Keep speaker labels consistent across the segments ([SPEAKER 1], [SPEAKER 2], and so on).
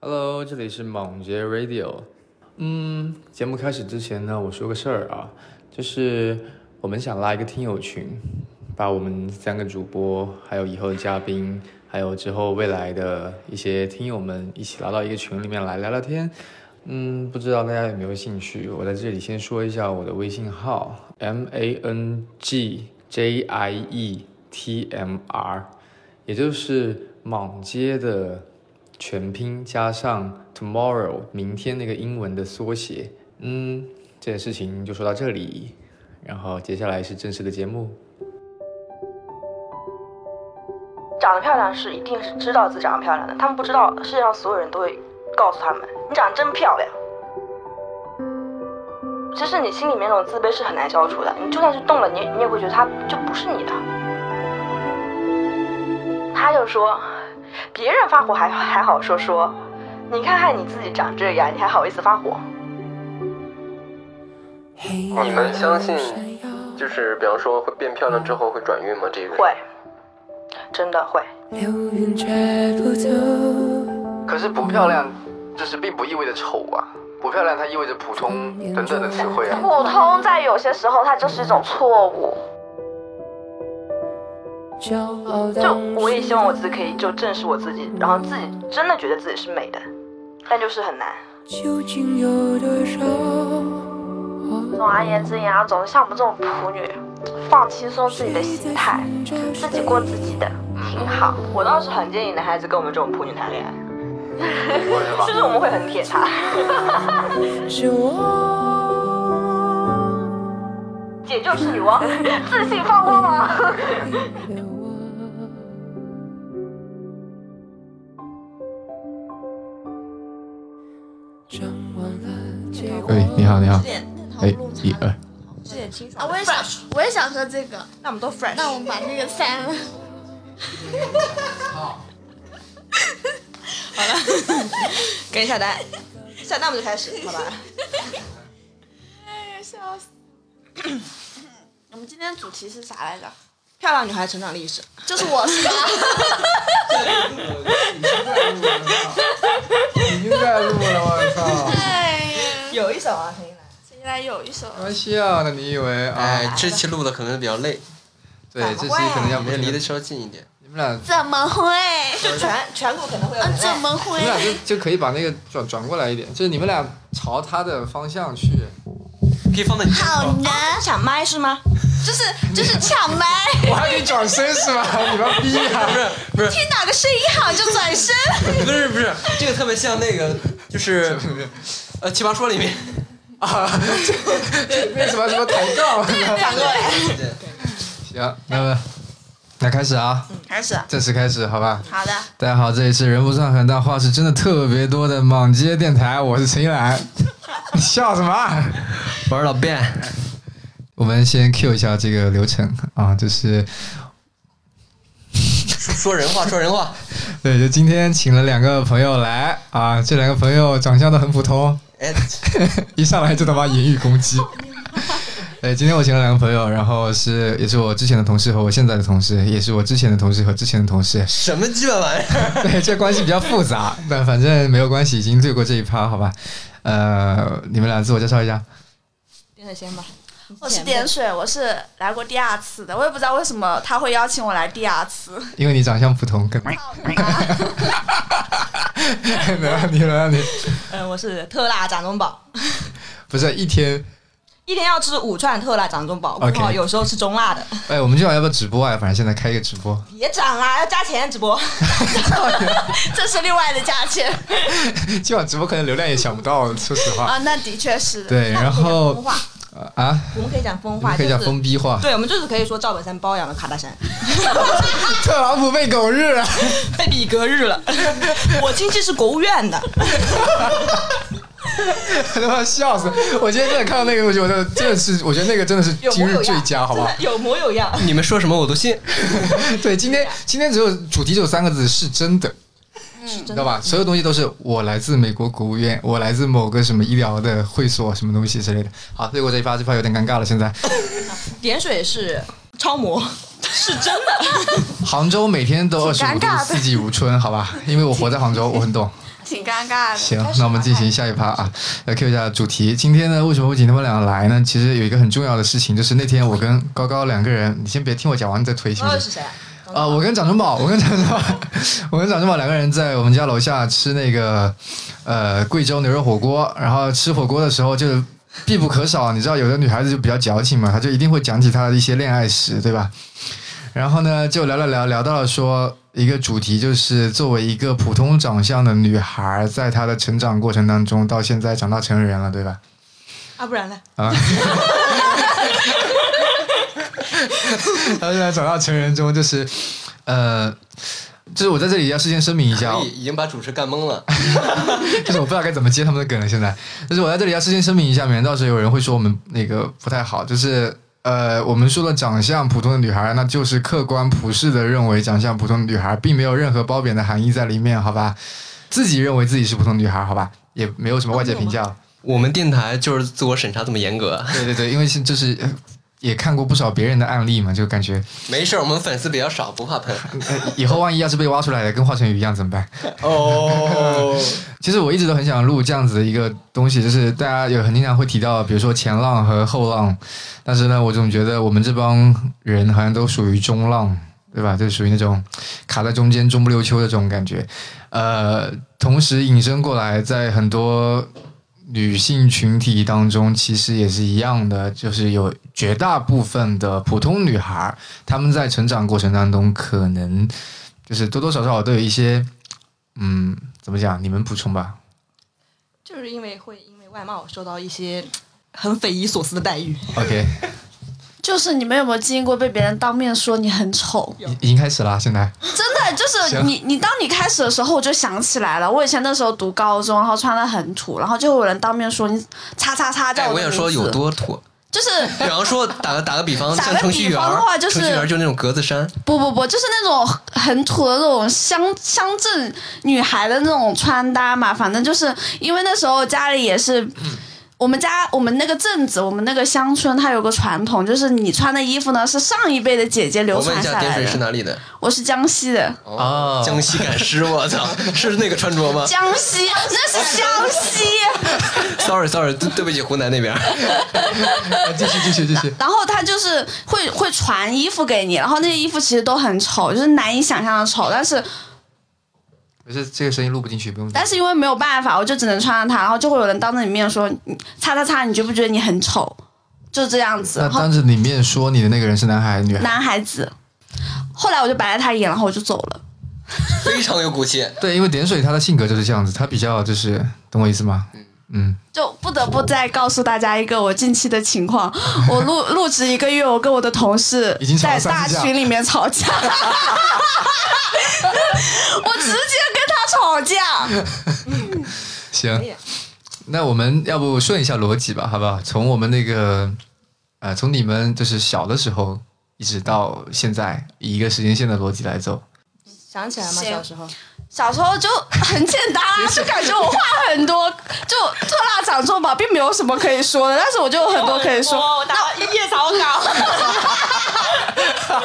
[SPEAKER 1] Hello，这里是猛杰 Radio。嗯，节目开始之前呢，我说个事儿啊，就是我们想拉一个听友群，把我们三个主播，还有以后的嘉宾，还有之后未来的一些听友们一起拉到一个群里面来聊聊天。嗯，不知道大家有没有兴趣？我在这里先说一下我的微信号：m a n g j i e t m r，也就是莽街的全拼加上 tomorrow 明天那个英文的缩写。嗯，这件事情就说到这里，然后接下来是正式的节目。
[SPEAKER 2] 长得漂亮是一定是知道自己长得漂亮的，他们不知道，世界上所有人都会告诉他们，你长得真漂亮。其实你心里面那种自卑是很难消除的，你就算是动了，你你也会觉得他就不是你的。他就说，别人发火还还好说说，你看看你自己长这样，你还好意思发火？
[SPEAKER 3] 你们相信，就是比方说会变漂亮之后会转运吗？这一种
[SPEAKER 2] 会，真的会。
[SPEAKER 4] 呃
[SPEAKER 5] 可是不漂亮，就是并不意味着丑啊。不漂亮，它意味着普通等等的词汇啊。
[SPEAKER 2] 普通在有些时候它就是一种错误。就我也希望我自己可以就正视我自己，然后自己真的觉得自己是美的，但就是很难。总而言之，言而总之，像我们这种普女，放轻松自己的心态，自己过自 己的，嗯挺好。我倒是很建议男孩子跟我们这种普女谈恋爱， 就是我们会很铁他。姐就是女王，自信放光芒。
[SPEAKER 1] 喂，哎你好，你好
[SPEAKER 6] 之，前
[SPEAKER 1] 哎，一二，
[SPEAKER 6] 之前清
[SPEAKER 7] 啊，
[SPEAKER 6] 爽
[SPEAKER 7] 我
[SPEAKER 6] 的
[SPEAKER 7] 也
[SPEAKER 6] fresh，
[SPEAKER 7] 想，我也想说这个。
[SPEAKER 6] 那我们都 fresh。
[SPEAKER 7] 那我们把那个删了。
[SPEAKER 6] 好了，赶紧 下单，下单我们就开始，好吧？
[SPEAKER 7] 哎呀，笑死！ 我们今天主题是啥来着？
[SPEAKER 6] 漂亮女孩成长历史，
[SPEAKER 7] 就是我是吧？
[SPEAKER 8] 你又在录了，我操！
[SPEAKER 7] 哎呀，
[SPEAKER 6] 有一首啊，陈一来。
[SPEAKER 7] 谁来有一首？
[SPEAKER 8] 开玩笑呢， 你以为啊？
[SPEAKER 3] 哎，这期录的可能比较累，
[SPEAKER 8] 对，这期可能要
[SPEAKER 3] 你
[SPEAKER 8] 不
[SPEAKER 3] 们离
[SPEAKER 8] 你
[SPEAKER 3] 得
[SPEAKER 8] 们
[SPEAKER 3] 稍近一点。
[SPEAKER 8] 你们俩，
[SPEAKER 7] 怎么会？
[SPEAKER 6] 就全全部可能会有
[SPEAKER 7] 嗯，
[SPEAKER 6] 人
[SPEAKER 7] 怎
[SPEAKER 6] 类。
[SPEAKER 7] 么
[SPEAKER 8] 你
[SPEAKER 7] 会
[SPEAKER 8] 们？俩就就可以把那个转转过来一点，就是你们俩朝他的方向去。
[SPEAKER 3] 可以放在你身
[SPEAKER 7] 好
[SPEAKER 3] 上。
[SPEAKER 7] 难，
[SPEAKER 6] 抢麦是吗？
[SPEAKER 7] 就是就是抢麦，
[SPEAKER 8] 我还给转身是吧？你们逼啊！
[SPEAKER 3] 不是
[SPEAKER 7] 听哪个声音好就转身。
[SPEAKER 3] 不是不是，这个特别像那个，就是呃《奇葩说》里面，
[SPEAKER 8] 啊，为什么什么抬杠？
[SPEAKER 6] 反过来，
[SPEAKER 8] 行，那么那开始啊，
[SPEAKER 6] 开始。
[SPEAKER 8] 正式开始，好吧？
[SPEAKER 6] 好的，
[SPEAKER 8] 大家好，这里是人不算很大，话是真的特别多的莽街电台，我是陈一兰。你 笑什么啊？
[SPEAKER 3] 我是老卞。
[SPEAKER 8] 我们先 Q 一下这个流程啊，就是
[SPEAKER 3] 说说人话，说人话。
[SPEAKER 8] 对，就今天请了两个朋友来啊，这两个朋友长相都很普通，
[SPEAKER 3] 哎，
[SPEAKER 8] 一上来就他妈言语攻击。 对，今天我请了两个朋友，然后是也是我之前的同事和我现在的同事，也是我之前的同事和之前的同事。
[SPEAKER 3] 什么鸡巴玩意儿？
[SPEAKER 8] 对，这关系比较复杂，但反正没有关系，已经略过这一趴，好吧？呃，你们俩自我介绍一下。
[SPEAKER 6] 点水先吧。
[SPEAKER 7] 我是点水，我是来过第二次的，我也不知道为什么他会邀请我来第二次。
[SPEAKER 8] 因为你长相普通，跟 能让你能让你
[SPEAKER 6] 嗯，我是特辣掌中宝，
[SPEAKER 8] 不是一天
[SPEAKER 6] 一天要吃五串特辣掌中宝，不
[SPEAKER 8] OK
[SPEAKER 6] 好有时候吃中辣的。
[SPEAKER 8] 哎，我们今晚要不要直播啊？反正现在开一个直播，
[SPEAKER 6] 别涨啦，要加钱直播。
[SPEAKER 7] 这是另外的价钱
[SPEAKER 8] 今晚直播可能流量也抢不到，说实话。
[SPEAKER 7] 啊，那的确是。
[SPEAKER 8] 对，然
[SPEAKER 6] 我们可以讲疯
[SPEAKER 8] 后
[SPEAKER 6] 话，
[SPEAKER 8] 呃啊，
[SPEAKER 6] 我们可以讲疯
[SPEAKER 8] 你们
[SPEAKER 6] 话，
[SPEAKER 8] 可以
[SPEAKER 6] 就
[SPEAKER 8] 讲
[SPEAKER 6] 是。
[SPEAKER 8] 封逼话。
[SPEAKER 6] 对，我们就是可以说赵本山包养了卡戴珊，
[SPEAKER 8] 特朗普被狗日了，
[SPEAKER 6] 被比格日 了。我亲戚是国务院的，
[SPEAKER 8] 他妈笑死！我今天真的看到那个，我觉得真的是，我觉得那个真的是
[SPEAKER 6] 有
[SPEAKER 8] 今
[SPEAKER 6] 模
[SPEAKER 8] 日
[SPEAKER 6] 有
[SPEAKER 8] 最
[SPEAKER 6] 样，
[SPEAKER 8] 佳，好不好？
[SPEAKER 6] 真的有模有样。
[SPEAKER 3] 你们说什么我都信。
[SPEAKER 8] 对，今天今天只有主题只有三个字，是真的，你知道吧？所有东西都是我来自美国国务院，我来自某个什么医疗的会所，什么东西之类的。好，对过这一趴，这趴有点尴尬了。现在
[SPEAKER 6] 点水是超模，是真的。
[SPEAKER 8] 杭州每天都二十五
[SPEAKER 7] 挺尴
[SPEAKER 8] 度，
[SPEAKER 7] 尬的
[SPEAKER 8] 四季如春，好吧？因为我活在杭州，我很懂。
[SPEAKER 7] 挺尴尬的。
[SPEAKER 8] 行，那我们进行下一趴啊，来 Q 一下主题。今天呢，为什么会请他们俩来呢？其实有一个很重要的事情，就是那天我跟高高两个人，你先别听我讲完，你再推行
[SPEAKER 6] 高
[SPEAKER 8] 不
[SPEAKER 6] 高
[SPEAKER 8] 行？
[SPEAKER 6] 是谁啊？
[SPEAKER 8] 啊、我跟蒋正宝，我跟蒋正宝，我跟蒋正宝两个人在我们家楼下吃那个呃贵州牛肉火锅，然后吃火锅的时候就是必不可少，你知道有的女孩子就比较矫情嘛，她就一定会讲起她的一些恋爱史，对吧？然后呢，就聊聊聊聊到了说一个主题，就是作为一个普通长相的女孩，在她的成长过程当中，到现在长大成人了，对吧？
[SPEAKER 6] 啊，不然呢？
[SPEAKER 8] 啊。他现在长大成人中，就是，呃，就是我在这里要事先声明一下
[SPEAKER 9] 可
[SPEAKER 8] 哦
[SPEAKER 9] 以，已经把主持干懵了。
[SPEAKER 8] 就是我不知道该怎么接他们的梗了。现在，就是我在这里要事先声明一下，免得到时候有人会说我们那个不太好。就是呃，我们说的长相普通的女孩，那就是客观普世的认为长相普通的女孩，并没有任何褒贬的含义在里面，好吧？自己认为自己是普通女孩，好吧？也没有什么外界评价。
[SPEAKER 9] 我们电台就是自我审查这么严格，
[SPEAKER 8] 对对对，因为是就是呃也看过不少别人的案例嘛，就感觉
[SPEAKER 9] 没事儿，我们粉丝比较少，不怕喷。
[SPEAKER 8] 呃以后万一要是被挖出来了，跟华晨宇一样怎么办？
[SPEAKER 9] 哦，
[SPEAKER 8] 其实我一直都很想录这样子的一个东西，就是大家有很经常会提到，比如说前浪和后浪，但是呢，我总觉得我们这帮人好像都属于中浪，对吧？就属于那种卡在中间中不溜秋的这种感觉。呃，同时引申过来，在很多女性群体当中，其实也是一样的，就是有绝大部分的普通女孩儿，她们在成长过程当中，可能就是多多少少都有一些，嗯，怎么讲？你们补充吧。
[SPEAKER 6] 就是因为会因为外貌受到一些很匪夷所思的待遇。
[SPEAKER 8] OK，
[SPEAKER 10] 就是你们有没有经历过被别人当面说你很丑？
[SPEAKER 8] 已已经开始了，现在
[SPEAKER 10] 真的就是
[SPEAKER 8] 行
[SPEAKER 10] 你，你当你开始的时候，我就想起来了。我以前那时候读高中，然后穿的很土，然后就会有人当面说你叉叉叉
[SPEAKER 9] 哎，
[SPEAKER 10] 叫
[SPEAKER 9] 我
[SPEAKER 10] 的名
[SPEAKER 9] 想
[SPEAKER 10] 字。
[SPEAKER 9] 说有多土。
[SPEAKER 10] 就是
[SPEAKER 9] 比方说，打个打个比方，
[SPEAKER 10] 打个
[SPEAKER 9] 像程序员
[SPEAKER 10] 比方的话
[SPEAKER 9] 儿，
[SPEAKER 10] 就是
[SPEAKER 9] 程序员儿就那种格子衫，
[SPEAKER 10] 不不不，就是那种很土的那种乡乡镇女孩的那种穿搭嘛。反正就是因为那时候家里也是。我们家我们那个镇子，我们那个乡村，它有个传统，就是你穿的衣服呢是上一辈的姐姐流
[SPEAKER 9] 我问
[SPEAKER 10] 传
[SPEAKER 9] 一
[SPEAKER 10] 下
[SPEAKER 9] 下，点
[SPEAKER 10] 来
[SPEAKER 9] 水
[SPEAKER 10] 的。
[SPEAKER 9] 是哪啊里的？
[SPEAKER 10] 我是江西的，
[SPEAKER 8] 哦
[SPEAKER 9] 江西赶尸，我操，是那个穿着吗
[SPEAKER 10] 江西，那
[SPEAKER 9] 哦
[SPEAKER 10] 是江西。
[SPEAKER 9] ？Sorry，Sorry，对对不起，湖南那边儿。
[SPEAKER 8] 继续继续继续。
[SPEAKER 10] 然后他就是会会传衣服给你，然后那些衣服其实都很丑，就是难以想象的丑。但是
[SPEAKER 8] 没事，这个声音录不进去，不用紧。
[SPEAKER 10] 但是因为没有办法，我就只能穿上它，然后就会有人当着你面说，你擦擦擦，你觉不觉得你很丑？就这样子。
[SPEAKER 8] 那
[SPEAKER 10] 然后
[SPEAKER 8] 当着里面说你的那个人是男孩还是女孩？
[SPEAKER 10] 男孩子，后来我就白了他一眼，然后我就走了。
[SPEAKER 9] 非常有骨气。
[SPEAKER 8] 对，因为点水他的性格就是这样子，他比较就是懂我意思吗？嗯，
[SPEAKER 10] 就不得不再告诉大家一个我近期的情况，我入入职一个月，我跟我的同事
[SPEAKER 8] 已经吵了
[SPEAKER 10] 在
[SPEAKER 8] 三
[SPEAKER 10] 大
[SPEAKER 8] 次架
[SPEAKER 10] 群里面吵架， 我直接跟他吵架。
[SPEAKER 8] 行。那我们要不顺一下逻辑吧，好不好？从我们那个，呃，从你们就是小的时候一直到现在，以一个时间线的逻辑来走。
[SPEAKER 6] 想起来吗？
[SPEAKER 10] 行
[SPEAKER 6] 小时候
[SPEAKER 10] 小时候就很简单 啊，就感觉我话很多，就特辣掌中宝，并没有什么可以说的，但是我就有 很多可以
[SPEAKER 9] 哦
[SPEAKER 10] 说。
[SPEAKER 7] 我打一夜草稿，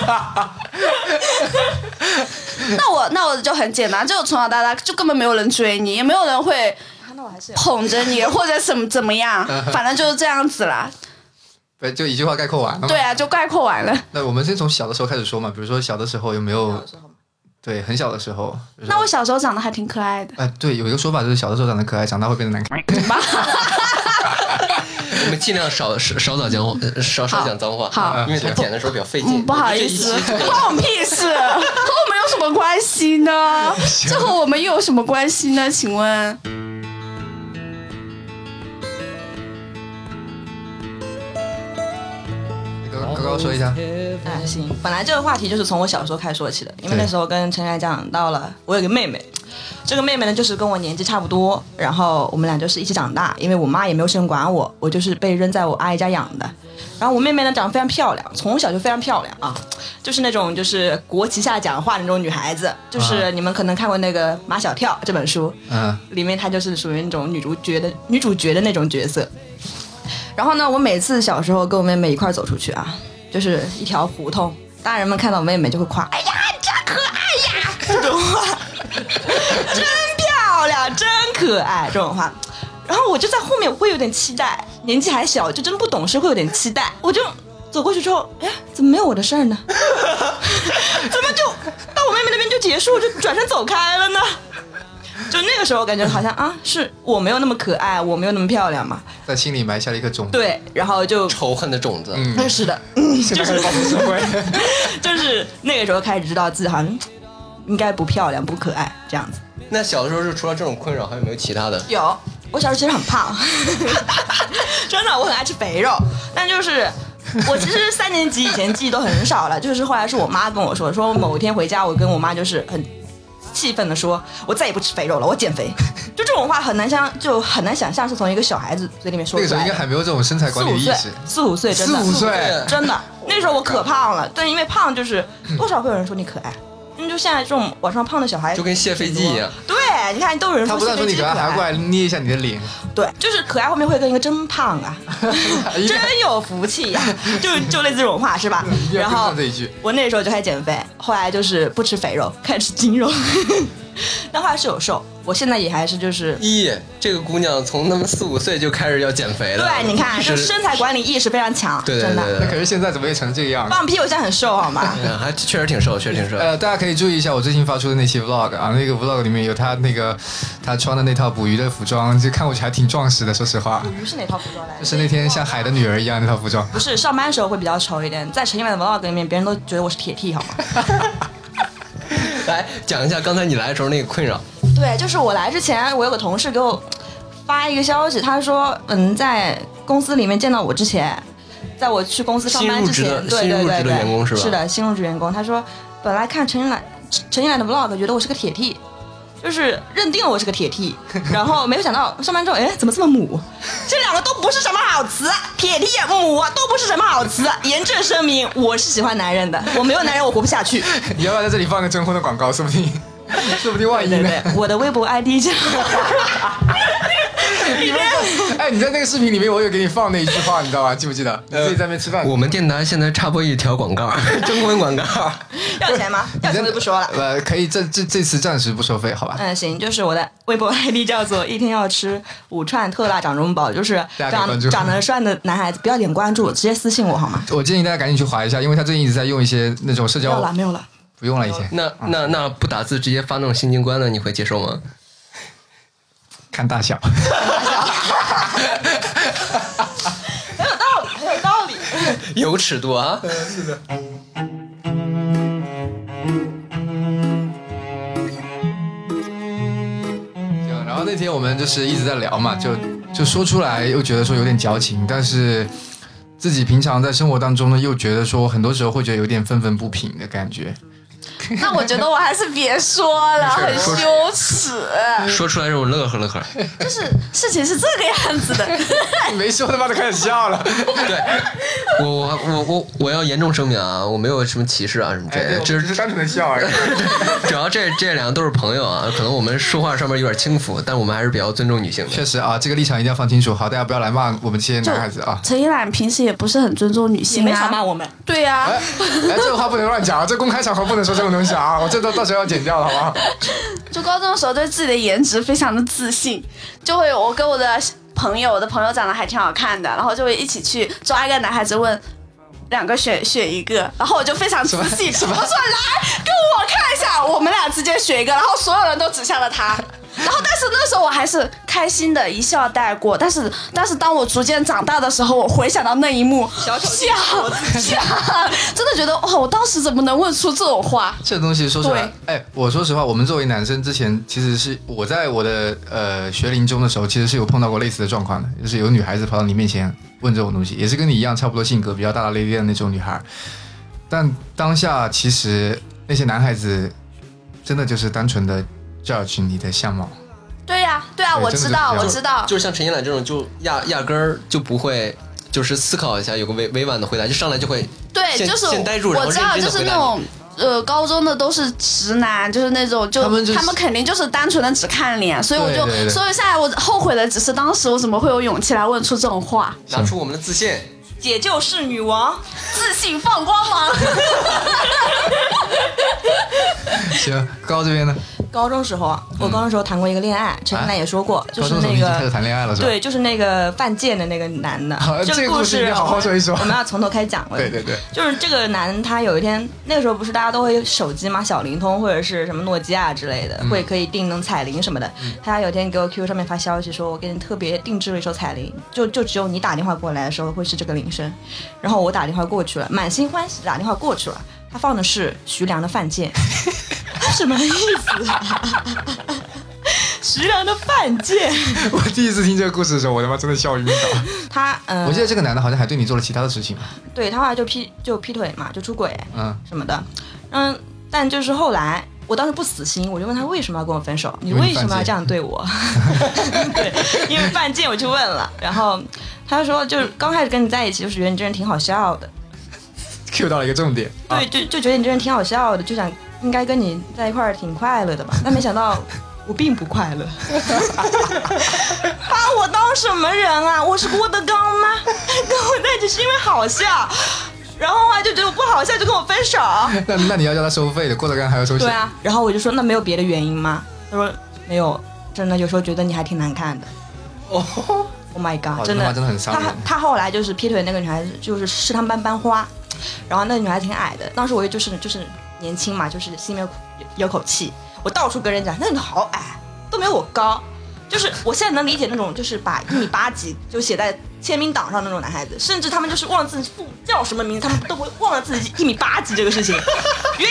[SPEAKER 10] 那我那我就很简单，就从小到大就根本没有人追你，也没有人会
[SPEAKER 6] 啊，那我还是有。
[SPEAKER 10] 捧着 你或者怎么怎么样，
[SPEAKER 9] 嗯
[SPEAKER 10] 反正就是这样子啦。
[SPEAKER 8] 对，就一句话概括完
[SPEAKER 9] 嗯
[SPEAKER 8] 了嘛。
[SPEAKER 10] 对啊，就概括完了。
[SPEAKER 8] 那我们先从小的时候开始说嘛，比如说小的时候有没有
[SPEAKER 6] 小时候嘛
[SPEAKER 8] 对很小的时候？比如说
[SPEAKER 10] 那我小时候长得还挺可爱的，
[SPEAKER 8] 哎、对，有一个说法就是小的时候长得可爱，长大会变得难看。
[SPEAKER 9] 我们尽量少少少讲脏话，呃少少讲脏话，
[SPEAKER 10] 好
[SPEAKER 9] 因为他剪的时候比较费劲。
[SPEAKER 10] 嗯，不好意思，关我们屁事，和我们有什么关系 呢？这和我们又有什么关系呢？请问，
[SPEAKER 8] 刚刚刚说一下，
[SPEAKER 6] 哎，行，本来这个话题就是从我小时候开始说起的，因为那时候跟陈然讲到了，我有个妹妹，这个妹妹呢就是跟我年纪差不多，然后我们俩就是一起长大，因为我妈也没有生管我，我就是被扔在我阿姨家养的。然后我妹妹呢长得非常漂亮，从小就非常漂亮啊，就是那种就是国旗下讲话的那种女孩子，就是你们可能看过那个《马小跳》这本书，
[SPEAKER 8] 嗯，
[SPEAKER 6] 里面她就是属于那种女主角的女主角的那种角色。然后呢，我每次小时候跟我妹妹一块儿走出去啊，就是一条胡同，大人们看到我妹妹就会夸：“哎呀，真可爱呀！”这种话，真漂亮，真
[SPEAKER 2] 可爱这种话。然后我就在后面会有点期待，年纪还小，就真不懂事，会有点期待。我就走过去之后，哎，怎么没有我的事儿 呢？怎么就到我妹妹那边就结束，就转身走开了呢？就那个时候感觉好像啊，是我没有那么可爱，我没有那么漂亮嘛。
[SPEAKER 8] 在心里埋下了一个种子。
[SPEAKER 2] 对，然后就
[SPEAKER 9] 仇恨的种子。
[SPEAKER 2] 嗯，是 的，
[SPEAKER 8] 现在开始报复社会。
[SPEAKER 2] 就是那个时候开始知道自己好像应该不漂亮、不可爱这样子。
[SPEAKER 9] 那小的时候是除了这种困扰，还有没有其他的？
[SPEAKER 2] 有，我小时候其实很胖， 真的，我很爱吃肥肉，但就是。我其实三年级以前记忆都很少了，就是后来是我妈跟我说，说某天回家，我跟我妈就是很气愤的说，我再也不吃肥肉了，我减肥。就这种话很难想，就很难想象是从一个小孩子嘴里面说出
[SPEAKER 8] 那
[SPEAKER 2] 来的。
[SPEAKER 8] 个时候应该还没有这种身材管理的意识。
[SPEAKER 2] 四五岁，真的，
[SPEAKER 8] 四五岁
[SPEAKER 2] 真的，那时候我可胖了，但因为胖就是多少会有人说你可爱。那就现在这种网上胖的小孩，
[SPEAKER 9] 就跟卸飞机一样。
[SPEAKER 2] 对，你看都有人
[SPEAKER 8] 他
[SPEAKER 2] 说
[SPEAKER 8] 不但
[SPEAKER 2] 卸
[SPEAKER 8] 说
[SPEAKER 2] 飞
[SPEAKER 8] 你
[SPEAKER 2] 机
[SPEAKER 8] 可
[SPEAKER 2] 可
[SPEAKER 8] 爱，还过
[SPEAKER 2] 爱，
[SPEAKER 8] 来捏一下你的脸。
[SPEAKER 2] 对，就是可爱后面会跟一个真胖啊， 真有福气 呀、就就类似这种话是吧？然后
[SPEAKER 8] 这一句，
[SPEAKER 2] 我那时候就开始减肥，后来就是不吃肥肉，开始吃精肉。 但后来是有瘦，我现在也还是就是，
[SPEAKER 9] 一，这个姑娘从他们四五岁就开始要减肥了。
[SPEAKER 2] 对，你看，就是身材管理意识非常强，
[SPEAKER 9] 对对
[SPEAKER 2] 真
[SPEAKER 9] 对
[SPEAKER 2] 的。
[SPEAKER 9] 对
[SPEAKER 8] 那
[SPEAKER 9] 对
[SPEAKER 8] 可是现在怎么也成这个样？
[SPEAKER 2] 放屁，我现在很瘦，好 吗？
[SPEAKER 9] 嗯还确实挺瘦，确实挺瘦。
[SPEAKER 8] 呃，大家可以注意一下我最近发出的那期 vlog 啊，那个 vlog 里面有他那个他穿的那套捕鱼的服装，就看过去还挺壮实的，说实话，
[SPEAKER 2] 鱼是哪套服装来
[SPEAKER 8] 就
[SPEAKER 2] 着？
[SPEAKER 8] 是那天像海的女儿一样那套服装。
[SPEAKER 2] 不是上班的时候会比较丑一点，在陈一晚的 vlog 里面，别人都觉得我是铁 T，好吗？
[SPEAKER 9] 来讲一下刚才你来的时候那个困扰。
[SPEAKER 2] 对，就是我来之前，我有个同事给我发一个消息，他说，嗯，在公司里面见到我之前，在我去公司上班之
[SPEAKER 9] 新入
[SPEAKER 2] 前
[SPEAKER 9] 职，的
[SPEAKER 2] 对
[SPEAKER 9] 新
[SPEAKER 2] 对
[SPEAKER 9] 入
[SPEAKER 2] 对
[SPEAKER 9] 职的
[SPEAKER 2] 对，
[SPEAKER 9] 员工是吧
[SPEAKER 2] 的，新入职员工，他说本来看陈一兰陈一兰的 vlog，觉得我是个铁 T。就是认定了我是个铁 T，然后没有想到上班之后，哎，怎么这么母？这两个都不是什么好词，铁 T 母啊都不是什么好词。严正声明，我是喜欢男人的，我没有男人我活不下去。
[SPEAKER 8] 你要不要在这里放个征婚的广告？说不定， 说不定万一
[SPEAKER 2] 对
[SPEAKER 8] 呢？
[SPEAKER 2] 对，我的微博 ID 叫。
[SPEAKER 8] 你们在哎，你在那个视频里面，我有给你放那一句话，你知道吧？记不记得？你
[SPEAKER 2] 嗯
[SPEAKER 8] 自己在那边吃饭，
[SPEAKER 9] 我们电台现在插播一条广告， 征婚广告。
[SPEAKER 2] 要钱吗？要
[SPEAKER 8] 你在
[SPEAKER 2] 钱我就不说了。
[SPEAKER 8] 呃，可以这这这次暂时不收费，好吧？
[SPEAKER 2] 嗯，行，就是我的微博 ID 叫做一天要吃五串特辣掌中宝，就是
[SPEAKER 8] 大家可以关
[SPEAKER 2] 长
[SPEAKER 8] 注
[SPEAKER 2] 长得帅的男孩子不要点关注，直接私信我好吗？
[SPEAKER 8] 我建议大家赶紧去划一下，因为他最近一直在用一些那种社
[SPEAKER 2] 没有
[SPEAKER 8] 交
[SPEAKER 2] 了，，没有了。
[SPEAKER 8] 不用了，已经
[SPEAKER 9] 那那那不打字直接发那种新军官的，你会接受吗？
[SPEAKER 8] 看大小。
[SPEAKER 2] 很有道理，很有道理。
[SPEAKER 9] 有尺度啊！
[SPEAKER 8] 行，然后那天我们就是一直在聊嘛，就就说出来又觉得说有点矫情，但是自己平常在生活当中呢，又觉得说很多时候会觉得有点愤愤不平的感觉。
[SPEAKER 10] 那我觉得我还是别说了，
[SPEAKER 9] 没事
[SPEAKER 10] 很
[SPEAKER 9] 说
[SPEAKER 10] 羞耻。
[SPEAKER 9] 说出来让我乐呵乐呵。
[SPEAKER 10] 就是事情是这个样 子的，
[SPEAKER 8] 你哎没说他妈的开始笑 了，
[SPEAKER 9] 对，我我我我我要严重声明啊，我没有什么歧视啊什么
[SPEAKER 10] 哎
[SPEAKER 9] 之类的，只
[SPEAKER 8] 哎只是单纯的笑而已。
[SPEAKER 9] 主要这这两个都是朋友啊，可能我们说话上面有点轻浮，但我们还是比较尊重女性的。
[SPEAKER 8] 确实啊，这个立场一定要放清楚，好，大家不要来骂我们这些男 孩子啊。
[SPEAKER 10] 陈一兰平时也不是很尊重女
[SPEAKER 2] 你
[SPEAKER 10] 性
[SPEAKER 2] 们少骂
[SPEAKER 10] 啊。
[SPEAKER 2] 我们，
[SPEAKER 10] 对呀、
[SPEAKER 8] 哎，哎，这个话不能乱讲啊！这公开场合不能说这种东西啊！我这都到时候要剪掉了，好不好？
[SPEAKER 10] 就高中的时候对自己的颜值非常的自信，就会我跟我的朋友，我的朋友长得还挺好看的，然后就会一起去抓一个男孩子问。两个选选一个，然后我就非常自信，我说来跟我看一下，我们俩之间选一个，然后所有人都指向了他，然后但是那时候我还是开心的一笑带过，但是但是当我逐渐长大的时候，我回想到那一幕，
[SPEAKER 2] 小丑
[SPEAKER 10] 笑笑，真的觉得哦，我当时怎么能问出这种话？
[SPEAKER 8] 这东西说实话
[SPEAKER 10] 对，
[SPEAKER 8] 哎，我说实话，我们作为男生，之前其实是我在我的呃学龄中的时候，其实是有碰到过类似的状况的，就是有女孩子跑到你面前问这种东西，也是跟你一样差不多性格，比较大大咧咧的那种女孩。但当下其实那些男孩子真的就是单纯的 judge 你的相貌，
[SPEAKER 10] 对呀、对呀、
[SPEAKER 8] 对
[SPEAKER 10] 我
[SPEAKER 8] 真的
[SPEAKER 10] 知
[SPEAKER 8] 是
[SPEAKER 10] 道，
[SPEAKER 8] 这样
[SPEAKER 10] 我知道，
[SPEAKER 9] 就是像陈一兰这种，就压压根儿就不会，就是思考一下，有个委委婉的回答，就上来就会
[SPEAKER 10] 对，
[SPEAKER 9] 先
[SPEAKER 10] 就是
[SPEAKER 9] 先呆住然
[SPEAKER 10] 我
[SPEAKER 9] 后
[SPEAKER 10] 知道，
[SPEAKER 9] 认真
[SPEAKER 10] 就
[SPEAKER 9] 地
[SPEAKER 10] 是
[SPEAKER 9] 回
[SPEAKER 10] 那
[SPEAKER 9] 答
[SPEAKER 10] 种呃，高中的都是直男，就是那种就
[SPEAKER 8] 他们就是
[SPEAKER 10] 肯定就是单纯的只看脸，所以我就
[SPEAKER 8] 对对对
[SPEAKER 10] 所以下来我后悔的只是当时我怎么会有勇气来问出这种话，
[SPEAKER 9] 拿出我们的自信。
[SPEAKER 2] 姐就是女王。
[SPEAKER 10] 自信放光芒。
[SPEAKER 8] 行，高这边呢？
[SPEAKER 6] 高中时候啊，我高中时候谈过一个恋爱，陈近南也说过，就
[SPEAKER 8] 嗯啊高
[SPEAKER 6] 是
[SPEAKER 8] 中时候
[SPEAKER 6] 那
[SPEAKER 8] 你已经开始
[SPEAKER 6] 个
[SPEAKER 8] 谈恋爱了是吧？
[SPEAKER 6] 对，就是那个犯贱的那个男的
[SPEAKER 8] 啊。这
[SPEAKER 6] 个
[SPEAKER 8] 个故事
[SPEAKER 6] 事
[SPEAKER 8] 一定要好好说一说
[SPEAKER 6] 我们要从头开讲了。
[SPEAKER 8] 对对对，
[SPEAKER 6] 就是这个男，他有一天那个时候不是大家都会有手机嘛，小灵通或者是什么诺基亚之类
[SPEAKER 8] 嗯
[SPEAKER 6] 的，会可以订那种彩铃什么的。他有一天给我 QQ 上面发消息说，我给你特别定制了一首彩铃，就就只有你打电话过来的时候会是这个铃声。然后我打电话过去了，满心欢喜地打电话过去了，他放的是徐良的《犯贱》，什么意思、啊？ 徐良的《犯贱》
[SPEAKER 8] 我第一次听这个故事的时候，我他妈真的笑晕倒。
[SPEAKER 6] 他，嗯、
[SPEAKER 8] 我记得这个男的好像还对你做了其他的事情，
[SPEAKER 6] 对他后来就劈就劈腿嘛，就出轨。
[SPEAKER 8] 嗯，
[SPEAKER 6] 什么的。嗯，但就是后来，我当时不死心，我就问他为什么要跟我分手，你
[SPEAKER 8] 因为你
[SPEAKER 6] 为什么
[SPEAKER 8] 犯
[SPEAKER 6] 要
[SPEAKER 8] 贱
[SPEAKER 6] 这样对 我？对，因为犯贱，我去问了，然后他就说，就是刚开始跟你在一起，就是觉得你这人挺好笑的，
[SPEAKER 8] ，Q 到了一个重点。啊
[SPEAKER 6] 对，就就觉得你这人挺好笑的，就想应该跟你在一块儿挺快乐的 吧，但没想到。我并不快乐， 把我当什么人啊？我是郭德纲吗？ 跟我在一起是因为好笑，然后啊就觉得我不好笑，就跟我分手。
[SPEAKER 8] 那那你要叫他收费的，郭德纲还要收钱。
[SPEAKER 6] 对啊，然后我就说那没有别的原因吗？他说没有，真的有时候觉得你还挺难看的。哦、oh my
[SPEAKER 8] 哇
[SPEAKER 6] god，
[SPEAKER 8] 这
[SPEAKER 6] 真
[SPEAKER 8] 他妈
[SPEAKER 6] 的
[SPEAKER 8] 真的很伤
[SPEAKER 6] 他
[SPEAKER 8] 人。
[SPEAKER 6] 他后来就是劈腿那个女孩子，就是是他们班班花，然后那个女孩挺矮的，当时我也就是就是年轻嘛，就是心里面有有口气，我到处跟人讲那你好矮，都没有我高。就是我现在能理解那种，就是把一米八几就写在签名档上那种男孩子，甚至他们就是忘了自己父叫什么名字，他们都会忘了自己一米八几这个事情。原因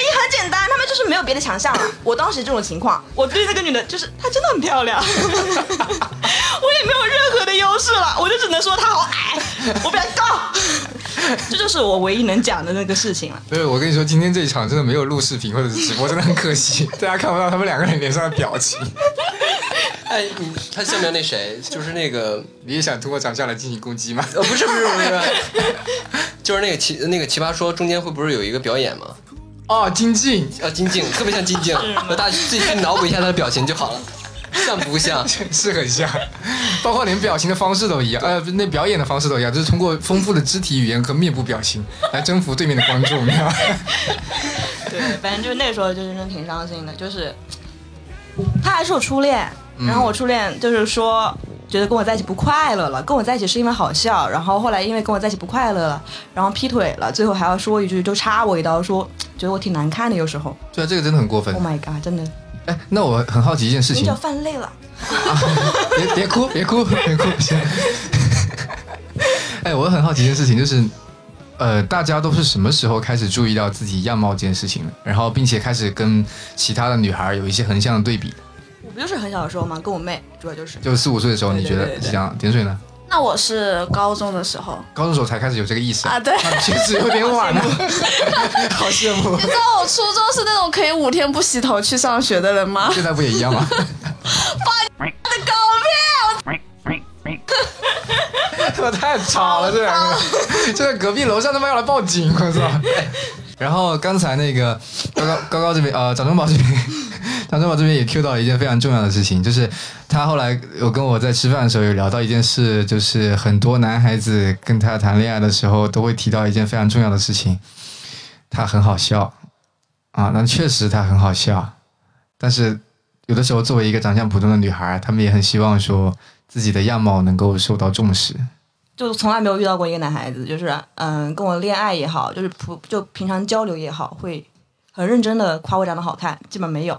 [SPEAKER 6] 很简单，他们就是没有别的强项了。我当时这种情况，我对那个女的，就是她真的很漂亮，我也没有任何的优势了，我就只能说她好矮，我比她高。这就是我唯一能讲的那个事情了。
[SPEAKER 8] 对，我跟你说，今天这一场真的没有录视频或者是直播，真的很可惜， 大家看不到他们两个人脸上的表情。
[SPEAKER 9] 哎，你他像不像那谁？就是那个
[SPEAKER 8] 你也想通过长相来进行攻击吗？
[SPEAKER 9] 呃，不是不是不是， 就是那个奇那个奇葩说中间会不是有一个表演吗？
[SPEAKER 8] 哦，金靖，
[SPEAKER 9] 啊，金靖特别像金靖，大家自己去脑补一下他的表情就好了，像不像？
[SPEAKER 8] 是很像，包括连表情的方式都一样，呃，不那表演的方式都一样，就是通过丰富的肢体语言和面部表情来征服对面的观众，你知道吗？
[SPEAKER 6] 对，反正就是那时候就是真的挺伤心的，就是他还是我初恋，然后我初恋就是说。觉得跟我在一起不快乐了，跟我在一起是因为好笑，然后后来因为跟我在一起不快乐了，然后劈腿了，最后还要说一句，就插我一刀说，觉得我挺难看的，有时候
[SPEAKER 8] 对啊，这个真的很过分
[SPEAKER 6] ，Oh。my god，真的，
[SPEAKER 8] 哎，那我很好奇一件事
[SPEAKER 6] 眼
[SPEAKER 8] 情
[SPEAKER 6] 角，泛泪了。
[SPEAKER 8] 别别哭，别哭，别哭，行。哎，我很好奇一件事情，就是，呃，大家都是什么时候开始注意到自己样貌这件事情的？然后，并且开始跟其他的女孩有一些横向的对比？
[SPEAKER 6] 我不就是很小的时候吗？跟我妹，主要就是
[SPEAKER 8] 就四五岁的时候，你觉
[SPEAKER 6] 对
[SPEAKER 8] 得
[SPEAKER 6] 对
[SPEAKER 8] 是
[SPEAKER 6] 对
[SPEAKER 8] 这样？点水呢？
[SPEAKER 10] 那我是高中的时候，
[SPEAKER 8] 高中时候才开始有这个意识
[SPEAKER 10] 啊对
[SPEAKER 8] 那确实有点晚了，好羡慕
[SPEAKER 10] 你。知道我初中是那种可以五天不洗头去上学的人吗？
[SPEAKER 8] 现在不也一样吗？
[SPEAKER 10] 我的狗
[SPEAKER 8] 他妈太吵了，这两个，现在隔壁楼上他妈要来报警，我操！哎然后刚才那个高高高高这边，呃，掌中宝这边， 掌中宝这边也 Q 到一件非常重要的事情，就是他后来有跟我在吃饭的时候有聊到一件事，就是很多男孩子跟他谈恋爱的时候都会提到一件非常重要的事情，他很好笑啊，那确实他很好笑，但是有的时候作为一个长相普通的女孩，她们也很希望说自己的样貌能够受到重视。
[SPEAKER 6] 就从来没有遇到过一个男孩子，就是嗯，跟我恋爱也好，就是普就平常交流也好，会很认真的夸我长得好看，基本没有。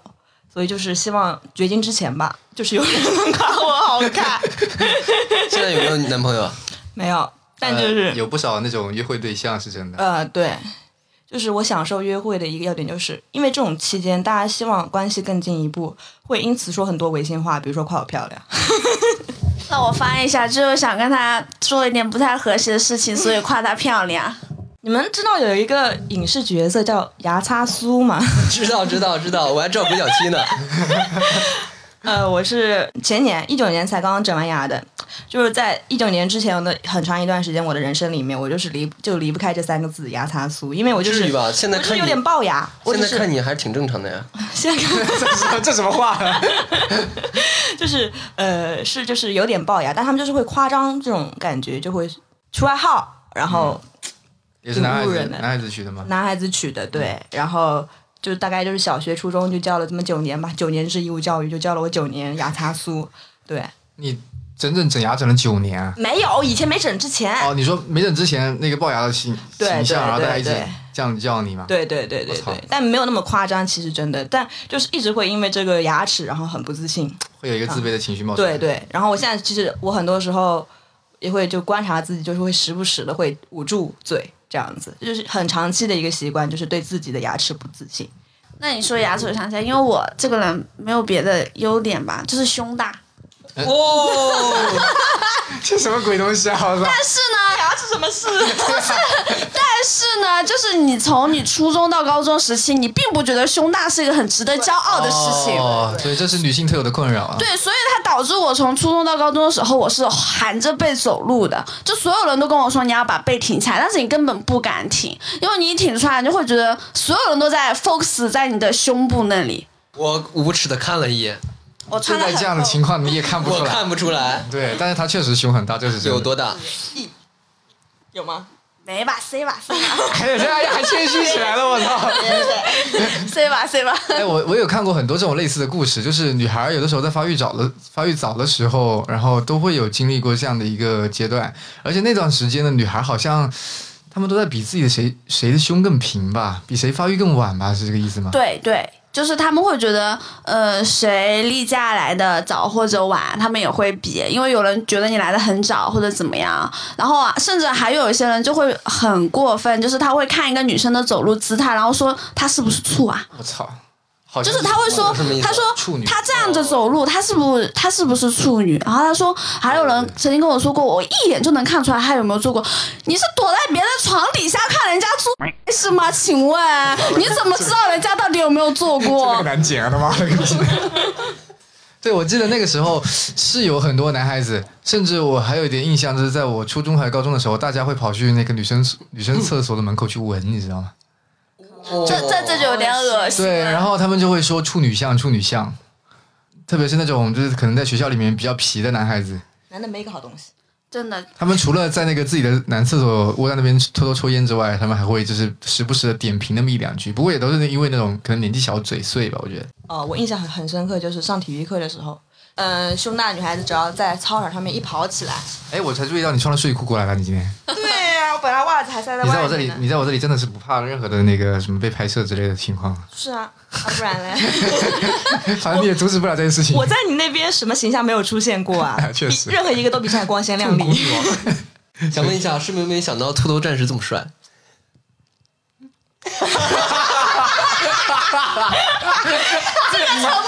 [SPEAKER 6] 所以就是希望绝经之前吧，就是有人能夸我好看，
[SPEAKER 9] 现在有没有男朋友啊？
[SPEAKER 6] 没有。但就
[SPEAKER 8] 呃
[SPEAKER 6] 是
[SPEAKER 8] 有不少那种约会对象是真的，
[SPEAKER 6] 呃对，就是我享受约会的一个要点，就是因为这种期间，大家希望关系更进一步，会因此说很多违心话，比如说夸我漂亮。
[SPEAKER 10] 变！ 那我翻译一下，就是想跟他做一点不太和谐的事情，所以夸她漂亮。
[SPEAKER 6] 你们知道有一个影视角色叫牙擦苏吗？
[SPEAKER 9] 知道知道知道，我还知道鬼脚七呢。
[SPEAKER 6] 呃，我是前年一九年才刚刚整完牙的，就是在一九年之前的很长一段时间，我的人生里面，我就是离就离不开这三个字“牙擦苏”，因为我就
[SPEAKER 9] 至
[SPEAKER 6] 是
[SPEAKER 9] 于吧现在
[SPEAKER 6] 我就
[SPEAKER 9] 看
[SPEAKER 6] 是有
[SPEAKER 9] 你
[SPEAKER 6] 点龅牙，我
[SPEAKER 9] 现
[SPEAKER 6] 只
[SPEAKER 9] 在
[SPEAKER 6] 是
[SPEAKER 9] 看你还挺正常的呀。
[SPEAKER 6] 现在 看
[SPEAKER 8] 这这什么话？
[SPEAKER 9] 啊
[SPEAKER 6] 就是呃是就是有点龅牙，但他们就是会夸张这种感觉，就会出外号，然后
[SPEAKER 8] 嗯也是男孩子
[SPEAKER 6] 挺路人的
[SPEAKER 8] 男孩子取的吗？嗯
[SPEAKER 6] 男孩子取的对，然后就是大概就是小学、初中就教了这么九年吧，九年制义务教育就教了我九年牙擦苏，对，
[SPEAKER 8] 你整整整牙整了九年啊？
[SPEAKER 6] 没有，以前没整之前，
[SPEAKER 8] 哦，你说没整之前那个龅牙的形
[SPEAKER 6] 对
[SPEAKER 8] 形象，
[SPEAKER 6] 对
[SPEAKER 8] 然后大家一直
[SPEAKER 6] 对
[SPEAKER 8] 这样叫你嘛？
[SPEAKER 6] 对对对对
[SPEAKER 8] 我操
[SPEAKER 6] 对，但没有那么夸张，其实真的，但就是一直会因为这个牙齿，然后很不自信，
[SPEAKER 8] 会有一个自卑的情绪冒出来。
[SPEAKER 6] 对对，然后我现在其实我很多时候也会就观察自己，就是会时不时的会捂住嘴这样子，就是很长期的一个习惯，就是对自己的牙齿不自信。
[SPEAKER 10] 那你说牙齿我想起来，因为我这个人没有别的优点吧，就是胸大。
[SPEAKER 8] 哎
[SPEAKER 6] 哦， 哎
[SPEAKER 8] 这什么鬼东西啊！我操，
[SPEAKER 10] 但是呢，
[SPEAKER 6] 牙齿什么事？
[SPEAKER 10] 但是呢，就是你从你初中到高中时期，你并不觉得胸大是一个很值得骄傲的事情。
[SPEAKER 8] 哦，对，这是女性特有的困扰啊。
[SPEAKER 10] 对，所以它导致我从初中到高中的时候，我是含着背走路的。就所有人都跟我说你要把背挺起来，但是你根本不敢挺，因为你一挺出来，你就会觉得所有人都在 focus 在你的胸部那里。
[SPEAKER 9] 我无耻的看了一眼，
[SPEAKER 10] 我
[SPEAKER 8] 现
[SPEAKER 10] 穿的
[SPEAKER 8] 在
[SPEAKER 10] 很
[SPEAKER 8] 这样的情况你也看不
[SPEAKER 9] 我
[SPEAKER 8] 出来，
[SPEAKER 9] 看不出来
[SPEAKER 8] 对，但是她确实胸很大，这是真的
[SPEAKER 9] 有多大。
[SPEAKER 6] 有 吗？
[SPEAKER 10] 没吧，C 吧，C 吧
[SPEAKER 8] 哎呀，哎呀 还谦虚起来了，我操！
[SPEAKER 10] ，C 吧，C 吧。
[SPEAKER 8] 哎，我我有看过很多这种类似的故事，就是女孩儿有的时候在发育早的发育早的时候，然后都会有经历过这样的一个阶段，而且那段时间的女孩好像她们都在比自己的谁谁的胸更平吧，比谁发育更晚吧，是这个意思吗？
[SPEAKER 10] 对对，就是他们会觉得，呃，谁例假来的早或者晚，他们也会比，因为有人觉得你来的很早或者怎么样，然后啊，甚至还有一些人就会很过分，就是他会看一个女生的走路姿态，然后说她是不是处啊？
[SPEAKER 8] 我操，好
[SPEAKER 10] 就
[SPEAKER 8] 像
[SPEAKER 10] 是他会说
[SPEAKER 9] 哦什么意，思
[SPEAKER 10] 他说
[SPEAKER 8] 处女
[SPEAKER 10] 他 这样子走路，他是不是他是不是处女？然后他说，还有人曾经跟我说过，我一眼就能看出来他有没有做过。你是躲在别人床底下看人家 做是吗？请问 你怎么知道人家到底有没有做过？
[SPEAKER 8] 难剪啊，他妈的！ 对，我记得那个时候是有很多男孩子，甚至我还有一点印象，就是在我初中还是高中的时候，大家会跑去那个女生女生厕所的门口去闻，你知道吗？
[SPEAKER 10] 这
[SPEAKER 9] 哦
[SPEAKER 10] 这这就有点恶心。
[SPEAKER 8] 对，然后他们就会说处女像，处女像，特别是那种就是可能在学校里面比较皮的男孩子，
[SPEAKER 6] 男的没一个好东西。
[SPEAKER 10] 真的，
[SPEAKER 8] 他们除了在那个自己的男厕所窝在那边偷偷抽烟之外，他们还会就是时不时的点评那么一两句，不过也都是因为那种可能年纪小嘴碎吧，我觉得。
[SPEAKER 6] 哦，我印象很很深刻，就是上体育课的时候，嗯、胸大的女孩子只要在操场上面一跑起来，
[SPEAKER 8] 哎，我才注意到你穿了睡裤过来了，你今天。
[SPEAKER 6] 对呀、我本来袜子还塞在
[SPEAKER 8] 你在我
[SPEAKER 6] 外
[SPEAKER 8] 这
[SPEAKER 6] 面
[SPEAKER 8] 里
[SPEAKER 6] 呢，。
[SPEAKER 8] 你在我这里真的是不怕任何的那个什么被拍摄之类的情 况，
[SPEAKER 6] 是啊，啊 不然嘞，
[SPEAKER 8] 反正你也阻止不了这件事情。？
[SPEAKER 6] 我在你那边什么形象没有出现过啊
[SPEAKER 8] 确实
[SPEAKER 6] 比任何一个都比现在光鲜亮丽。
[SPEAKER 8] 啊
[SPEAKER 9] 想问一下，是不是没想到秃头战士这么帅？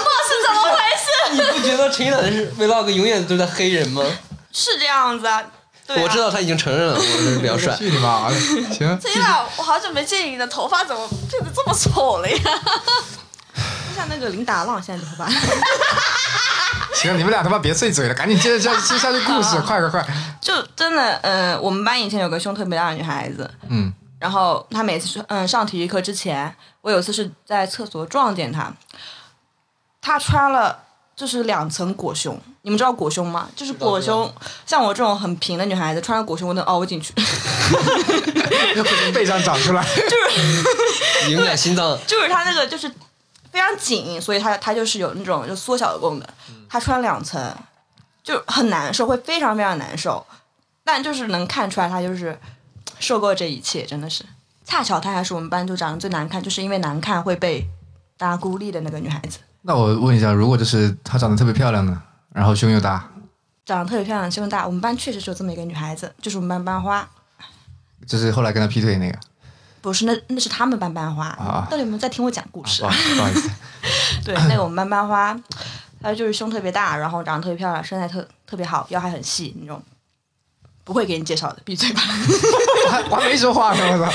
[SPEAKER 9] 这个沉默是怎么回事？你不觉得陈一楠是 vlog 永远都在黑人吗？
[SPEAKER 6] 是这样子啊，对啊
[SPEAKER 9] 我知道他已经承认了，我是比较 帅。
[SPEAKER 8] 去你妈 的！行，
[SPEAKER 10] 天 呐，啊我好久没见你的头发怎么变得这么丑了呀？
[SPEAKER 6] 就像那个林达浪现在头发，
[SPEAKER 8] 行，你们俩他妈别碎嘴了，赶紧接着接接下去故 事，快快快！
[SPEAKER 6] 就真的，嗯、我们班以前有个胸特别大的女孩子，
[SPEAKER 8] 嗯，
[SPEAKER 6] 然后她每次是嗯上体育课之前，我有一次是在厕所撞见她，她穿了就是两层裹胸，你们知道裹胸吗？就是裹胸，像我这种很平的女孩子穿了裹胸，我能凹进去，
[SPEAKER 8] 背上长出来，
[SPEAKER 9] 影响心脏，
[SPEAKER 6] 就是她那个就是非常紧，所以她她就是有那种就缩小的功能，她穿两层就很难受，会非常非常难受，但就是能看出来她就是受过这一切，真的是。恰巧她还是我们班就长得最难看，就是因为难看会被大家孤立的那个女孩子。
[SPEAKER 8] 那我问一下，如果就是她长得特别漂亮呢，然后胸又大，
[SPEAKER 6] 长得特别漂亮，胸大。我们班确实是有这么一个女孩子，就是我们班班花，
[SPEAKER 8] 就是后来跟她劈腿那个
[SPEAKER 6] 不是那那是他们班班花。
[SPEAKER 8] 啊
[SPEAKER 6] 到底有没有在听我讲故事
[SPEAKER 8] 不？好意啊 思，不好意思，
[SPEAKER 6] 对，那个我们班班花，她就是胸特别大，然后长得特别漂亮，身材特特别好，腰还很细那种。不会给你介绍的，闭嘴吧！
[SPEAKER 8] 我还我还没说话呢，我操！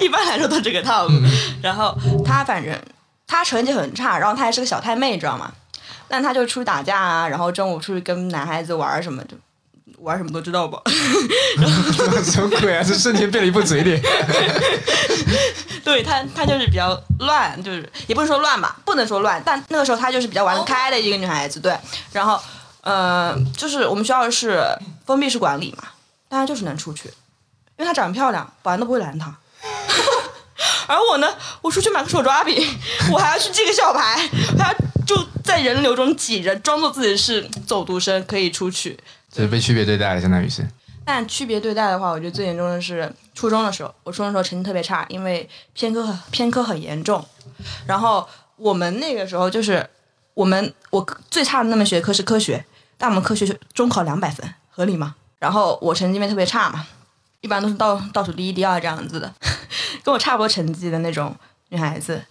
[SPEAKER 6] 一般来说都这个套路。 然后她反正她成绩很差，然后她还是个小太妹，知道吗？但她就出去打架啊，然后中午出去跟男孩子玩儿什么的，玩儿什么都知道不？
[SPEAKER 8] 什么鬼啊？这瞬间变了一副嘴脸。
[SPEAKER 6] 对他，他就是比较乱，就是也不是说乱吧，不能说乱，但那个时候她就是比较玩得开的一个女孩子，对。然后，呃，就是我们学校是封闭式管理嘛，但她就是能出去，因为她长得漂亮，保安都不会拦她。 而我呢，我出去买个手抓饼，我还要去系个小牌，还要就在人流中挤着，装作自己是走读生可以出去。
[SPEAKER 8] 就是被区别对待了，相当于是。
[SPEAKER 6] 但区别对待的话，我觉得最严重的是初中的时候，我初中的时候成绩特别差，因为偏科很偏科很严重。然后我们那个时候就是我们我最差的那门学科是科学，但我们科学是中考两百分，合理吗？然后我成绩面特别差嘛，一般都是倒倒数第一、第二这样子的， 跟我差不多成绩的那种女孩子。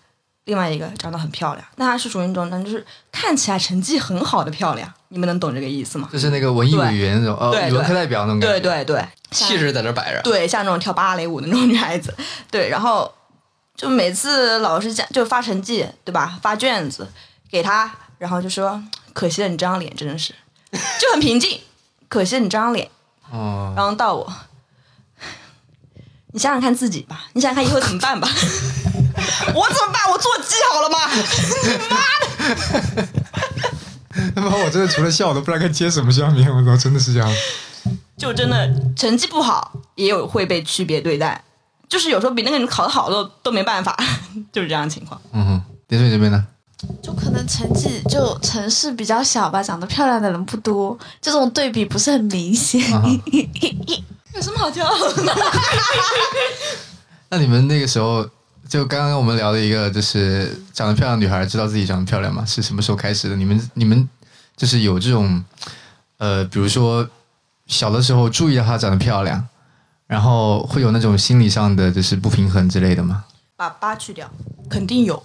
[SPEAKER 6] 另外一个长得很漂亮，但她是属于那种，但就是看起来成绩很好的漂亮，你们能懂这个意思吗？
[SPEAKER 8] 就是那个文艺委员那种，
[SPEAKER 6] 对
[SPEAKER 8] 呃，
[SPEAKER 6] 对
[SPEAKER 8] 语文课代表那种感觉。
[SPEAKER 6] 对对对，
[SPEAKER 9] 气质在那摆着。
[SPEAKER 6] 对，像那种跳芭蕾舞的那种女孩子，对，然后就每次老师讲就发成绩，对吧？发卷子给她，然后就说可惜了你这张脸，真的是就很平静，可惜了你这张脸，
[SPEAKER 8] 哦，
[SPEAKER 6] 然后到我，你想想看自己吧，你想想看以后怎么办吧， 我怎么办？我做记好了吗？
[SPEAKER 8] 那么我真的除了笑，我都不知道该接什么下面。我操，真的是这样。
[SPEAKER 6] 就真的成绩不好也有会被区别对待，就是有时候比那个人考得好都都没办法， 就是这样的情况。
[SPEAKER 8] 嗯哼，点水这边呢？
[SPEAKER 10] 就可能成绩就城市比较小吧，长得漂亮的人不多，这种对比不是很明显。
[SPEAKER 8] 啊哈，
[SPEAKER 6] 有什么好骄傲的？
[SPEAKER 8] 那你们那个时候，就刚刚我们聊的一个，就是长得漂亮的女孩知道自己长得漂亮吗？是什么时候开始的？你们你们就是有这种，呃，比如说小的时候注意到她长得漂亮，然后会有那种心理上的就是不平衡之类的吗？
[SPEAKER 6] 把八去掉，肯定有。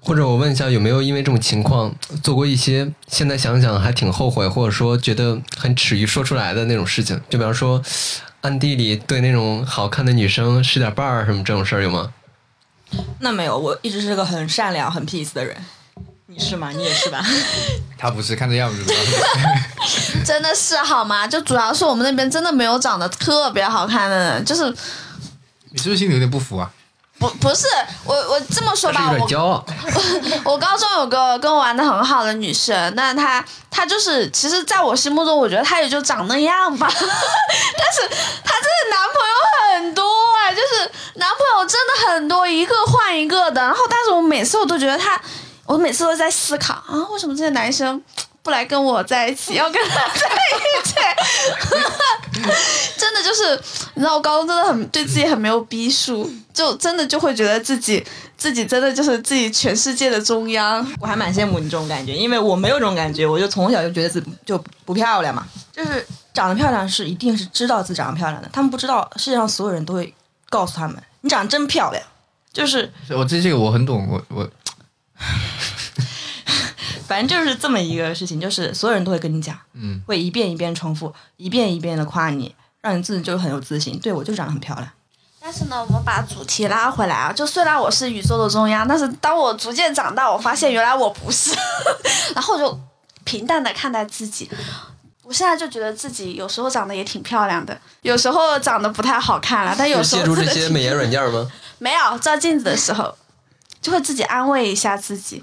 [SPEAKER 9] 或者我问一下，有没有因为这种情况做过一些现在想想还挺后悔，或者说觉得很耻于说出来的那种事情？就比方说，暗地里对那种好看的女生使点绊儿什么这种事儿有吗？
[SPEAKER 6] 那没有，我一直是个很善良、很 peace 的人。你是吗？你也是吧？
[SPEAKER 8] 她不是看这样 子，
[SPEAKER 10] 真的是好吗？就主要是我们那边真的没有长得特别好看的人，就是
[SPEAKER 8] 你是不是心里有点不服啊？
[SPEAKER 10] 不不是我我这么说
[SPEAKER 9] 还
[SPEAKER 10] 吧，
[SPEAKER 9] 是有点
[SPEAKER 10] 我
[SPEAKER 9] 骄傲，
[SPEAKER 10] 我高中有个跟我玩的很好的女生，那她她就是，其实在我心目中，我觉得她也就长那样吧。但 是她真的男朋友很多啊，就是男朋友真的很多，一个换一个的。然后，但是我每次我都觉得她，我每次都在思考啊，为什么这些男生不来跟我在一起， 要跟他在一起？ 真的就是，你知道，我高中真的很对自己很没有逼数，就真的就会觉得自己自己真的就是自己全世界的中央。
[SPEAKER 6] 我还蛮羡慕你这种感觉，因为我没有这种感觉，我就从小就觉得自己就不漂亮嘛。就是长得漂亮是一定是知道自己长得漂亮的，他们不知道，世界上所有人都会告诉他们，你长得真漂亮。就是
[SPEAKER 8] 我这这个我很懂，我我
[SPEAKER 6] 反正就是这么一个事情，就是所有人都会跟你讲，
[SPEAKER 8] 嗯，
[SPEAKER 6] 会一遍一遍重复，一遍一遍的夸你，让你自己就很有自信。对我就长得很漂亮。
[SPEAKER 10] 但是呢，我们把主题拉回来啊，就虽然我是宇宙的中央，但是当我逐渐长大，我发现原来我不是， 然后我就平淡的看待自己。我现在就觉得自己有时候长得也挺漂亮的，有时候长得不太好看了，但有
[SPEAKER 9] 就
[SPEAKER 10] 时
[SPEAKER 9] 借
[SPEAKER 10] 候
[SPEAKER 9] 助
[SPEAKER 10] 真
[SPEAKER 9] 这
[SPEAKER 10] 的
[SPEAKER 9] 些
[SPEAKER 10] 挺
[SPEAKER 9] 美颜软件吗？
[SPEAKER 10] 没有照镜子的时候，就会自己安慰一下自己。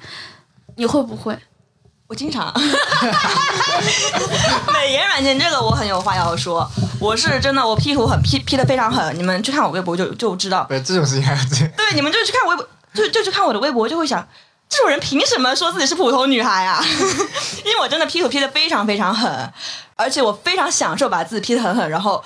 [SPEAKER 10] 你会不会？
[SPEAKER 6] 我经常 美颜软件这个我很有话要说，我是真的我 P 图很 P P 的非常狠，你们去看我微博就就知道
[SPEAKER 8] 不。是这种事情还 这
[SPEAKER 6] 对，你们就去看微博，就就去看我的微博，就会想，这种人凭什么说自己是普通女孩啊？ 因为我真的 P 图 P 的非常非常狠，而且我非常享受把自己 P 的很狠，然后。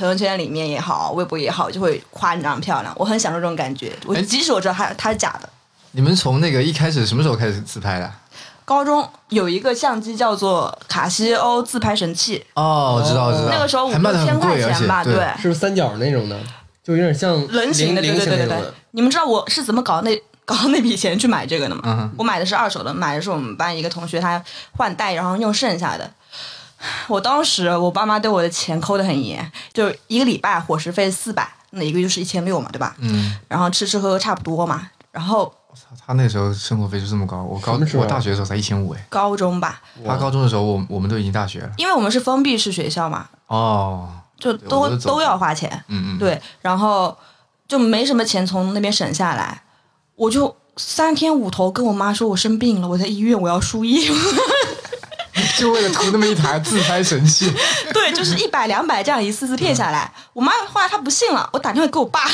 [SPEAKER 6] 朋友圈里面也好，微博也好，就会夸你长得漂亮，我很享受这种感觉。我
[SPEAKER 8] 哎
[SPEAKER 6] 即使我知道她她是假的，
[SPEAKER 8] 你们从那个一开始什么时候开始自拍的啊？
[SPEAKER 6] 高中有一个相机叫做卡西欧自拍神器，
[SPEAKER 8] 哦，我知道，我知道，
[SPEAKER 6] 那个时候五
[SPEAKER 8] 还卖
[SPEAKER 6] 六
[SPEAKER 8] 的
[SPEAKER 6] 千
[SPEAKER 8] 很
[SPEAKER 6] 块
[SPEAKER 8] 贵，而且
[SPEAKER 6] 钱吧，
[SPEAKER 8] 对，
[SPEAKER 9] 是不是三角那种的？就有点像
[SPEAKER 6] 人形的，对
[SPEAKER 9] 菱
[SPEAKER 6] 对
[SPEAKER 9] 菱那种
[SPEAKER 6] 对对对
[SPEAKER 9] 的。。
[SPEAKER 6] 你们知道我是怎么搞那 搞那笔钱去买这个的吗？
[SPEAKER 8] 嗯哼
[SPEAKER 6] 我买的是二手的，买的是我们班一个同学他换代，然后用剩下的。我当时我爸妈对我的钱抠得很严，就是一个礼拜伙食费四百，那一个就是一千六嘛，对吧？
[SPEAKER 8] 嗯，
[SPEAKER 6] 然后吃吃喝喝差不多嘛。然后
[SPEAKER 8] 他他那个时候生活费就这么高，我高
[SPEAKER 9] 什么时候
[SPEAKER 6] 啊
[SPEAKER 8] 我大学的时候才一千五哎，
[SPEAKER 6] 高中吧，
[SPEAKER 8] 他高中的时候我我们都已经大学了，
[SPEAKER 6] 因为我们是封闭式学校嘛，
[SPEAKER 8] 哦，
[SPEAKER 6] 就
[SPEAKER 8] 对
[SPEAKER 6] 都
[SPEAKER 8] 我们都走
[SPEAKER 6] 都要花钱。
[SPEAKER 8] 嗯嗯，，
[SPEAKER 6] 对，然后就没什么钱从那边省下来，我就三天五头跟我妈说我生病了，我在医院，我要输液。
[SPEAKER 8] 就为了涂那么一台自拍神 器。
[SPEAKER 6] 对，就是一百两百这样一次次骗下来。我妈后来她不信了，我打电话给我爸，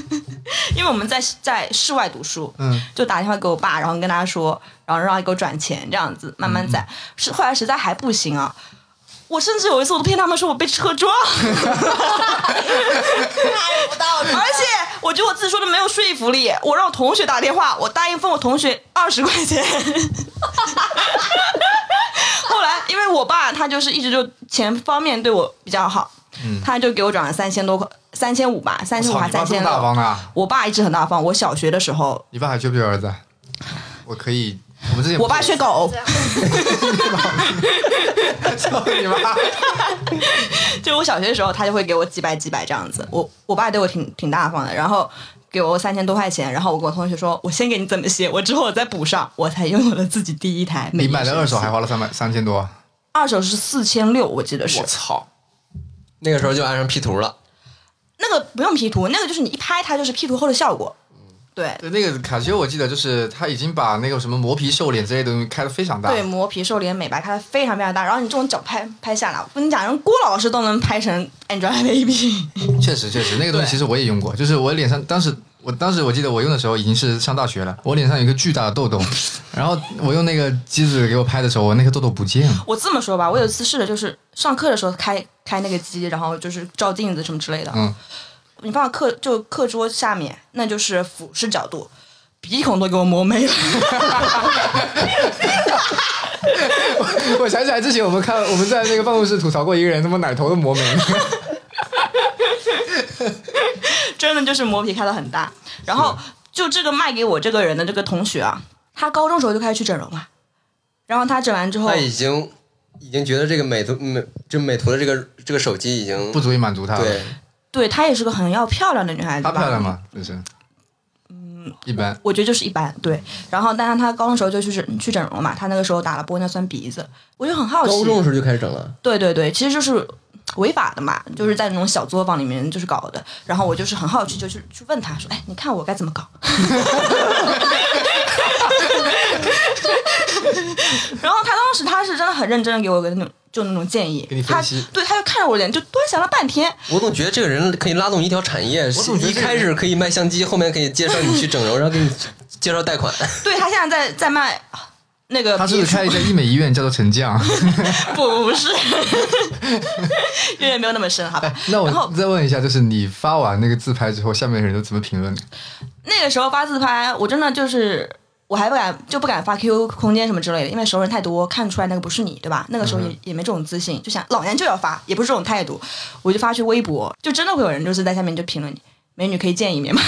[SPEAKER 6] 因为我们在在室外读书，
[SPEAKER 8] 嗯，
[SPEAKER 6] 就打电话给我爸，然后跟他说，然后让他给我转钱，这样子慢慢攒。
[SPEAKER 8] 嗯
[SPEAKER 6] 是后来实在还不行啊。我甚至有一次，我都骗他们说我被车撞，
[SPEAKER 7] 太不道理了啊
[SPEAKER 6] 而且我觉得我自己说的没有说服力。我让我同学打电话，我答应分我同学二十块钱。后来因为我爸他就是一直就钱方面对我比较好，他就给我转了三千多块，三千五吧，三千五
[SPEAKER 8] 嗯操，
[SPEAKER 6] 还
[SPEAKER 8] 你爸
[SPEAKER 6] 三
[SPEAKER 8] 这
[SPEAKER 6] 千
[SPEAKER 8] 么大
[SPEAKER 6] 六。
[SPEAKER 8] 方啊！
[SPEAKER 6] 我爸一直很大方，我小学的时候，
[SPEAKER 8] 你爸还缺不缺儿子？我可以，我们之前
[SPEAKER 6] 我爸 缺狗，
[SPEAKER 8] 操你 妈！
[SPEAKER 6] 就我小学的时候，他就会给我几百几百这样子。我我爸对我挺挺大方的，然后给我三千多块钱，然后我跟我同学说，我先给你这么些，我之后我再补上，我才拥有了自己第一台。
[SPEAKER 8] 你买的二手还花了三百三千多，
[SPEAKER 6] 二手是四千六，我记得是
[SPEAKER 8] 我操！
[SPEAKER 9] 那个时候就按上 P 图了，
[SPEAKER 6] 那个不用 P 图，那个就是你一拍它就是 P 图后的效果。对
[SPEAKER 8] 对，那个卡西欧，我记得就是他已经把那个什么磨皮、瘦脸之类的东西开的非常大。
[SPEAKER 6] 对，磨皮、瘦脸、美白开的非常非常大，然后你这种脚拍拍下来，我跟你讲，人郭老师都能拍成 Angelababy。
[SPEAKER 8] 确实确实，那个东西
[SPEAKER 6] 对
[SPEAKER 8] 其实我也用过，就是我脸上当时。我当时我记得我用的时候已经是上大学了，我脸上有一个巨大的痘痘，然后我用那个机子给我拍的时候，我那个痘痘不见了。
[SPEAKER 6] 我这么说吧，我有一次试的就是上课的时候开开那个机，然后就是照镜子什么之类的。
[SPEAKER 8] 嗯，
[SPEAKER 6] 你放到课就课桌下面，那就是俯视角度，鼻孔都给我磨没了。
[SPEAKER 8] 我想起来之前我们看我们在那个办公室吐槽过一个人，他妈奶头都磨没了。
[SPEAKER 6] 真的就是磨皮开的很大。然后就这个卖给我这个人的这个同学啊，他高中时候就开始去整容了，然后他整完之后
[SPEAKER 9] 他，
[SPEAKER 8] 哎
[SPEAKER 9] 已经已经觉得这个美图美就美图的这个这个手机已经
[SPEAKER 8] 不足以满足他。
[SPEAKER 9] 对，
[SPEAKER 6] 对她也是个很要漂亮的女孩子
[SPEAKER 8] 她
[SPEAKER 6] 吧，
[SPEAKER 8] 漂亮？吗？就是，嗯，一般。
[SPEAKER 6] 我觉得就是一般，对。然后，但是她高中时候就去整去整容嘛，她那个时候打了玻尿酸鼻子，我就很好奇。
[SPEAKER 9] 高中的时候就开始整了，
[SPEAKER 6] 对对对，其实就是违法的嘛，就是在那种小作坊里面就是搞的。然后我就是很好奇，就去去问他说：“哎，你看我该怎么搞？”然后他当时他是真的很认真的给我个那种就那种建议
[SPEAKER 8] 给你，分
[SPEAKER 6] 他
[SPEAKER 8] 析
[SPEAKER 6] 对他就看着我脸就端详了半天，
[SPEAKER 9] 我总觉得这个人可以拉动一条产业，
[SPEAKER 8] 总觉得
[SPEAKER 9] 一
[SPEAKER 8] 这个人
[SPEAKER 9] 开始可以卖相机，后面可以介绍你去整容，然后给你介绍贷款。
[SPEAKER 6] 对他现在在在卖那个
[SPEAKER 8] 她是不
[SPEAKER 6] 皮
[SPEAKER 8] 是
[SPEAKER 6] 肤
[SPEAKER 8] 开了一家医美医院，叫做陈酱？
[SPEAKER 6] 不不是，有点没有那么深，好吧？
[SPEAKER 8] 那
[SPEAKER 6] 然后
[SPEAKER 8] 我再问一下，就是你发完那个自拍之后，下面的人都怎么评论你？
[SPEAKER 6] 那个时候发自拍，我真的就是我还不敢就不敢发 QQ 空间什么之类的，因为熟人太多，看出来那个不是你，对吧？那个时候也、
[SPEAKER 8] 嗯
[SPEAKER 6] 也没这种自信，就想老娘就要发，也不是这种态度，我就发去微博，就真的会有人就是在下面就评论你。美女可以见一面吗？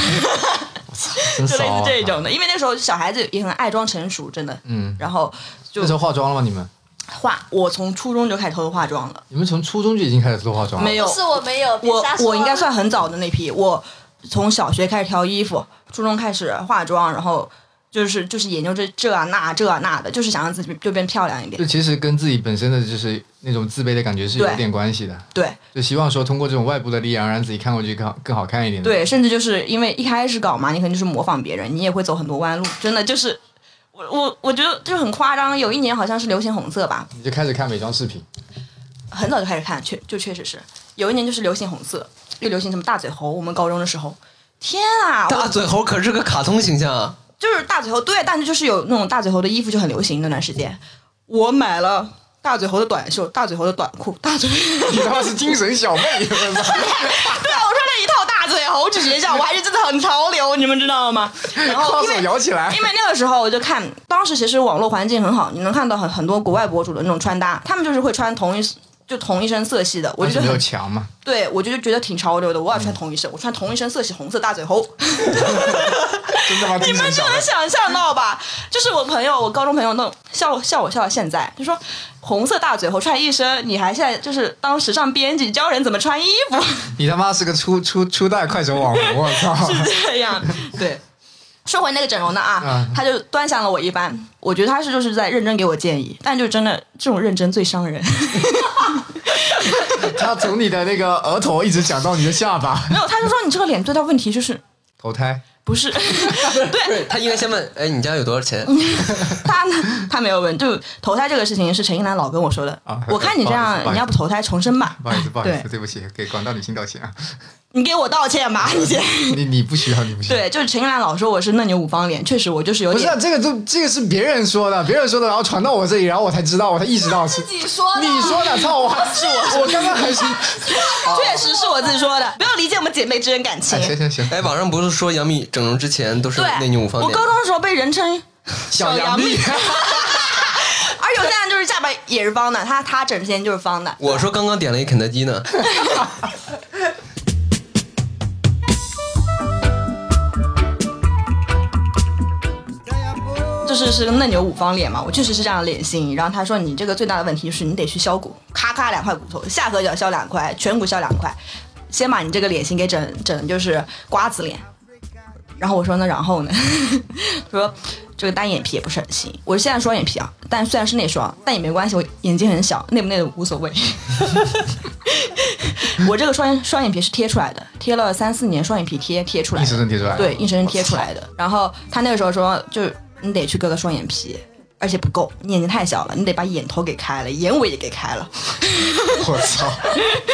[SPEAKER 8] 真
[SPEAKER 6] 就类
[SPEAKER 8] 骚啊！
[SPEAKER 6] 似这种的，因为那时候小孩子也很爱装成熟，真的。
[SPEAKER 8] 嗯，
[SPEAKER 6] 然后就
[SPEAKER 8] 那时候化妆了吗？你们？
[SPEAKER 6] 化，我从初中就开始偷偷化妆了，
[SPEAKER 8] 你们从初中就已经开始做化妆了？
[SPEAKER 6] 没有
[SPEAKER 7] 不是我没有，别
[SPEAKER 6] 我
[SPEAKER 7] 瞎说
[SPEAKER 6] 我应该算很早的那批，我从小学开始挑衣服，初中开始化妆，然后就是就是研究这这啊那啊这啊那的，就是想让自己就变漂亮一
[SPEAKER 8] 就
[SPEAKER 6] 点。
[SPEAKER 8] 其实跟自己本身的就是那种自卑的感觉是有
[SPEAKER 6] 对
[SPEAKER 8] 点关系的，
[SPEAKER 6] 对
[SPEAKER 8] 就希望说通过这种外部的力量，让自己看过去更好更好看一点。，
[SPEAKER 6] 对，甚至就是因为一开始搞嘛，你肯定就是模仿别人，你也会走很多弯路，真的就是。我我我觉得就是很夸张，有一年好像是流行红色吧，
[SPEAKER 8] 你就开始看美妆视频，
[SPEAKER 6] 很早就开始看，确就确实是有一年就是流行红色，又流行什么大嘴猴，我们高中的时候，天啊，我
[SPEAKER 9] 大嘴猴可是个卡通形象啊！
[SPEAKER 6] 就是大嘴猴，对，但是就是有那种大嘴猴的衣服就很流行那段时间，我买了大嘴猴的短袖、大嘴猴的短裤、 大嘴，
[SPEAKER 8] 你他妈是精神小妹！我操！
[SPEAKER 6] 对啊，我穿了一套大嘴猴去学校，我还是真的很潮流，你们知道吗？然后
[SPEAKER 8] 双
[SPEAKER 6] 因
[SPEAKER 8] 手
[SPEAKER 6] 为
[SPEAKER 8] 摇起来
[SPEAKER 6] 因。为那个时候我就看，当时其实网络环境很好，你能看到很很多国外博主的那种穿搭，他们就是会穿同一就同一身色系的，我
[SPEAKER 8] 而
[SPEAKER 6] 就
[SPEAKER 8] 且
[SPEAKER 6] 觉得
[SPEAKER 8] 没有
[SPEAKER 6] 很
[SPEAKER 8] 墙嘛，
[SPEAKER 6] 对我就觉得挺潮流的，我也穿
[SPEAKER 8] 嗯
[SPEAKER 6] 同一身，我穿同一身色系红色大嘴猴。
[SPEAKER 8] 真他妈
[SPEAKER 6] 你
[SPEAKER 8] 精
[SPEAKER 6] 们
[SPEAKER 8] 神
[SPEAKER 6] 就
[SPEAKER 8] 小妹
[SPEAKER 6] 能！想象到吧？就是我朋友，我高中朋友那种笑笑我笑到现在，就说红色大嘴猴穿一身，你还现在就是当时尚编辑教人怎么穿衣服，
[SPEAKER 8] 你他妈是个初初初代快手网红，我操！
[SPEAKER 6] 是这样。对，说回那个整容的啊
[SPEAKER 8] 嗯，
[SPEAKER 6] 他就端详了我一番，我觉得他是就是在认真给我建议，但就真的这种认真最伤 人。
[SPEAKER 8] 他从你的那个额头一直讲到你的下巴。
[SPEAKER 6] 没有，他就说你这个脸最大问题就是
[SPEAKER 8] 投胎，
[SPEAKER 6] 不是，对
[SPEAKER 9] 他应该先问，哎，你家有多少钱？
[SPEAKER 6] 他他没有问，就投胎这个事情是陈一楠老跟我说的。
[SPEAKER 8] 啊
[SPEAKER 6] 我看你这
[SPEAKER 8] 不好意
[SPEAKER 6] 样
[SPEAKER 8] 思不好意，思
[SPEAKER 6] 你要不投胎重生吧？
[SPEAKER 8] 不好意思，不好意思，
[SPEAKER 6] 对
[SPEAKER 8] 对不起，给广大女性道歉啊。
[SPEAKER 6] 你给我道歉吧，你先。
[SPEAKER 8] 你你不需要，你不需要。
[SPEAKER 6] 对，就是陈一楠老说我是嫩牛五方脸，确实我就是有
[SPEAKER 8] 不是、
[SPEAKER 6] 点
[SPEAKER 8] 啊、这个就这个是别人说的，别人说的，然后传到我这里，然后我才知道，我才意识到是
[SPEAKER 10] 自己说的
[SPEAKER 8] 你说的，操！我还是我，我刚刚 还是。
[SPEAKER 6] 确实是我自己说的，不要理解我们姐妹之间感情
[SPEAKER 8] 哎，。行行行，
[SPEAKER 9] 哎，网上不是说杨幂整容之前都是
[SPEAKER 6] 对，
[SPEAKER 9] 内牛五方
[SPEAKER 6] 我
[SPEAKER 9] 脸？
[SPEAKER 6] 高中的时候被人称
[SPEAKER 8] 小
[SPEAKER 6] 杨
[SPEAKER 8] 杨幂，
[SPEAKER 6] 而有些人就是下巴也是方的，他他整天就是方的。
[SPEAKER 9] 我说刚刚点了一肯德基呢。
[SPEAKER 6] 就是是个嫩牛五方脸嘛，我确实是这样的脸型。然后他说你这个最大的问题就是你得去削骨，咔咔两块骨头，下颌角削两块，颧骨削两块，先把你这个脸型给整整就是瓜子脸。然后我说那然后呢？ 说这个单眼皮也不是很行，我现在双眼皮啊，但虽然是内双，但也没关系，我眼睛很小，内不内的无 所谓。 我这个双眼双眼皮是贴出来的，贴了三四年双眼皮贴贴出来
[SPEAKER 8] 硬
[SPEAKER 6] 的，
[SPEAKER 8] 生生贴出来的
[SPEAKER 6] 对，硬生生贴出来的。然后他那个时候说，就是你得去割个双眼皮，而且不够，你眼睛太小了，你得把眼头给开了，眼尾也给开了。
[SPEAKER 8] 我 操！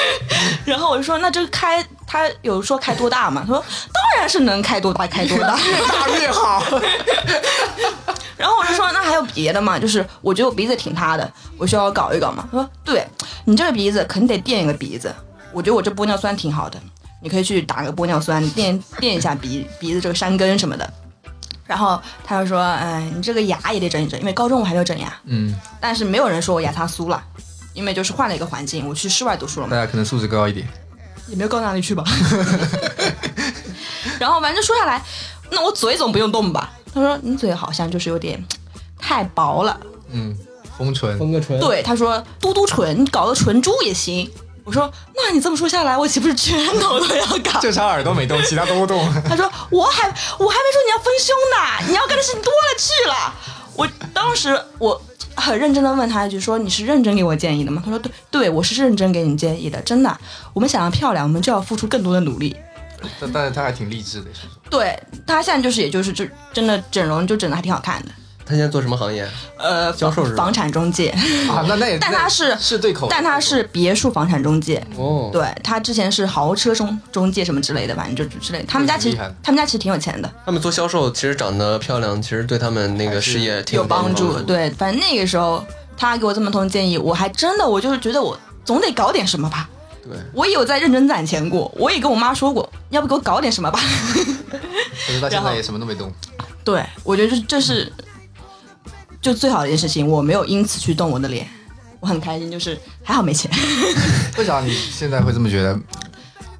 [SPEAKER 6] 然后我就说，那这个开他有说开多大嘛？他说当然是能开多大开多大，越大越好。然后我就说，那还有别的吗？就是我觉得我鼻子挺塌的，我需要搞一搞嘛。他说，对你这个鼻子肯定得垫一个鼻子，我觉得我这玻尿酸挺好的，你可以去打个玻尿酸，垫垫一下鼻鼻子这个山根什么的。然后他就说，哎，你这个牙也得整一整，因为高中我还没有整牙，
[SPEAKER 8] 嗯，
[SPEAKER 6] 但是没有人说我牙塌酥了，因为就是换了一个环境，我去室外读书了嘛。
[SPEAKER 8] 大家可能素质高一点。
[SPEAKER 6] 也没有高哪里去吧。 然后反正就说下来，那我嘴总不用动吧？他说你嘴好像就是有点太薄了。
[SPEAKER 8] 嗯，丰唇，
[SPEAKER 9] 个唇，
[SPEAKER 6] 对，他说嘟嘟唇，你搞个唇珠也行。我说那你这么说下来，我岂不是全头都要搞？
[SPEAKER 8] 就差耳朵没动，其他都动。
[SPEAKER 6] 他说我还我还没说你要丰胸呢，你要干的事情多了去了。我当时我很认真的问他一句说你是认真给我建议的吗？他说对对，我是认真给你建议的，真的。我们想要漂亮，我们就要付出更多的努力。
[SPEAKER 8] 但但是他还挺励志的，是不是
[SPEAKER 6] 对他现在就是，也就是就真的整容就整的还挺好看的，
[SPEAKER 9] 他现在做什么行业？
[SPEAKER 6] 呃，
[SPEAKER 9] 销售是吧
[SPEAKER 6] 房产中介，
[SPEAKER 8] 啊，那那也，
[SPEAKER 6] 但
[SPEAKER 8] 那
[SPEAKER 6] 他是
[SPEAKER 8] 是对口，
[SPEAKER 6] 但他是别墅房产中介，
[SPEAKER 9] 哦，
[SPEAKER 6] 对他之前是豪车中中介什么之类的，反正就之类的。他们家其
[SPEAKER 8] 那
[SPEAKER 6] 实
[SPEAKER 8] 挺厉害的
[SPEAKER 6] 他们家其实挺有钱的，
[SPEAKER 9] 他们做销售，其实长得漂亮，其实对他们那个事业挺
[SPEAKER 6] 有帮助。
[SPEAKER 8] 嗯
[SPEAKER 9] 的。
[SPEAKER 6] 对，反正那个时候他给我这么通建议，我还真的我就是觉得我总得搞点什么吧。
[SPEAKER 9] 对，
[SPEAKER 6] 我也有在认真攒钱过，我也跟我妈说过，要不给我搞点什么吧。
[SPEAKER 8] 可是到现在也什么都没动。
[SPEAKER 6] 对，我觉得这这是就最好的一件事情，我没有因此去动我的脸，我很开心，就是还好没钱。
[SPEAKER 8] 为啥你现在会这么觉得？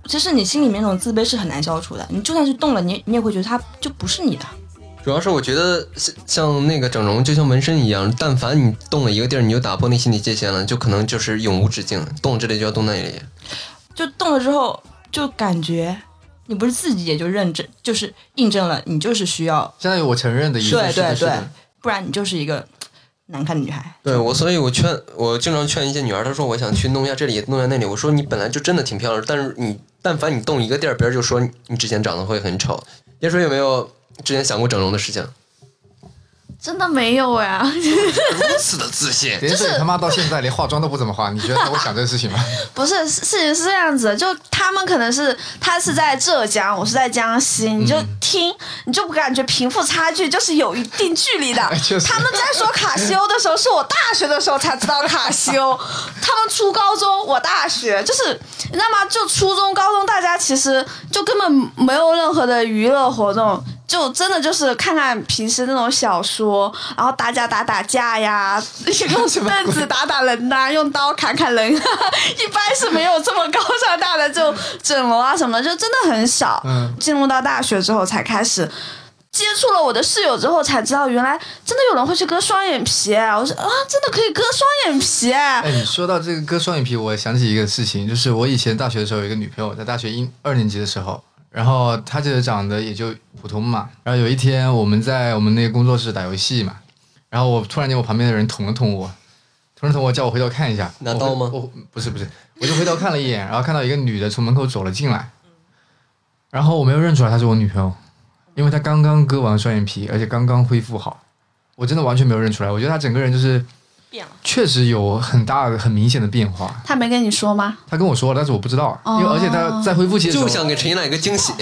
[SPEAKER 6] 其实你心里面那种自卑是很难消除的，你就算是动了，你也你也会觉得它就不是你的。
[SPEAKER 9] 主要是我觉得像像那个整容，就像纹身一样，但凡你动了一个地儿，你就打破那心理界限了，就可能就是永无止境，动这里就要动那里。
[SPEAKER 6] 就动了之后，就感觉你不是自己也就认证，就是印证了你就是需要，
[SPEAKER 8] 相当于我承认的一个
[SPEAKER 6] 对
[SPEAKER 8] 是的
[SPEAKER 6] 对
[SPEAKER 8] 是
[SPEAKER 6] 对
[SPEAKER 8] 的，
[SPEAKER 6] 不然你就是一个难看的女孩。
[SPEAKER 9] 对我，所以我劝我经常劝一些女孩，她说我想去弄一下这里，弄一下那里。我说你本来就真的挺漂亮，但是你但凡你动一个地儿，别人就说你你之前长得会很丑。叶水有没有哦之前想过整容的事情？
[SPEAKER 10] 真的没有呀、
[SPEAKER 9] 如此的自信，
[SPEAKER 8] 连水他妈到现在连化妆都不怎么化，你觉得他会想这个事情吗？
[SPEAKER 10] 不是，事事情是这样子的，就他们可能是他是在浙江，我是在江西，你就
[SPEAKER 6] 嗯
[SPEAKER 10] 听，你就不感觉贫富差距就是有一定距离的。
[SPEAKER 6] 哎
[SPEAKER 8] 确实
[SPEAKER 10] 他们在说卡西欧的时候，是我大学的时候才知道卡西欧，他们初高中，我大学，就是你知道吗？就初中、高中，大家其实就根本没有任何的娱乐活动。就真的就是看看平时那种小说，然后打架打打架 呀，用凳子打打人呐、用刀砍砍人、啊，一般是没有这么高尚大的就整容啊什么的，就真的很少。
[SPEAKER 8] 嗯
[SPEAKER 10] 进入到大学之后才开始接触了我的室友之后，才知道原来真的有人会去割双眼皮、我说啊，真的可以割双眼皮、
[SPEAKER 8] 哎，你说到这个割双眼皮，我想起一个事情，就是我以前大学的时候有一个女朋友，在大学一二年级的时候，然后她其实长得也就普通嘛。然后有一天我们在我们那个工作室打游戏嘛，然后我突然间我旁边的人捅了捅我，捅了捅我，叫我回头看一下。
[SPEAKER 9] 拿
[SPEAKER 8] 我
[SPEAKER 9] 刀
[SPEAKER 8] 回
[SPEAKER 9] 吗
[SPEAKER 8] 我不是不是，我就回头看了一眼，然后看到一个女的从门口走了进来，然后我没有认出来她是我女朋友，因为他刚刚割完双眼皮，而且刚刚恢复好，我真的完全没有认出来。我觉得他整个人就是
[SPEAKER 7] 变了。
[SPEAKER 8] 确实有很大的、很明显的变化。
[SPEAKER 10] 他没跟你说吗？
[SPEAKER 8] 他跟我说了，但是我不知道，因
[SPEAKER 7] 哦
[SPEAKER 8] 为而且他在恢复期的时候
[SPEAKER 9] 就，想给陈一楠一个惊喜。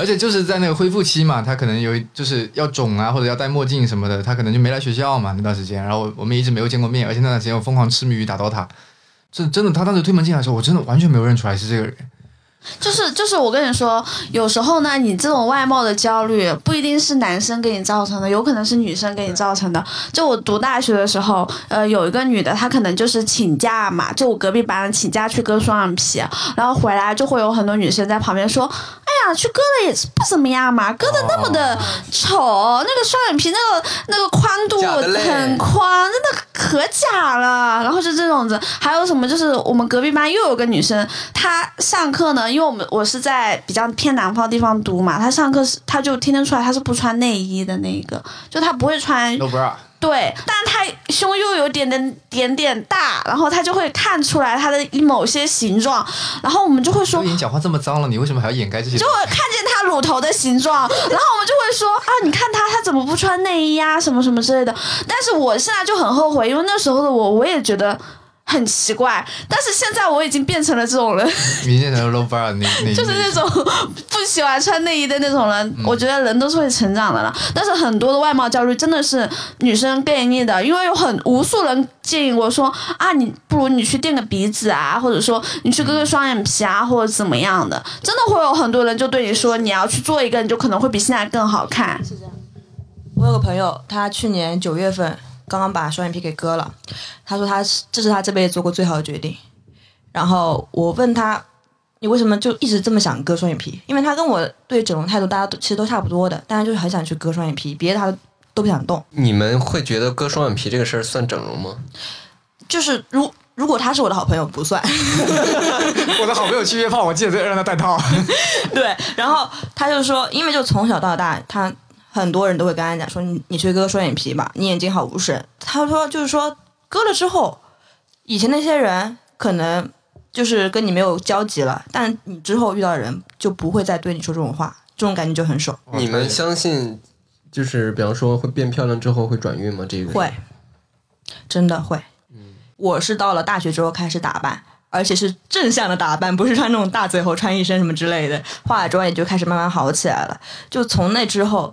[SPEAKER 8] 而且就是在那个恢复期嘛，他可能有一就是要肿啊，或者要戴墨镜什么的，他可能就没来学校嘛那段时间，然后我我们一直没有见过面，而且那段时间我疯狂痴迷于打 DOTA，这真的他当时推门进来的时候，我真的完全没有认出来是这个人，
[SPEAKER 10] 就是就是，我跟你说，有时候呢，你这种外貌的焦虑不一定是男生给你造成的，有可能是女生给你造成的。就我读大学的时候，呃，有一个女的，她可能就是请假嘛，就我隔壁班的请假去割双眼皮，然后回来就会有很多女生在旁边说：“哎呀，去割了也是不怎么样嘛，割的那么
[SPEAKER 9] 哦
[SPEAKER 10] 的丑，那个双眼皮那个那个宽度
[SPEAKER 9] 假的嘞
[SPEAKER 10] 很宽，真的可假了。然后就这种子，还有什么就是我们隔壁班又有个女生，她上课呢，因为我们我是在比较偏南方地方读嘛，她上课是她就听得出来她是不穿内衣的那一个，就她不会穿
[SPEAKER 8] 都不知道。
[SPEAKER 10] 对，但她胸又有点点点点大，然后她就会看出来她的某些形状，然后我们就会说
[SPEAKER 8] 都已经讲话这么脏了，你为什么还要掩盖这些？
[SPEAKER 10] 就会看见她乳头的形状，然后我们就会说啊，你看她，她怎么不穿内衣啊，什么什么之类的。但是我现在就很后悔，因为那时候的我，我也觉得很奇怪，但是现在我已经变成了这种人，
[SPEAKER 8] 明显的 low bar，你啊你
[SPEAKER 10] 就是那种嗯不喜欢穿内衣的那种人。我觉得人都是会成长的啦，但是很多的外貌焦虑真的是女生给你的，因为有很无数人建议我说啊，你不如你去垫个鼻子啊，或者说你去割个双眼皮啊，或者怎么样的，真的会有很多人就对你说你要去做一个，你就可能会比现在更好看。
[SPEAKER 6] 我有个朋友，他去年九月份刚刚把双眼皮给割了，他说他是这是他这辈子做过最好的决定。然后我问他，你为什么就一直这么想割双眼皮？因为他跟我对整容态度大家都其实都差不多的，但是就是很想去割双眼皮，别的他都不想动。
[SPEAKER 9] 你们会觉得割双眼皮这个事儿算整容吗？
[SPEAKER 6] 就是如如果他是我的好朋友不算，
[SPEAKER 8] 我的好朋友去约炮，我记得让他带套。
[SPEAKER 6] 对。然后他就说，因为就从小到大，他很多人都会跟他讲说，你你去割双眼皮吧，你眼睛好无神。他说就是说割了之后，以前那些人可能就是跟你没有交集了，但你之后遇到的人就不会再对你说这种话，这种感觉就很爽。
[SPEAKER 9] 你们相信就是比方说会变漂亮之后会转运吗？这个
[SPEAKER 6] 会，真的会。我是到了大学之后开始打扮，而且是正向的打扮，不是穿那种大嘴猴、穿一身什么之类的，化了妆也就开始慢慢好起来了。就从那之后，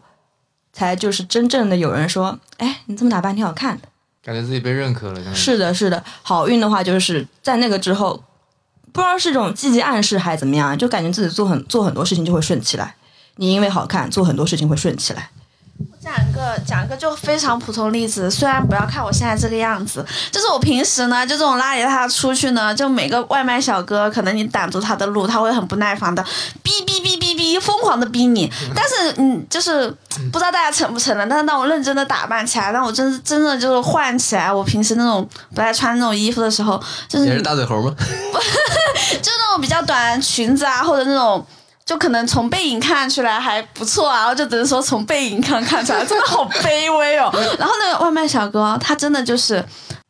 [SPEAKER 6] 才就是真正的有人说：“哎，你这么打扮挺好看的。
[SPEAKER 8] 感觉自己被认可了，真”的
[SPEAKER 6] 是的，是的。好运的话，就是在那个之后，不知道是一种积极暗示还是怎么样，就感觉自己做很做很多事情就会顺起来。你因为好看，做很多事情会顺起来。
[SPEAKER 10] 讲一个讲一个就非常普通例子，虽然不要看我现在这个样子，就是我平时呢，就这种邋里邋遢出去呢，就每个外卖小哥，可能你挡住他的路，他会很不耐烦的逼逼逼逼逼，疯狂的逼你。但是嗯，就是不知道大家承不承认，但是当我认真的打扮起来，当我真是真的就是换起来我平时那种不爱穿那种衣服的时候，就是
[SPEAKER 9] 也是大嘴猴吗？
[SPEAKER 10] 就那种比较短的裙子啊，或者那种。就可能从背影看起来还不错啊，我就只能说从背影看看出来，真的好卑微哦。然后那个外卖小哥，他真的就是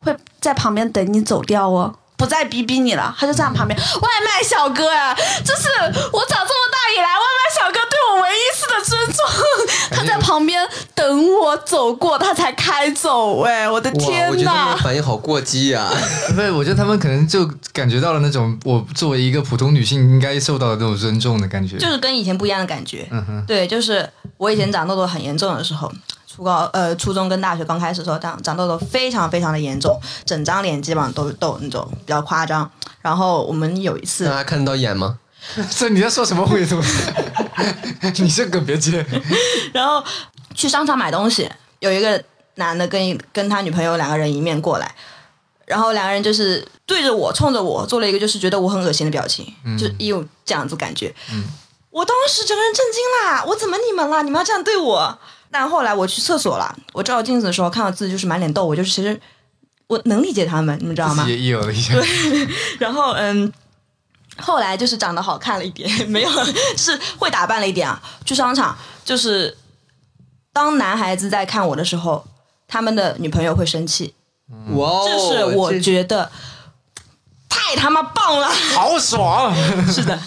[SPEAKER 10] 会在旁边等你走掉哦，不再逼逼你了，他就站旁边。外卖小哥呀、就是我长这么大以来，外卖小哥对我唯一一次的尊重，他在旁边等我走过，他才开走。哎，我 的
[SPEAKER 9] 哇，我
[SPEAKER 10] 天
[SPEAKER 9] 觉得他
[SPEAKER 10] 呐
[SPEAKER 9] 们！反应好过激呀、
[SPEAKER 8] 不是，我觉得他们可能就感觉到了那种我作为一个普通女性应该受到的那种尊重的感 觉。
[SPEAKER 6] 就是跟以前不一样的感觉。对，就是我以前长痘痘很严重的时候，初高呃初中跟大学刚开始的时候长长痘痘非常非常的严重，整张脸基本上都是痘那种，比较夸张。然后我们有一次
[SPEAKER 9] 大，家看得到眼吗？
[SPEAKER 8] 这你在说什么鬼东西？ 你这梗别接。
[SPEAKER 6] 然后去商场买东西，有一个男的跟一跟他女朋友两个人迎面过来，然后两个人就是对着我，冲着我做了一个就是觉得我很恶心的表情，就一有这样子感觉。我当时整个人震惊啦！我怎么你们啦？你们要这样对我？但后来我去厕所了，我照镜子的时候看到自己就是满脸痘，我就是其实我能理解他们，你们知道吗？
[SPEAKER 8] 也也有了一 下，
[SPEAKER 6] 然后嗯，后来就是长得好看了一点， 没有，就是会打扮了一点啊。去商场就是，当男孩子在看我的时候，他们的女朋友会生气，
[SPEAKER 9] 哇、哦，
[SPEAKER 6] 这是我觉得太他妈棒了。
[SPEAKER 8] 好爽！
[SPEAKER 6] 是的，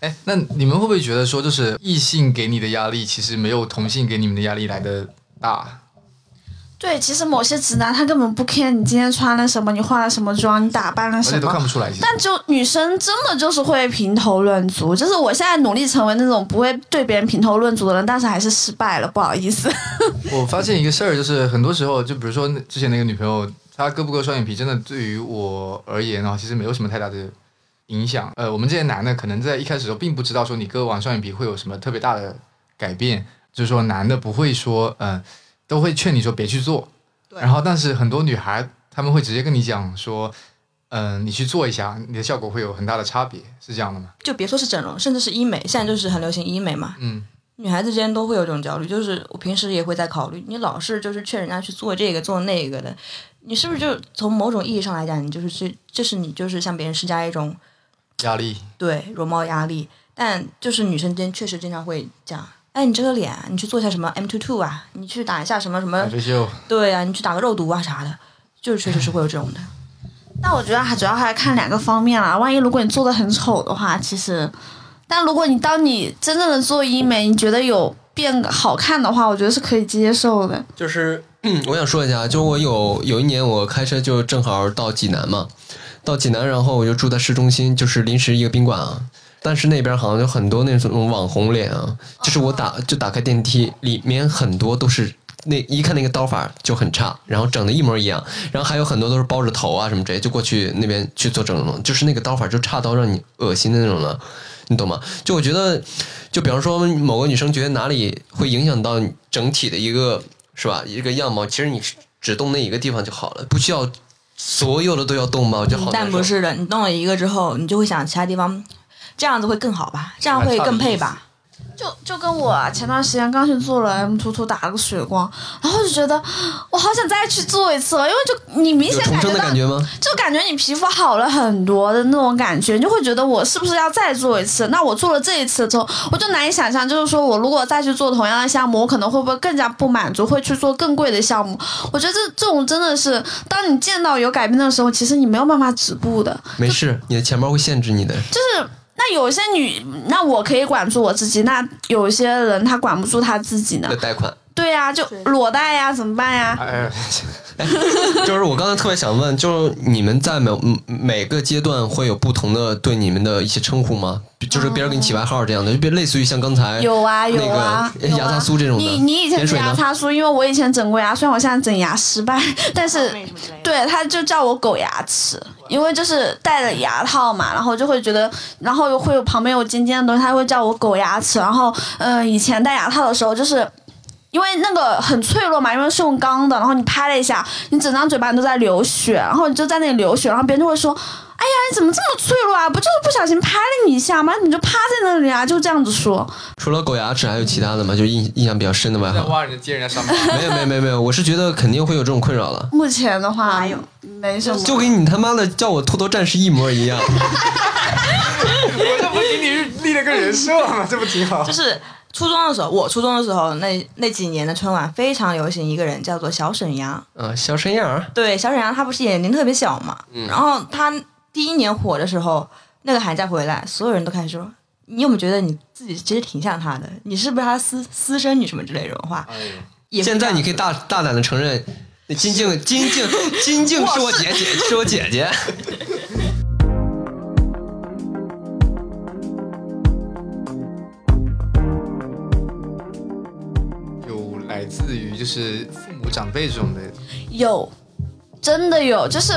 [SPEAKER 8] 哎，那你们会不会觉得说，就是异性给你的压力，其实没有同性给你们的压力来的大？
[SPEAKER 10] 对，其实某些直男他根本不 care 你今天穿了什么，你化了什么妆，你打扮了什
[SPEAKER 8] 而且都
[SPEAKER 10] 么
[SPEAKER 8] 看，不出来。其实
[SPEAKER 10] 但就女生真的就是会评头论足，就是我现在努力成为那种不会对别人评头论足的人，但是还是失败了，不好意思。
[SPEAKER 8] 我发现一个事儿，就是很多时候，就比如说那之前那个女朋友，她割不割双眼皮，真的对于我而言啊，其实没有什么太大的影响。呃，我们这些男的可能在一开始的时候并不知道说你割完双眼皮会有什么特别大的改变，就是说男的不会说，嗯、都会劝你说别去做。
[SPEAKER 6] 对
[SPEAKER 8] 然后，但是很多女孩她们会直接跟你讲说，嗯、你去做一下，你的效果会有很大的差别，是这样的吗？
[SPEAKER 6] 就别说是整容，甚至是医美，现在就是很流行医美嘛。
[SPEAKER 8] 嗯，
[SPEAKER 6] 女孩子之间都会有这种焦虑，就是我平时也会在考虑，你老是就是劝人家去做这个做那个的，你是不是就从某种意义上来讲，你就是这这是你就是向别人施加一种
[SPEAKER 8] 压力，
[SPEAKER 6] 对容貌压力？但就是女生之间确实经常会讲，哎，你这个脸啊，你去做一下什么 M two two 啊，你去打一下什么什么
[SPEAKER 8] 海，飞秀，
[SPEAKER 6] 对啊，你去打个肉毒啊啥的，就是确实是会有这 种的。
[SPEAKER 10] 但我觉得还主要还看两个方面啦。万一如果你做的很丑的话，其实，但如果你当你真正的做医美，你觉得有变好看的话，我觉得是可以接受的。
[SPEAKER 9] 就是嗯我想说一下，就我有有一年我开车就正好到济南嘛，到济南，然后我就住在市中心，就是临时一个宾馆啊。但是那边好像有很多那种网红脸啊，就是我
[SPEAKER 6] 哦
[SPEAKER 9] 打就打开电梯，里面很多都是那一看那个刀法就很差，然后整的一模一样，然后还有很多都是包着头啊什么之类，就过去那边去做整容，就是那个刀法就差到让你恶心的那种了，你懂吗？就我觉得，就比方说某个女生觉得哪里会影响到你整体的一个是吧？一个样貌，其实你只动那一个地方就好了，不需要所有的都要动吧？我觉得好难
[SPEAKER 6] 但
[SPEAKER 9] 受。
[SPEAKER 6] 不是的，你弄了一个之后，你就会想其他地方，这样子会更好吧？这样会更配吧？
[SPEAKER 7] 啊
[SPEAKER 10] 就就跟我啊前段时间刚去做了 M 图图打了个水光，然后就觉得我好想再去做一次哦，因为就你明
[SPEAKER 9] 有
[SPEAKER 10] 显
[SPEAKER 9] 重
[SPEAKER 10] 感
[SPEAKER 9] 生
[SPEAKER 10] 觉
[SPEAKER 9] 的
[SPEAKER 10] 到
[SPEAKER 9] 感觉吗？
[SPEAKER 10] 就感觉你皮肤好了很多的那种感觉，你就会觉得我是不是要再做一次？那我做了这一次之后，我就难以想象，就是说我如果再去做同样的项目，我可能会不会更加不满足，会去做更贵的项目？我觉得这这种真的是，当你见到有改变的时候，其实你没有办法止步的。
[SPEAKER 9] 没事，你的钱包会限制你的。
[SPEAKER 10] 就是那有些女，那我可以管住我自己，那有些人他管不住他自己呢
[SPEAKER 9] 的。贷款，
[SPEAKER 10] 对呀、就裸贷呀、怎么办呀？
[SPEAKER 8] 哎，
[SPEAKER 9] 就是我刚才特别想问，就是你们在每嗯每个阶段会有不同的对你们的一些称呼吗？比就是别人给你起外号这样的，就别类似于像刚才
[SPEAKER 10] 有啊有啊，
[SPEAKER 9] 哎那个哎
[SPEAKER 10] 有
[SPEAKER 9] 牙
[SPEAKER 10] 啊
[SPEAKER 9] 擦酥这种的
[SPEAKER 10] 你你以前
[SPEAKER 9] 盐
[SPEAKER 10] 整
[SPEAKER 9] 水呢
[SPEAKER 10] 牙擦酥，因为我以前整过牙，虽然我现在整牙失败，但是
[SPEAKER 7] 妹什么之类的。
[SPEAKER 10] 对他就叫我狗牙齿，因为就是戴了牙套嘛，然后就会觉得，然后又会有旁边有尖尖的东西，他会叫我狗牙齿。然后嗯、呃以前戴牙套的时候就是。因为那个很脆弱嘛，因为是用钢的，然后你拍了一下，你整张嘴巴都在流血，然后你就在那里流血，然后别人就会说：“哎呀，你怎么这么脆弱啊？不就是不小心拍了你一下吗？你就趴在那里啊，就这样子说。”
[SPEAKER 9] 除了狗牙齿，还有其他的吗？就印印象比较深的外
[SPEAKER 8] 在
[SPEAKER 9] 号？
[SPEAKER 8] 挖人家揭人家伤疤。
[SPEAKER 9] 没有没有没有没有，我是觉得肯定会有这种困扰的，
[SPEAKER 10] 目前的话没什么，
[SPEAKER 9] 就跟你他妈的叫我秃头战士一模一样。
[SPEAKER 8] 我这不给你立了个人设吗？这不挺好？
[SPEAKER 6] 就是初中的时候，我初中的时候那那几年的春晚非常流行一个人叫做小沈阳，
[SPEAKER 9] 啊，小沈阳儿，
[SPEAKER 6] 对，小沈阳他不是眼睛特别小嘛，然后他第一年火的时候，那个寒假回来，所有人都开始说。你有没有觉得你自己其实挺像他的？你是不是他私私生女什么之类的这种话？也会
[SPEAKER 9] 现在
[SPEAKER 6] 这样
[SPEAKER 9] 你可以大大胆的承认，那金靖金靖金靖是我姐姐，是我姐姐。
[SPEAKER 8] 有来自于就是父母长辈这种的，
[SPEAKER 10] 有，真的有，就是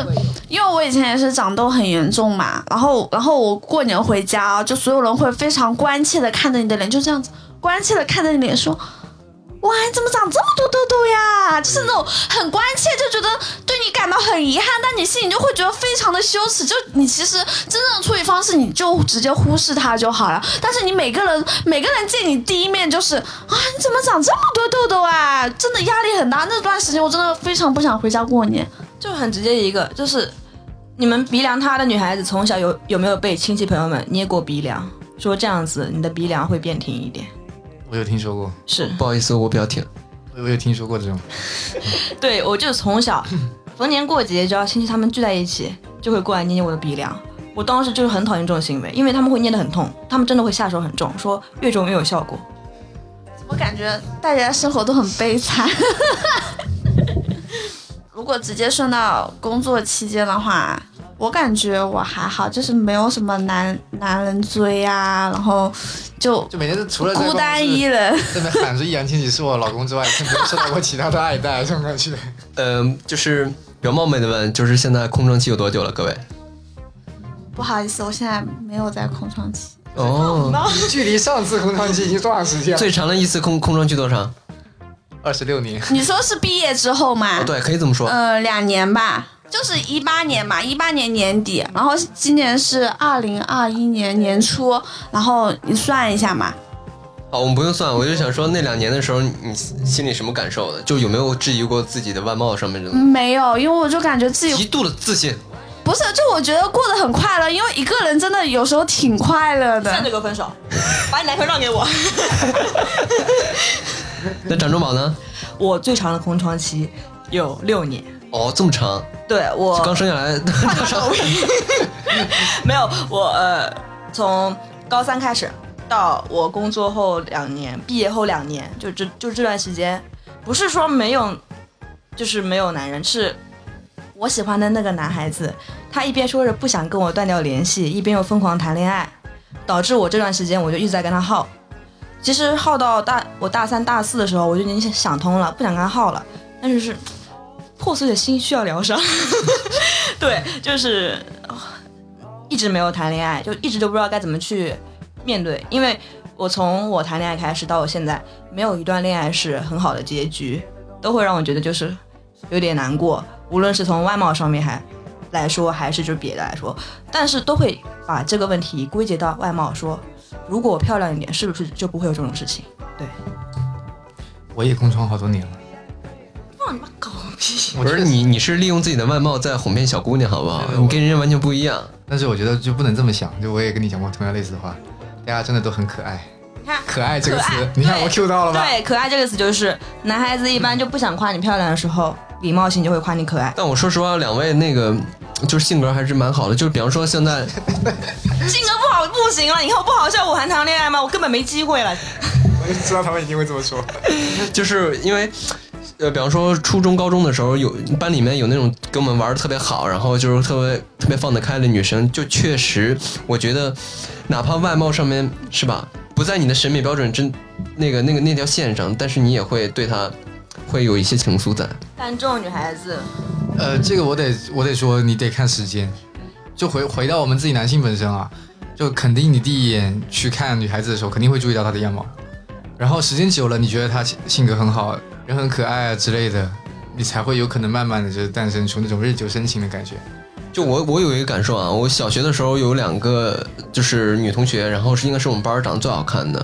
[SPEAKER 10] 因为我以前也是长痘很严重嘛，然后然后我过年回家啊，就所有人会非常关切的看着你的脸，就这样子关切的看着你脸说。哇，你怎么长这么多痘痘呀？就是那种很关切，就觉得对你感到很遗憾，但你心里就会觉得非常的羞耻。就你其实真正的处理方式，你就直接忽视它就好了。但是你每个人每个人见你第一面就是啊，你怎么长这么多痘痘啊？真的压力很大。那段时间我真的非常不想回家过年。
[SPEAKER 6] 就很直接一个，就是你们鼻梁塌的女孩子，从小有有没有被亲戚朋友们捏过鼻梁，说这样子你的鼻梁会变挺一点？
[SPEAKER 8] 我有听说过，
[SPEAKER 6] 是
[SPEAKER 9] 不好意思，我比较挺。
[SPEAKER 8] 我有听说过这种。
[SPEAKER 6] 对，我就从小逢年过节，只要亲戚他们聚在一起，就会过来捏捏我的鼻梁。我当时就是很讨厌这种行为，因为他们会捏得很痛，他们真的会下手很重，说越重越有效果。
[SPEAKER 10] 我感觉大家生活都很悲惨。 如果直接顺到工作期间的话，我感觉我还好，就是没有什么男男人追啊，然后就
[SPEAKER 8] 就每天都除了在
[SPEAKER 10] 孤单一人。
[SPEAKER 8] 这边喊着易烊千玺是我老公之外，就没有受到过其他的爱戴，这种感 觉。
[SPEAKER 9] 嗯、就是比较冒昧的问，就是现在空窗期有多久了，各位？
[SPEAKER 10] 不好意思，我现在没有在空窗期，
[SPEAKER 9] 哦，
[SPEAKER 8] 距离上次空窗期已经多长时 间了？
[SPEAKER 9] 最长的一次空空窗期多长？
[SPEAKER 8] 二十六年。
[SPEAKER 10] 你说是毕业之后吗？
[SPEAKER 9] 哦，对，可以这么说。
[SPEAKER 10] 呃，两年吧，就是一八年嘛，一八年年底，然后今年是二零二一年年初，然后你算一下嘛，
[SPEAKER 9] 哦好，我们不用算，我就想说那两年的时候，你心里什么感受的？就有没有质疑过自己的外貌上面这种
[SPEAKER 10] 没有，因为我就感觉自己
[SPEAKER 9] 极度的自信？
[SPEAKER 10] 不是，就我觉得过得很快乐，因为一个人真的有时候挺快乐
[SPEAKER 6] 现在就
[SPEAKER 10] 的。
[SPEAKER 6] 给我分手， 把你男朋友让给我。
[SPEAKER 9] 那掌中宝呢？
[SPEAKER 6] 我最长的空窗期有六年，
[SPEAKER 9] 哦，这么长，
[SPEAKER 6] 对我
[SPEAKER 9] 刚生下来多 长？
[SPEAKER 6] 没有，我呃，从高三开始到我工作后两年，毕业后两年，就这就这段时间，不是说没有，就是没有男人，是我喜欢的那个男孩子，他一边说着不想跟我断掉联系，一边又疯狂谈恋爱，导致我这段时间我就一直在跟他耗。其实耗到大我大三大四的时候，我就已经想想通了，不想跟他耗了，但是是破碎的心需要疗伤。对，就是哦一直没有谈恋爱，就一直都不知道该怎么去面对。因为我从我谈恋爱开始到我现在，没有一段恋爱是很好的结局，都会让我觉得就是有点难过。无论是从外貌上面还来说，还是就别的来说，但是都会把这个问题归结到外貌说，如果我漂亮一点，是不是就不会有这种事情？
[SPEAKER 8] 我也空窗好多年了。
[SPEAKER 6] 放你妈狗屁！
[SPEAKER 8] 我
[SPEAKER 9] 不是
[SPEAKER 8] 觉得，
[SPEAKER 9] 你，你是利用自己的外貌在哄骗小姑娘，好不好？你跟人家完全不一样。
[SPEAKER 8] 但是我觉得就不能这么想。就我也跟你讲过同样类似的话，大家真的都很可爱。
[SPEAKER 6] 你看
[SPEAKER 8] 可爱这个
[SPEAKER 6] 可
[SPEAKER 8] 词
[SPEAKER 6] 爱，
[SPEAKER 8] 你看我
[SPEAKER 6] 对
[SPEAKER 8] Q 到了吧？
[SPEAKER 6] 对，可爱这个词就是男孩子一般就不想夸你漂亮的时候，礼貌性就会夸你可爱。
[SPEAKER 9] 但我说实话，两位那个就是性格还是蛮好的。就是比方说现在，
[SPEAKER 6] 性格不好不行了，以后不好笑我还谈恋爱吗？我根本没机会了。
[SPEAKER 8] 我就知道他们一定会这么说。
[SPEAKER 9] 就是因为。呃，比方说初中、高中的时候，有班里面有那种跟我们玩的特别好，然后就是特别特别放得开的女生，就确实，我觉得，哪怕外貌上面是吧，不在你的审美标准之那个那个那条线上，但是你也会对她会有一些情愫在。
[SPEAKER 6] 但这种女孩子，
[SPEAKER 8] 呃，这个我得我得说，你得看时间。就回回到我们自己男性本身啊，就肯定你第一眼去看女孩子的时候，肯定会注意到她的样貌。然后时间久了，你觉得她性性格很好，人很可爱啊之类的，你才会有可能慢慢的就诞生出那种日久生情的感觉。
[SPEAKER 9] 就我我有一个感受啊，我小学的时候有两个就是女同学，然后是应该是我们班儿长得最好看的，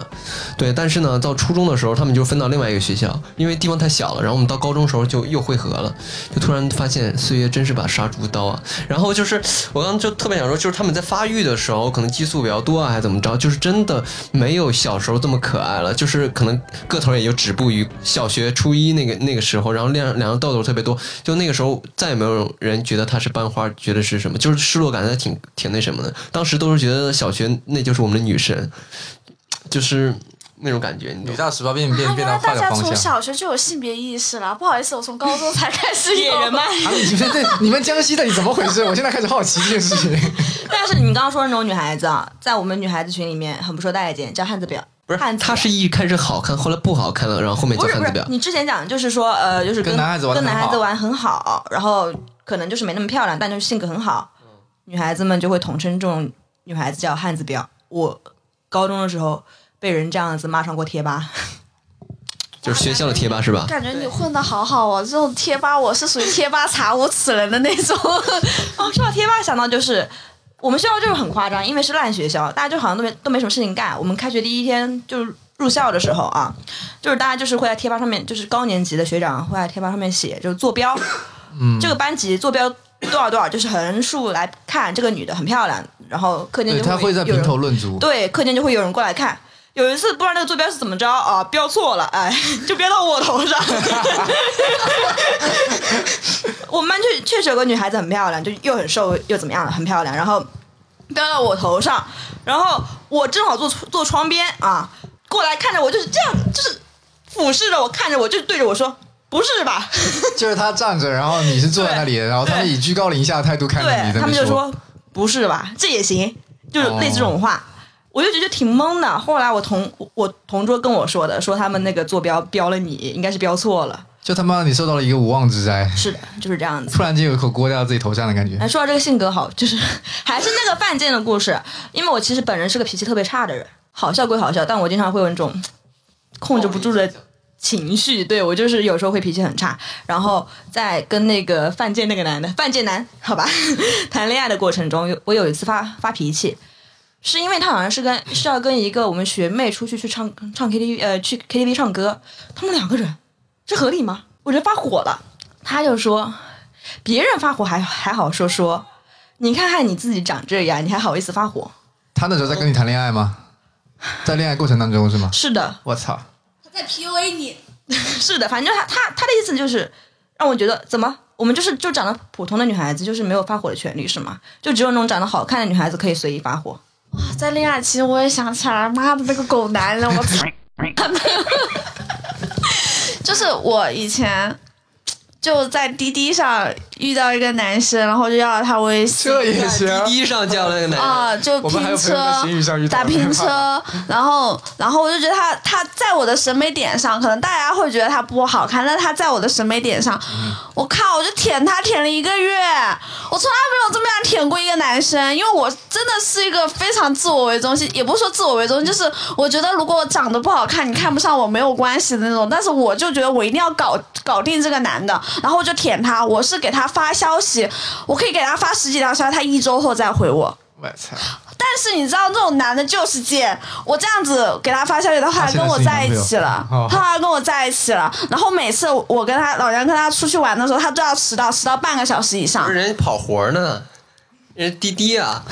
[SPEAKER 9] 对。但是呢，到初中的时候，她们就分到另外一个学校，因为地方太小了。然后我们到高中的时候就又汇合了，就突然发现岁月真是把杀猪刀啊。然后就是我刚刚就特别想说，就是她们在发育的时候，可能激素比较多啊，还是怎么着，就是真的没有小时候这么可爱了，就是可能个头也就止步于小学初一那个那个时候，然后亮两个痘痘特别多，就那个时候再也没有人觉得她是班花，觉得是什么，就是失落感还挺挺那什么的。当时都是觉得小学那就是我们的女神，就是那种感觉，你
[SPEAKER 8] 女
[SPEAKER 9] 懂。
[SPEAKER 8] 大十八变，变
[SPEAKER 10] 原
[SPEAKER 8] 变到
[SPEAKER 10] 来
[SPEAKER 8] 坏
[SPEAKER 10] 大
[SPEAKER 8] 的
[SPEAKER 10] 家
[SPEAKER 8] 方
[SPEAKER 10] 从
[SPEAKER 8] 向。
[SPEAKER 10] 小学就有性别意识了，不好意思，我从高中才开始
[SPEAKER 6] 野
[SPEAKER 10] 有
[SPEAKER 6] 人吗？
[SPEAKER 8] 啊，你 们这你们江西到底怎么回事？我现在开始好奇这件事情。
[SPEAKER 6] 但是你刚刚说的那种女孩子啊，在我们女孩子群里面很不受待见，叫汉子婊。
[SPEAKER 9] 不是
[SPEAKER 6] 汉，子婊
[SPEAKER 9] 她是一开始好看，后来不好看了，然后后面叫
[SPEAKER 6] 不是
[SPEAKER 9] 汉
[SPEAKER 6] 不
[SPEAKER 9] 子
[SPEAKER 6] 是
[SPEAKER 9] 婊，。
[SPEAKER 6] 你之前讲的就是说，呃，就是
[SPEAKER 8] 跟男孩子玩得
[SPEAKER 6] 跟男
[SPEAKER 8] 很好
[SPEAKER 6] 孩子玩很好，然后可能就是没那么漂亮，但就是性格很好，女孩子们就会统称这种女孩子叫汉子婊。我高中的时候被人这样子骂上过贴吧，
[SPEAKER 9] 就是学校的贴吧是吧？
[SPEAKER 10] 感觉你混的好好哦，这种贴吧我是属于贴吧查无此人的那 种。
[SPEAKER 6] 哦，说到贴吧，想到就是我们学校就是很夸张，因为是烂学校，大家就好像都没都没什么事情干。我们开学第一天就是入校的时候啊，就是大家就是会在贴吧上面，就是高年级的学长会在贴吧上面写，就是坐标，嗯，这个班级坐标多少多少，就是横竖来看这个女的很漂亮，然后课间
[SPEAKER 8] 对
[SPEAKER 6] 就
[SPEAKER 8] 他会在
[SPEAKER 6] 有
[SPEAKER 8] 评
[SPEAKER 6] 人
[SPEAKER 8] 头论足。
[SPEAKER 6] 对，课间就会有人过来看。有一次不知道那个坐标是怎么着啊，标错了，哎， 就标到我头上。 我们班确确实有个女孩子很漂亮，就又很瘦又怎么样，很漂亮。然后掉到我头上，然后我正好坐坐窗边啊，过来看着我就是这样，就是俯视着我看着我，就对着我说：“不是吧？”
[SPEAKER 8] 就是他站着，然后你是坐在那里，然后他们以居高临下的态度看着你，
[SPEAKER 6] 对
[SPEAKER 8] 在
[SPEAKER 6] 他
[SPEAKER 8] 那
[SPEAKER 6] 们就
[SPEAKER 8] 说
[SPEAKER 6] 说不是吧，这也行，就是类似这种话，我就觉得挺懵的。后来我同我同桌跟我说的，说他们那个坐标标了你，应该是标错了。
[SPEAKER 8] 就他妈你受到了一个无妄之灾，
[SPEAKER 6] 是的，就是这样子。
[SPEAKER 8] 突然间有一口锅掉到自己头上的感觉。
[SPEAKER 6] 哎，说到这个性格好，就是 还是那个犯贱的故事，因为我其实本人是个脾气特别差的人，好笑归好笑，但我经常会有那种控制不住的情绪，对我就是有时候会脾气很差，然后在跟那个犯贱那个男的犯贱男，好吧， 谈恋爱的过程中，有我有一次发发脾气，是因为他好像是跟是要跟一个我们学妹出去去唱唱 KTV，呃，去 KTV 唱歌，他们两个人，这合理吗？我觉得发火了，他就说别人发火还还好说说，你看看你自己长这样，你还好意思发火？
[SPEAKER 8] 他那时候在跟你谈恋爱吗？在恋爱过程当中是吗？
[SPEAKER 6] 是的，
[SPEAKER 8] 我操！
[SPEAKER 4] 他在 PUA 你，
[SPEAKER 6] 是的，反正他他他的意思就是让我觉得怎么我们就是就长得普通的女孩子就是没有发火的权利是吗？就只有那种长得好看的女孩子可以随意发火。
[SPEAKER 10] 在恋爱期我也想起来，妈的那个狗男人，我操！ 就是我以前就在滴滴上遇到一个男生，然后就要了他微信，
[SPEAKER 8] 这也行在
[SPEAKER 9] 滴滴上叫那个男的
[SPEAKER 10] 啊、就
[SPEAKER 8] 我们还有
[SPEAKER 10] 拼
[SPEAKER 8] 朋友在闲鱼上遇
[SPEAKER 10] 车
[SPEAKER 8] 到
[SPEAKER 10] 打拼 车，然后然后我就觉得他他在我的审美点上，可能大家会觉得他不好看，但他在我的审美点上，我靠，我就舔他舔了一个月，我从来没有这么样舔过一个男生，因为我真的是一个非常自我为中心，也不是说自我为中心，就是我觉得如果我长得不好看，你看不上我没有关系的那种，但是我就觉得我一定要搞搞定这个男的，然后我就舔他，我是给他发消息，我可以给他发十几条消息，他一周后再回我。
[SPEAKER 8] 我操！
[SPEAKER 10] 但是你知道，这种男的就是贱。我这样子给他发消息，他后来跟我在一起了
[SPEAKER 8] 他现在是你男朋友哦，
[SPEAKER 10] 他后来跟我在一起了。然后每次我跟他老杨跟他出去玩的时候，他都要迟到，迟到半个小时以上
[SPEAKER 9] 不。是人家跑活呢，人家滴滴啊，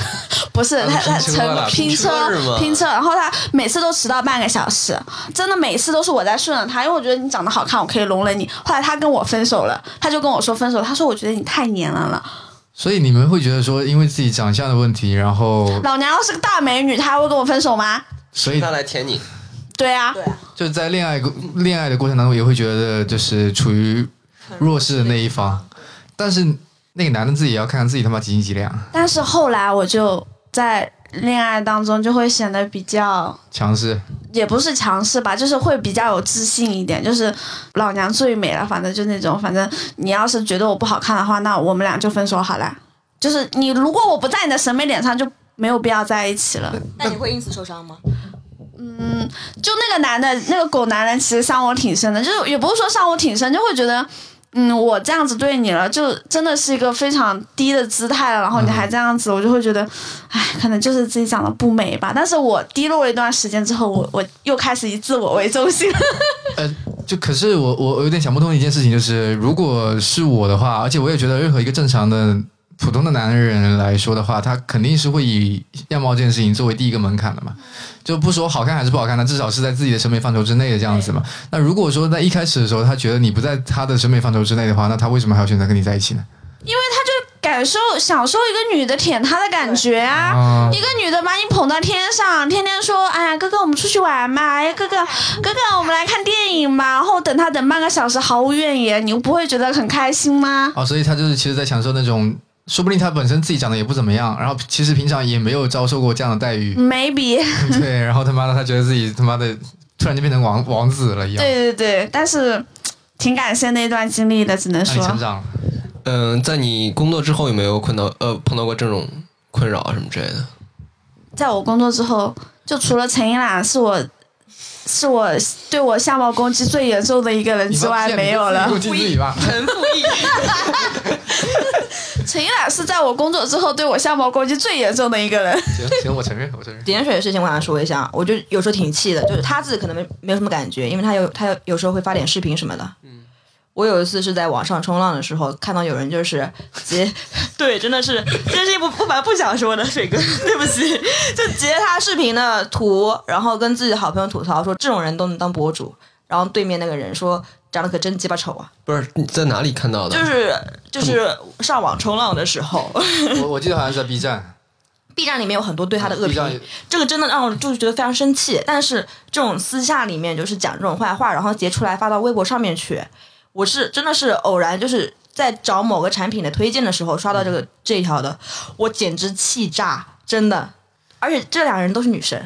[SPEAKER 10] 不是他他
[SPEAKER 9] 拼车
[SPEAKER 10] 乘
[SPEAKER 9] 了
[SPEAKER 10] 拼
[SPEAKER 9] 拼车
[SPEAKER 10] 车
[SPEAKER 9] 啊是吗
[SPEAKER 10] 拼车，然后他每次都迟到半个小时，真的每次都是我在顺着他，因为我觉得你长得好看，我可以容忍你。后来他跟我分手了，他就跟我说分手，他说我觉得你太黏人了。
[SPEAKER 8] 所以你们会觉得说，因为自己长相的问题，然后
[SPEAKER 10] 老娘要是个大美女，他还会跟我分手吗？
[SPEAKER 8] 所以
[SPEAKER 9] 他来舔你，
[SPEAKER 10] 对啊，
[SPEAKER 8] 就在恋爱过恋爱的过程当中，也会觉得就是处于弱势的那一方，但是那个男的自己也要看看自己他妈几斤几两，
[SPEAKER 10] 但是后来我就在恋爱当中就会显得比较，
[SPEAKER 8] 强势。
[SPEAKER 10] 也不是强势吧，就是会比较有自信一点，就是老娘最美了，反正就那种，反正你要是觉得我不好看的话，那我们俩就分手好了。就是你如果我不在你的审美点上，就没有必要在一起了。
[SPEAKER 6] 那你会因此受伤吗？
[SPEAKER 10] 就那个男的，那个狗男人，其实伤我挺深的，就是也不是说伤我挺深，就会觉得，嗯，我这样子对你了，就真的是一个非常低的姿态了，然后你还这样子，我就会觉得，唉，可能就是自己长得不美吧。但是我低落了一段时间之后，我我又开始以自我为中心，
[SPEAKER 8] 就可是我我我有点想不通的一件事情，就是如果是我的话，而且我也觉得任何一个正常的普通的男人来说的话，他肯定是会以样貌这件事情作为第一个门槛的嘛。就不说好看还是不好看，他至少是在自己的审美范畴之内的这样子嘛。那如果说在一开始的时候，他觉得你不在他的审美范畴之内的话，那他为什么还要选择跟你在一起呢？
[SPEAKER 10] 感受享受一个女的舔他的感觉啊。
[SPEAKER 8] 啊
[SPEAKER 10] 一个女的把你捧到天上，天天说：“哎呀，哥哥，我们出去玩嘛！哎呀，哥哥，哥哥，我们来看电影嘛！”然后等他等半个小时，毫无怨言，你不会觉得很开心吗？
[SPEAKER 8] 哦，所以他就是其实在享受那种，说不定他本身自己长得也不怎么样，然后其实平常也没有遭受过这样的待遇，
[SPEAKER 10] maybe，
[SPEAKER 8] 对，然后他妈的他觉得自己他妈的突然就变成王王子了一样。
[SPEAKER 10] 对对对，但是挺感谢那段经历的，只能
[SPEAKER 8] 哎让你成
[SPEAKER 10] 说
[SPEAKER 8] 长了。
[SPEAKER 9] 嗯、在你工作之后有没有困到呃碰到过这种困扰啊什么之类的？
[SPEAKER 10] 在我工作之后，就除了陈一朗是我是我对我相貌攻击最严重的一个人之外，没有了。
[SPEAKER 8] 攻击自己吧。
[SPEAKER 6] 陈复义，
[SPEAKER 10] 陈一朗是在我工作之后对我相貌攻击最严重的一个人。
[SPEAKER 8] 行行，我承认，我承 认。
[SPEAKER 6] 点水的事情我想说一下，我就有时候挺气的，就是他自己可能没没有什么感觉，因为他有他有有时候会发点视频什么的。嗯，我有一次是在网上冲浪的时候，看到有人就是 截，对，真的是，这是一部不不不想说的，水哥， 对不起，就截他视频的图，然后跟自己的好朋友吐槽说这种人都能当博主，然后对面那个人说长得可真鸡巴丑啊，
[SPEAKER 9] 不是你在哪里看到的？
[SPEAKER 6] 就是就是上网冲浪的时候。
[SPEAKER 8] 我我记得好像是在 B 站，
[SPEAKER 6] B 站里面有很多对他的恶
[SPEAKER 8] 哦 B
[SPEAKER 6] 评
[SPEAKER 8] 站也，
[SPEAKER 6] 这个真的让我就是觉得非常生气。但是这种私下里面就是讲这种坏话，然后截出来发到微博上面去，我是真的是偶然就是在找某个产品的推荐的时候刷到这
[SPEAKER 8] 嗯
[SPEAKER 6] 个这一条的，我简直气炸，真的。而且这两人都是女生，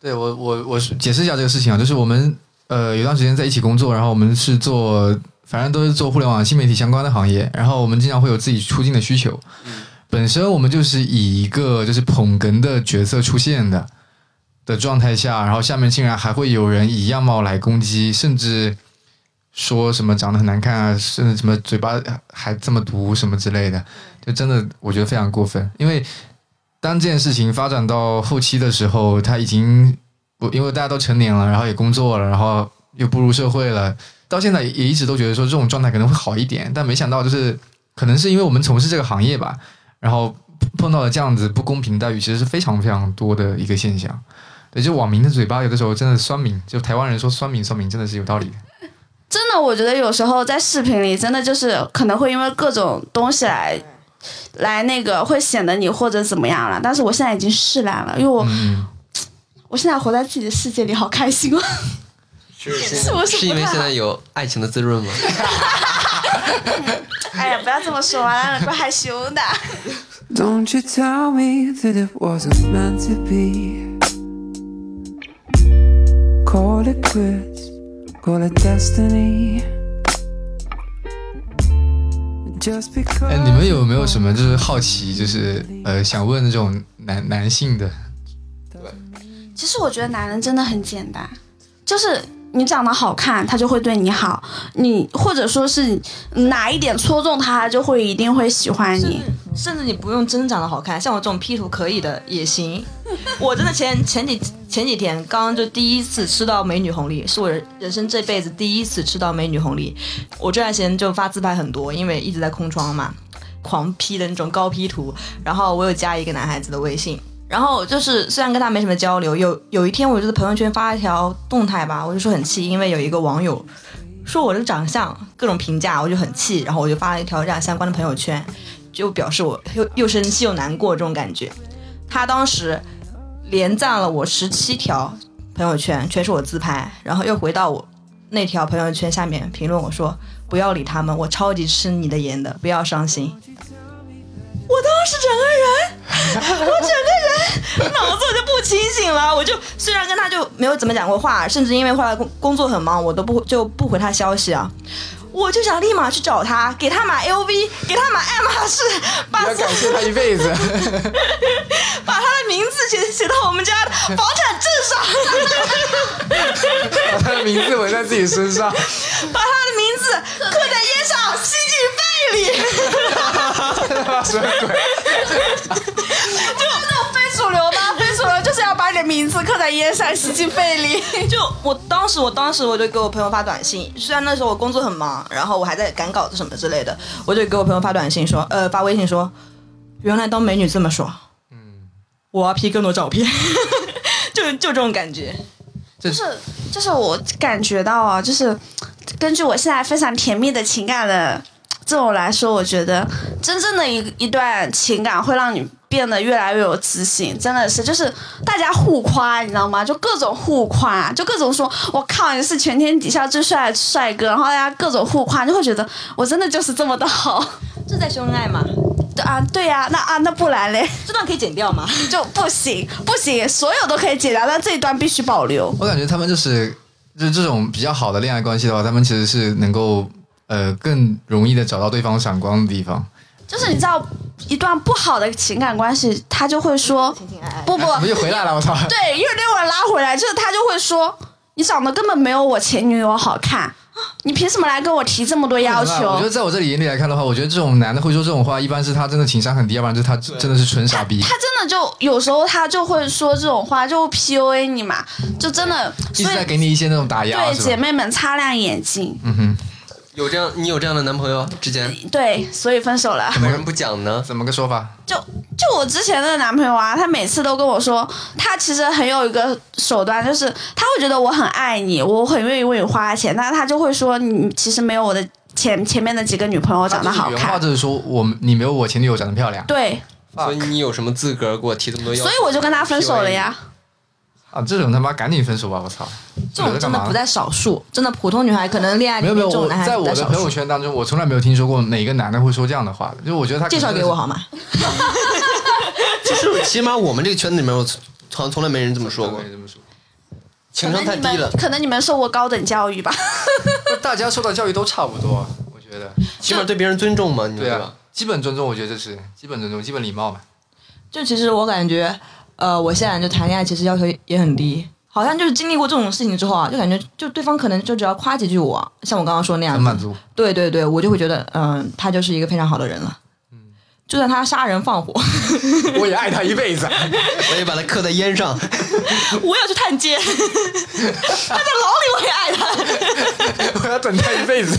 [SPEAKER 8] 对我，我我是解释一下这个事情啊，就是我们呃有段时间在一起工作，然后我们是做，反正都是做互联网新媒体相关的行业，然后我们经常会有自己出镜的需求。本身我们就是以一个就是捧哏的角色出现的的状态下，然后下面竟然还会有人以样貌来攻击，甚至说什么长得很难看啊，甚至什么嘴巴还这么毒什么之类的，就真的我觉得非常过分，因为。当这件事情发展到后期的时候，他已经不，因为大家都成年了，然后也工作了，然后又步入社会了，到现在也一直都觉得说这种状态可能会好一点，但没想到就是可能是因为我们从事这个行业吧，然后碰碰到了这样子不公平待遇，其实是非常非常多的一个现象。对，就网民的嘴巴有的时候真的酸民，就台湾人说酸民酸民真的是有道理的。
[SPEAKER 10] 真的，我觉得有时候在视频里，真的就是可能会因为各种东西来。来那个会显得你或者怎么样了，但是我现在已经释然了，因为我、我现在活在自己的世界里，好开心哦！ 是不是
[SPEAKER 9] 是因为
[SPEAKER 10] 不太
[SPEAKER 9] 现
[SPEAKER 10] 好
[SPEAKER 9] 在有爱情的滋润吗？
[SPEAKER 10] 哎呀，不要这么说，啊完了，怪害羞 的。
[SPEAKER 4] Don't you tell me that it wasn't meant to be. Call it quits, call it destiny. Just because.
[SPEAKER 8] 哎，你们有没有什么就是好奇，就是呃想问那种男男性的？
[SPEAKER 10] 其实我觉得男人真的很简单，就是你长得好看，他就会对你好；你或者说是哪一点戳中他，他就会一定会喜欢你。
[SPEAKER 6] 甚至你不用真长得好看，像我这种 P 图可以的也行。 我真的前前几前几天刚刚就第一次吃到美女红利，是我人生这辈子第一次吃到美女红利。我这段时间就发自拍很多，因为一直在空窗嘛，狂 P 的那种高 P 图。然后我有加一个男孩子的微信，然后就是虽然跟他没什么交流，有有一天我就在朋友圈发一条动态吧，我就说很气，因为有一个网友说我这个长相各种评价，我就很气，然后我就发了一条这样相关的朋友圈，就表示我又又生气又难过这种感觉。他当时连赞了我十七条朋友圈，全是我自拍，然后又回到我那条朋友圈下面评论我说不要理他们，我超级吃你的颜的，不要伤心。我当时整个人，我整个人脑子我就不清醒了。我就虽然跟他就没有怎么讲过话，甚至因为后来工工作很忙，我都不就不回他消息啊。我就想立马去找他，给他买 LV，给他买爱马仕，把
[SPEAKER 8] 要感谢他一辈子。
[SPEAKER 6] 把他的名字写写到我们家的房产
[SPEAKER 8] 把
[SPEAKER 6] 证上，
[SPEAKER 8] 他的名字纹在自己身上。
[SPEAKER 6] 把他的名字刻在烟上，吸 进肺里。
[SPEAKER 8] 什么鬼？
[SPEAKER 10] 就那种非主流吗？非主流就是要把你的名字刻在烟上，吸进肺里。
[SPEAKER 6] 就我当时，我当时我就给我朋友发短信，虽然那时候我工作很忙，然后我还在赶稿子什么之类的，我就给我朋友发短信说，呃，发微信说，原来当美女这么爽，嗯，我要 P 更多照片， 就就这种感觉。
[SPEAKER 10] 就是就是我感觉到啊，就是根据我现在非常甜蜜的情感的这种来说，我觉得真正的一一段情感会让你变得越来越有自信，真的是就是大家互夸，你知道吗？就各种互夸，就各种说我靠你是全天底下最帅的帅哥，然后大家各种互夸，你就会觉得我真的就是这么的好。
[SPEAKER 6] 这在秀恩爱嘛？
[SPEAKER 10] 对啊，对呀、那啊那不然嘞？
[SPEAKER 6] 这段可以剪掉吗？
[SPEAKER 10] 就不行不行，所有都可以剪掉，但这一段必须保留。
[SPEAKER 8] 我感觉他们就是，就是这种比较好的恋爱关系的话，他们其实是能够呃更容易的找到对方闪光的地方。
[SPEAKER 10] 就是你知道，一段不好的情感关系，他就会说，
[SPEAKER 8] 嗯
[SPEAKER 10] 不不，
[SPEAKER 8] 怎么又回来了？我操！
[SPEAKER 10] 对，又给我拉回来，就是他就会说，你长得根本没有我前女友好看，你凭什么来跟我提这么多要
[SPEAKER 8] 不能吧啊我觉
[SPEAKER 10] 求
[SPEAKER 8] 得？在我这里眼里来看的话，我觉得这种男的会说这种话，一般是他真的情商很低，要不然就是他真的是纯傻逼。
[SPEAKER 10] 他真的就有时候他就会说这种话，就 PUA 你嘛，就真的，
[SPEAKER 8] 一
[SPEAKER 10] 所
[SPEAKER 8] 直在
[SPEAKER 10] 以
[SPEAKER 8] 给你一些那种打压，
[SPEAKER 10] 对
[SPEAKER 8] 是
[SPEAKER 10] 姐
[SPEAKER 8] 吧？
[SPEAKER 10] 妹们擦亮眼睛，
[SPEAKER 8] 嗯哼，
[SPEAKER 9] 有这样，你有这样的男朋友？之前
[SPEAKER 10] 对，所以分手了。
[SPEAKER 9] 怎么人不讲呢？
[SPEAKER 8] 怎么个说法？
[SPEAKER 10] 就就我之前的男朋友啊，他每次都跟我说，他其实很有一个手段，就是他会觉得我很爱你，我很愿意为你花钱，但是他就会说你其实没有我的前前面的几个女朋友长得好
[SPEAKER 8] 原话
[SPEAKER 10] 看。
[SPEAKER 8] 就是说我你没有我前女友长得漂亮。
[SPEAKER 10] 对，
[SPEAKER 9] 所以你有什么资格给我提这么多要
[SPEAKER 10] 所
[SPEAKER 9] 求？
[SPEAKER 10] 以我就跟他分手了呀。
[SPEAKER 8] 啊，这种他妈赶紧分手吧！我操，
[SPEAKER 6] 这种真的不在少数，真的普通女孩可能恋爱里
[SPEAKER 8] 没有没
[SPEAKER 6] 面
[SPEAKER 8] 有，
[SPEAKER 6] 这种
[SPEAKER 8] 我
[SPEAKER 6] 男孩
[SPEAKER 8] 在
[SPEAKER 6] 子
[SPEAKER 8] 我
[SPEAKER 6] 不
[SPEAKER 8] 的
[SPEAKER 6] 少
[SPEAKER 8] 朋
[SPEAKER 6] 数
[SPEAKER 8] 友。圈当中，我从来没有听说过哪个男的会说这样的话的。就是我觉得他
[SPEAKER 6] 介绍给我好吗？
[SPEAKER 9] 就是起码我们这个圈子里面，我从从从来没人这么说过。情商太低了，
[SPEAKER 10] 可能你们受过高等教育吧？
[SPEAKER 8] 大家受到教育都差不多，我觉得
[SPEAKER 9] 起码对别人尊重嘛，你
[SPEAKER 8] 对啊，基本尊重，我觉得这是基本尊重、基本礼貌嘛。
[SPEAKER 6] 就其实我感觉，呃，我现在就谈恋爱，其实要求也很低。好像就是经历过这种事情之后啊，就感觉就对方可能就只要夸几句我，像我刚刚说那样
[SPEAKER 8] 很
[SPEAKER 6] 子，
[SPEAKER 8] 满足。
[SPEAKER 6] 对对对，我就会觉得，嗯、他就是一个非常好的人了。
[SPEAKER 8] 嗯
[SPEAKER 6] 就算他杀人放火，
[SPEAKER 8] 我也爱他一辈子，
[SPEAKER 9] 我也把他刻在烟上。
[SPEAKER 6] 我要去探监， 他在牢里我也爱他。
[SPEAKER 8] 我要等他一辈子，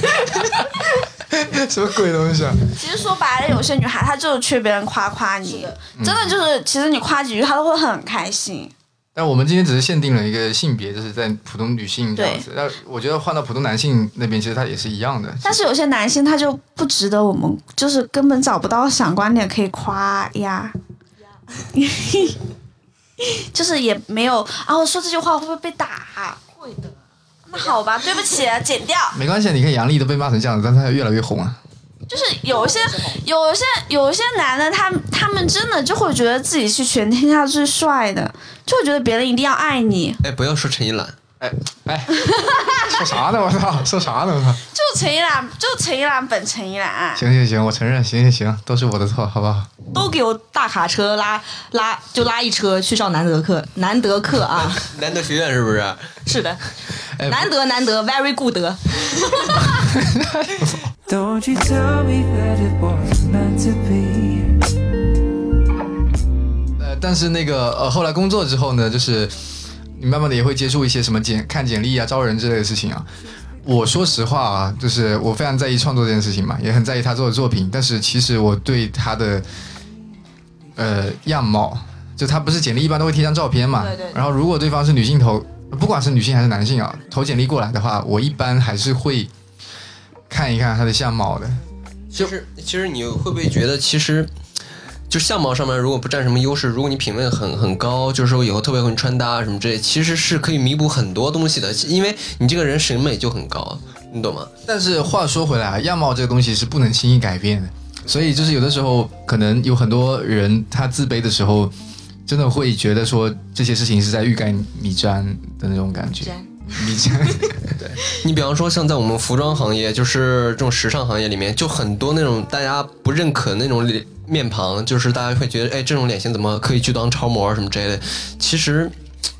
[SPEAKER 8] 什么鬼东西啊？
[SPEAKER 10] 其实说白了，有些女孩她就是缺别人夸夸你，真的就是，其实你夸几句，她都会很开心。
[SPEAKER 8] 但我们今天只是限定了一个性别，就是在普通女性这样子。但我觉得换到普通男性那边，其实他也是一样的。
[SPEAKER 10] 但是有些男性他就不值得我们，就是根本找不到闪光点可以夸呀， 就是也没有啊。我说这句话会不会被打？会的。那好 吧，对不起，剪掉。
[SPEAKER 8] 没关系，你看杨笠都被骂成这样子，但他越来越红啊。
[SPEAKER 10] 就是有 一些、有一些、有一些男的，他他们真的就会觉得自己是全天下最帅的，就会觉得别人一定要爱你。
[SPEAKER 9] 哎，不要说陈一兰，
[SPEAKER 8] 哎哎，说啥呢？我操，说啥呢？我操！
[SPEAKER 10] 就陈一览，就陈一览本陈一览，
[SPEAKER 8] 行行行，我承认，行行行，都是我的错，好不好？
[SPEAKER 6] 都给我大卡车拉拉，就拉一车去上南德克，南德克啊，
[SPEAKER 9] 南德学院是不是？
[SPEAKER 6] 是的，难得难得，very good。
[SPEAKER 4] Don't you tell me that it wasn't meant to be.
[SPEAKER 8] 呃，但是那个呃，后来工作之后呢，就是你慢慢的也会接触一些什么简看简历啊、招人之类的事情啊。我说实话啊，就是我非常在意创作这件事情嘛，也很在意他做的作品，但是其实我对他的呃样貌，就他不是简历一般都会贴张照片嘛，
[SPEAKER 4] 对对
[SPEAKER 8] 然后如果对方是女性投，不管是女性还是男性啊，投简历过来的话，我一般还是会看一看他的相貌的。
[SPEAKER 9] 其实，其实你会不会觉得，其实就相貌上面如果不占什么优势，如果你品味很很高，就是说以后特别会穿搭什么之类，其实是可以弥补很多东西的，因为你这个人审美就很高，你懂吗？
[SPEAKER 8] 但是话说回来啊，样貌这个东西是不能轻易改变的，所以就是有的时候可能有很多人他自卑的时候，真的会觉得说这些事情是在欲盖弥彰的那种感觉。弥彰，
[SPEAKER 9] 对你比方说像在我们服装行业，就是这种时尚行业里面，就很多那种大家不认可的那种脸面庞，就是大家会觉得，哎，这种脸型怎么可以去当超模什么之类的？其实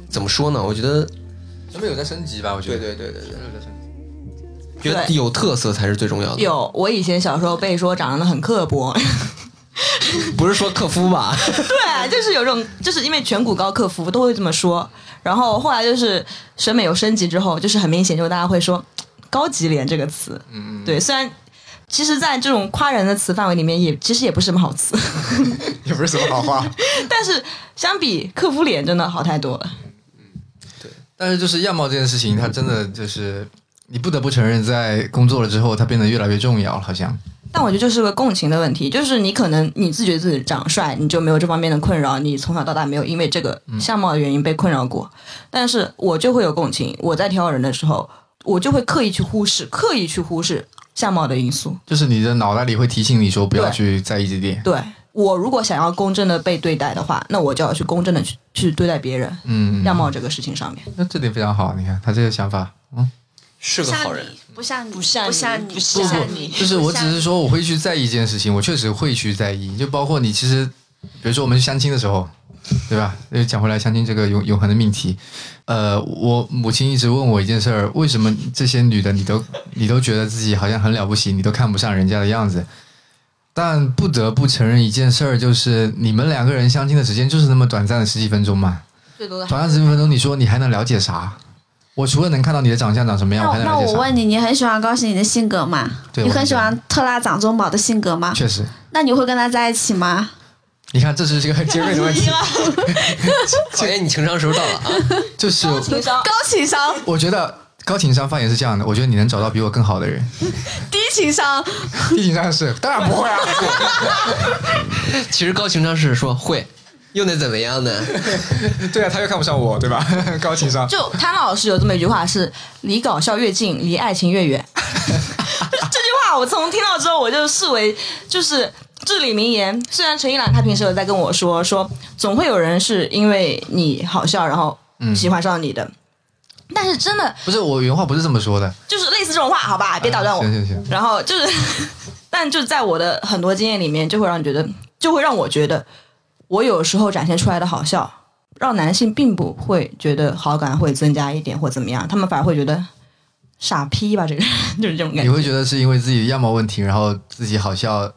[SPEAKER 9] 怎么说呢？我觉得
[SPEAKER 8] 审美有在升级吧？我觉得
[SPEAKER 9] 对对对对
[SPEAKER 8] 对。
[SPEAKER 9] 觉得
[SPEAKER 6] 对
[SPEAKER 9] 有特色才是最重要的，
[SPEAKER 6] 有，我以前小时候被说长得很刻薄，
[SPEAKER 9] 不是说克 夫吧？
[SPEAKER 6] 对，啊就是有种，就是因为颧骨高、克服都会这么说。然后后来就是审美有升级之后，就是很明显，就大家会说“高级脸”这个词。
[SPEAKER 8] 嗯
[SPEAKER 6] 对，虽然其实，在这种夸人的词范围里面也，其实也不是什么好 词，
[SPEAKER 8] 也不是什么好 话。
[SPEAKER 6] 但是相比克夫脸，真的好太多了。
[SPEAKER 8] 但是就是样貌这件事情，它真的就是你不得不承认，在工作了之后，它变得越来越重要了，好像。
[SPEAKER 6] 但我觉得就是个共情的问题，就是你可能你自觉自己长帅，你就没有这方面的困扰，你从小到大没有因为这个相貌的原因被困扰过。但是我就会有共情，我在挑人的时候，我就会刻意去忽视，刻意去忽视相貌的因素。
[SPEAKER 8] 就是你的脑袋里会提醒你说不要去在意这点。
[SPEAKER 6] 对我如果想要公正的被对待的话，那我就要去公正的去去对待别人，
[SPEAKER 8] 嗯，
[SPEAKER 6] 样貌这个事情上面。
[SPEAKER 8] 那这点非常好，你看他这个想法，嗯，
[SPEAKER 9] 是
[SPEAKER 10] 个好人，不像你，不像你，不像你，不
[SPEAKER 8] 不
[SPEAKER 10] 像
[SPEAKER 8] 不，就是我只是说我会去在意一件事情，我确实会去在意，就包括你其实，比如说我们去相亲的时候，对吧？又讲回来相亲这个永永恒的命题，呃，我母亲一直问我一件事儿，为什么这些女的你都你都觉得自己好像很了不起，你都看不上人家的样子？但不得不承认一件事儿，就是你们两个人相亲的时间就是那么短暂的十几分钟嘛，
[SPEAKER 6] 最多的
[SPEAKER 8] 短暂十几分钟，你说你还能了解啥？我除了能看到你的长相长什么样，我还
[SPEAKER 10] 那
[SPEAKER 8] 能
[SPEAKER 10] 那
[SPEAKER 8] 了解
[SPEAKER 10] 我
[SPEAKER 8] 啥？
[SPEAKER 10] 问你，你很喜欢高鑫你的性格吗？
[SPEAKER 8] 对
[SPEAKER 10] 你
[SPEAKER 8] 我
[SPEAKER 10] 很
[SPEAKER 8] 很
[SPEAKER 10] 喜欢特拉掌中宝的性格吗？
[SPEAKER 8] 确实。
[SPEAKER 10] 那你会跟他在一起吗？
[SPEAKER 8] 你看，这是这个 很尖锐的问题。
[SPEAKER 9] 考验你情商时候到了啊！
[SPEAKER 8] 就是
[SPEAKER 6] 情商
[SPEAKER 10] 高情商，
[SPEAKER 8] 我觉得高情商发言是这样的，我觉得你能找到比我更好的人。
[SPEAKER 10] 低情商，
[SPEAKER 8] 低情商是当然不会啊。
[SPEAKER 9] 其实高情商是说会，又能怎么样呢？
[SPEAKER 8] 对啊，他又看不上我，对吧？ 高情商
[SPEAKER 6] 就汤老师有这么一句话是：离搞笑越近，离爱情越远。 这句话我从听到之后，我就视为就是至理名言。虽然陈一兰她平时有在跟我说，说总会有人是因为你好笑，然后喜欢上你的。但是真的
[SPEAKER 8] 不是我原话不是这么说的。
[SPEAKER 6] 就是类似这种话，好吧，别打断我。
[SPEAKER 8] 啊行行行
[SPEAKER 6] 然后就是， 但就在我的很多经验里面，就会让你觉得，就会让我觉得，我有时候展现出来的好笑，让男性并不会觉得好感会增加一点或怎么样，他们反而会觉得傻逼吧，这个人 就是这种感
[SPEAKER 8] 你
[SPEAKER 6] 觉。
[SPEAKER 8] 会觉得是因为自己样貌问题，然后自己好笑，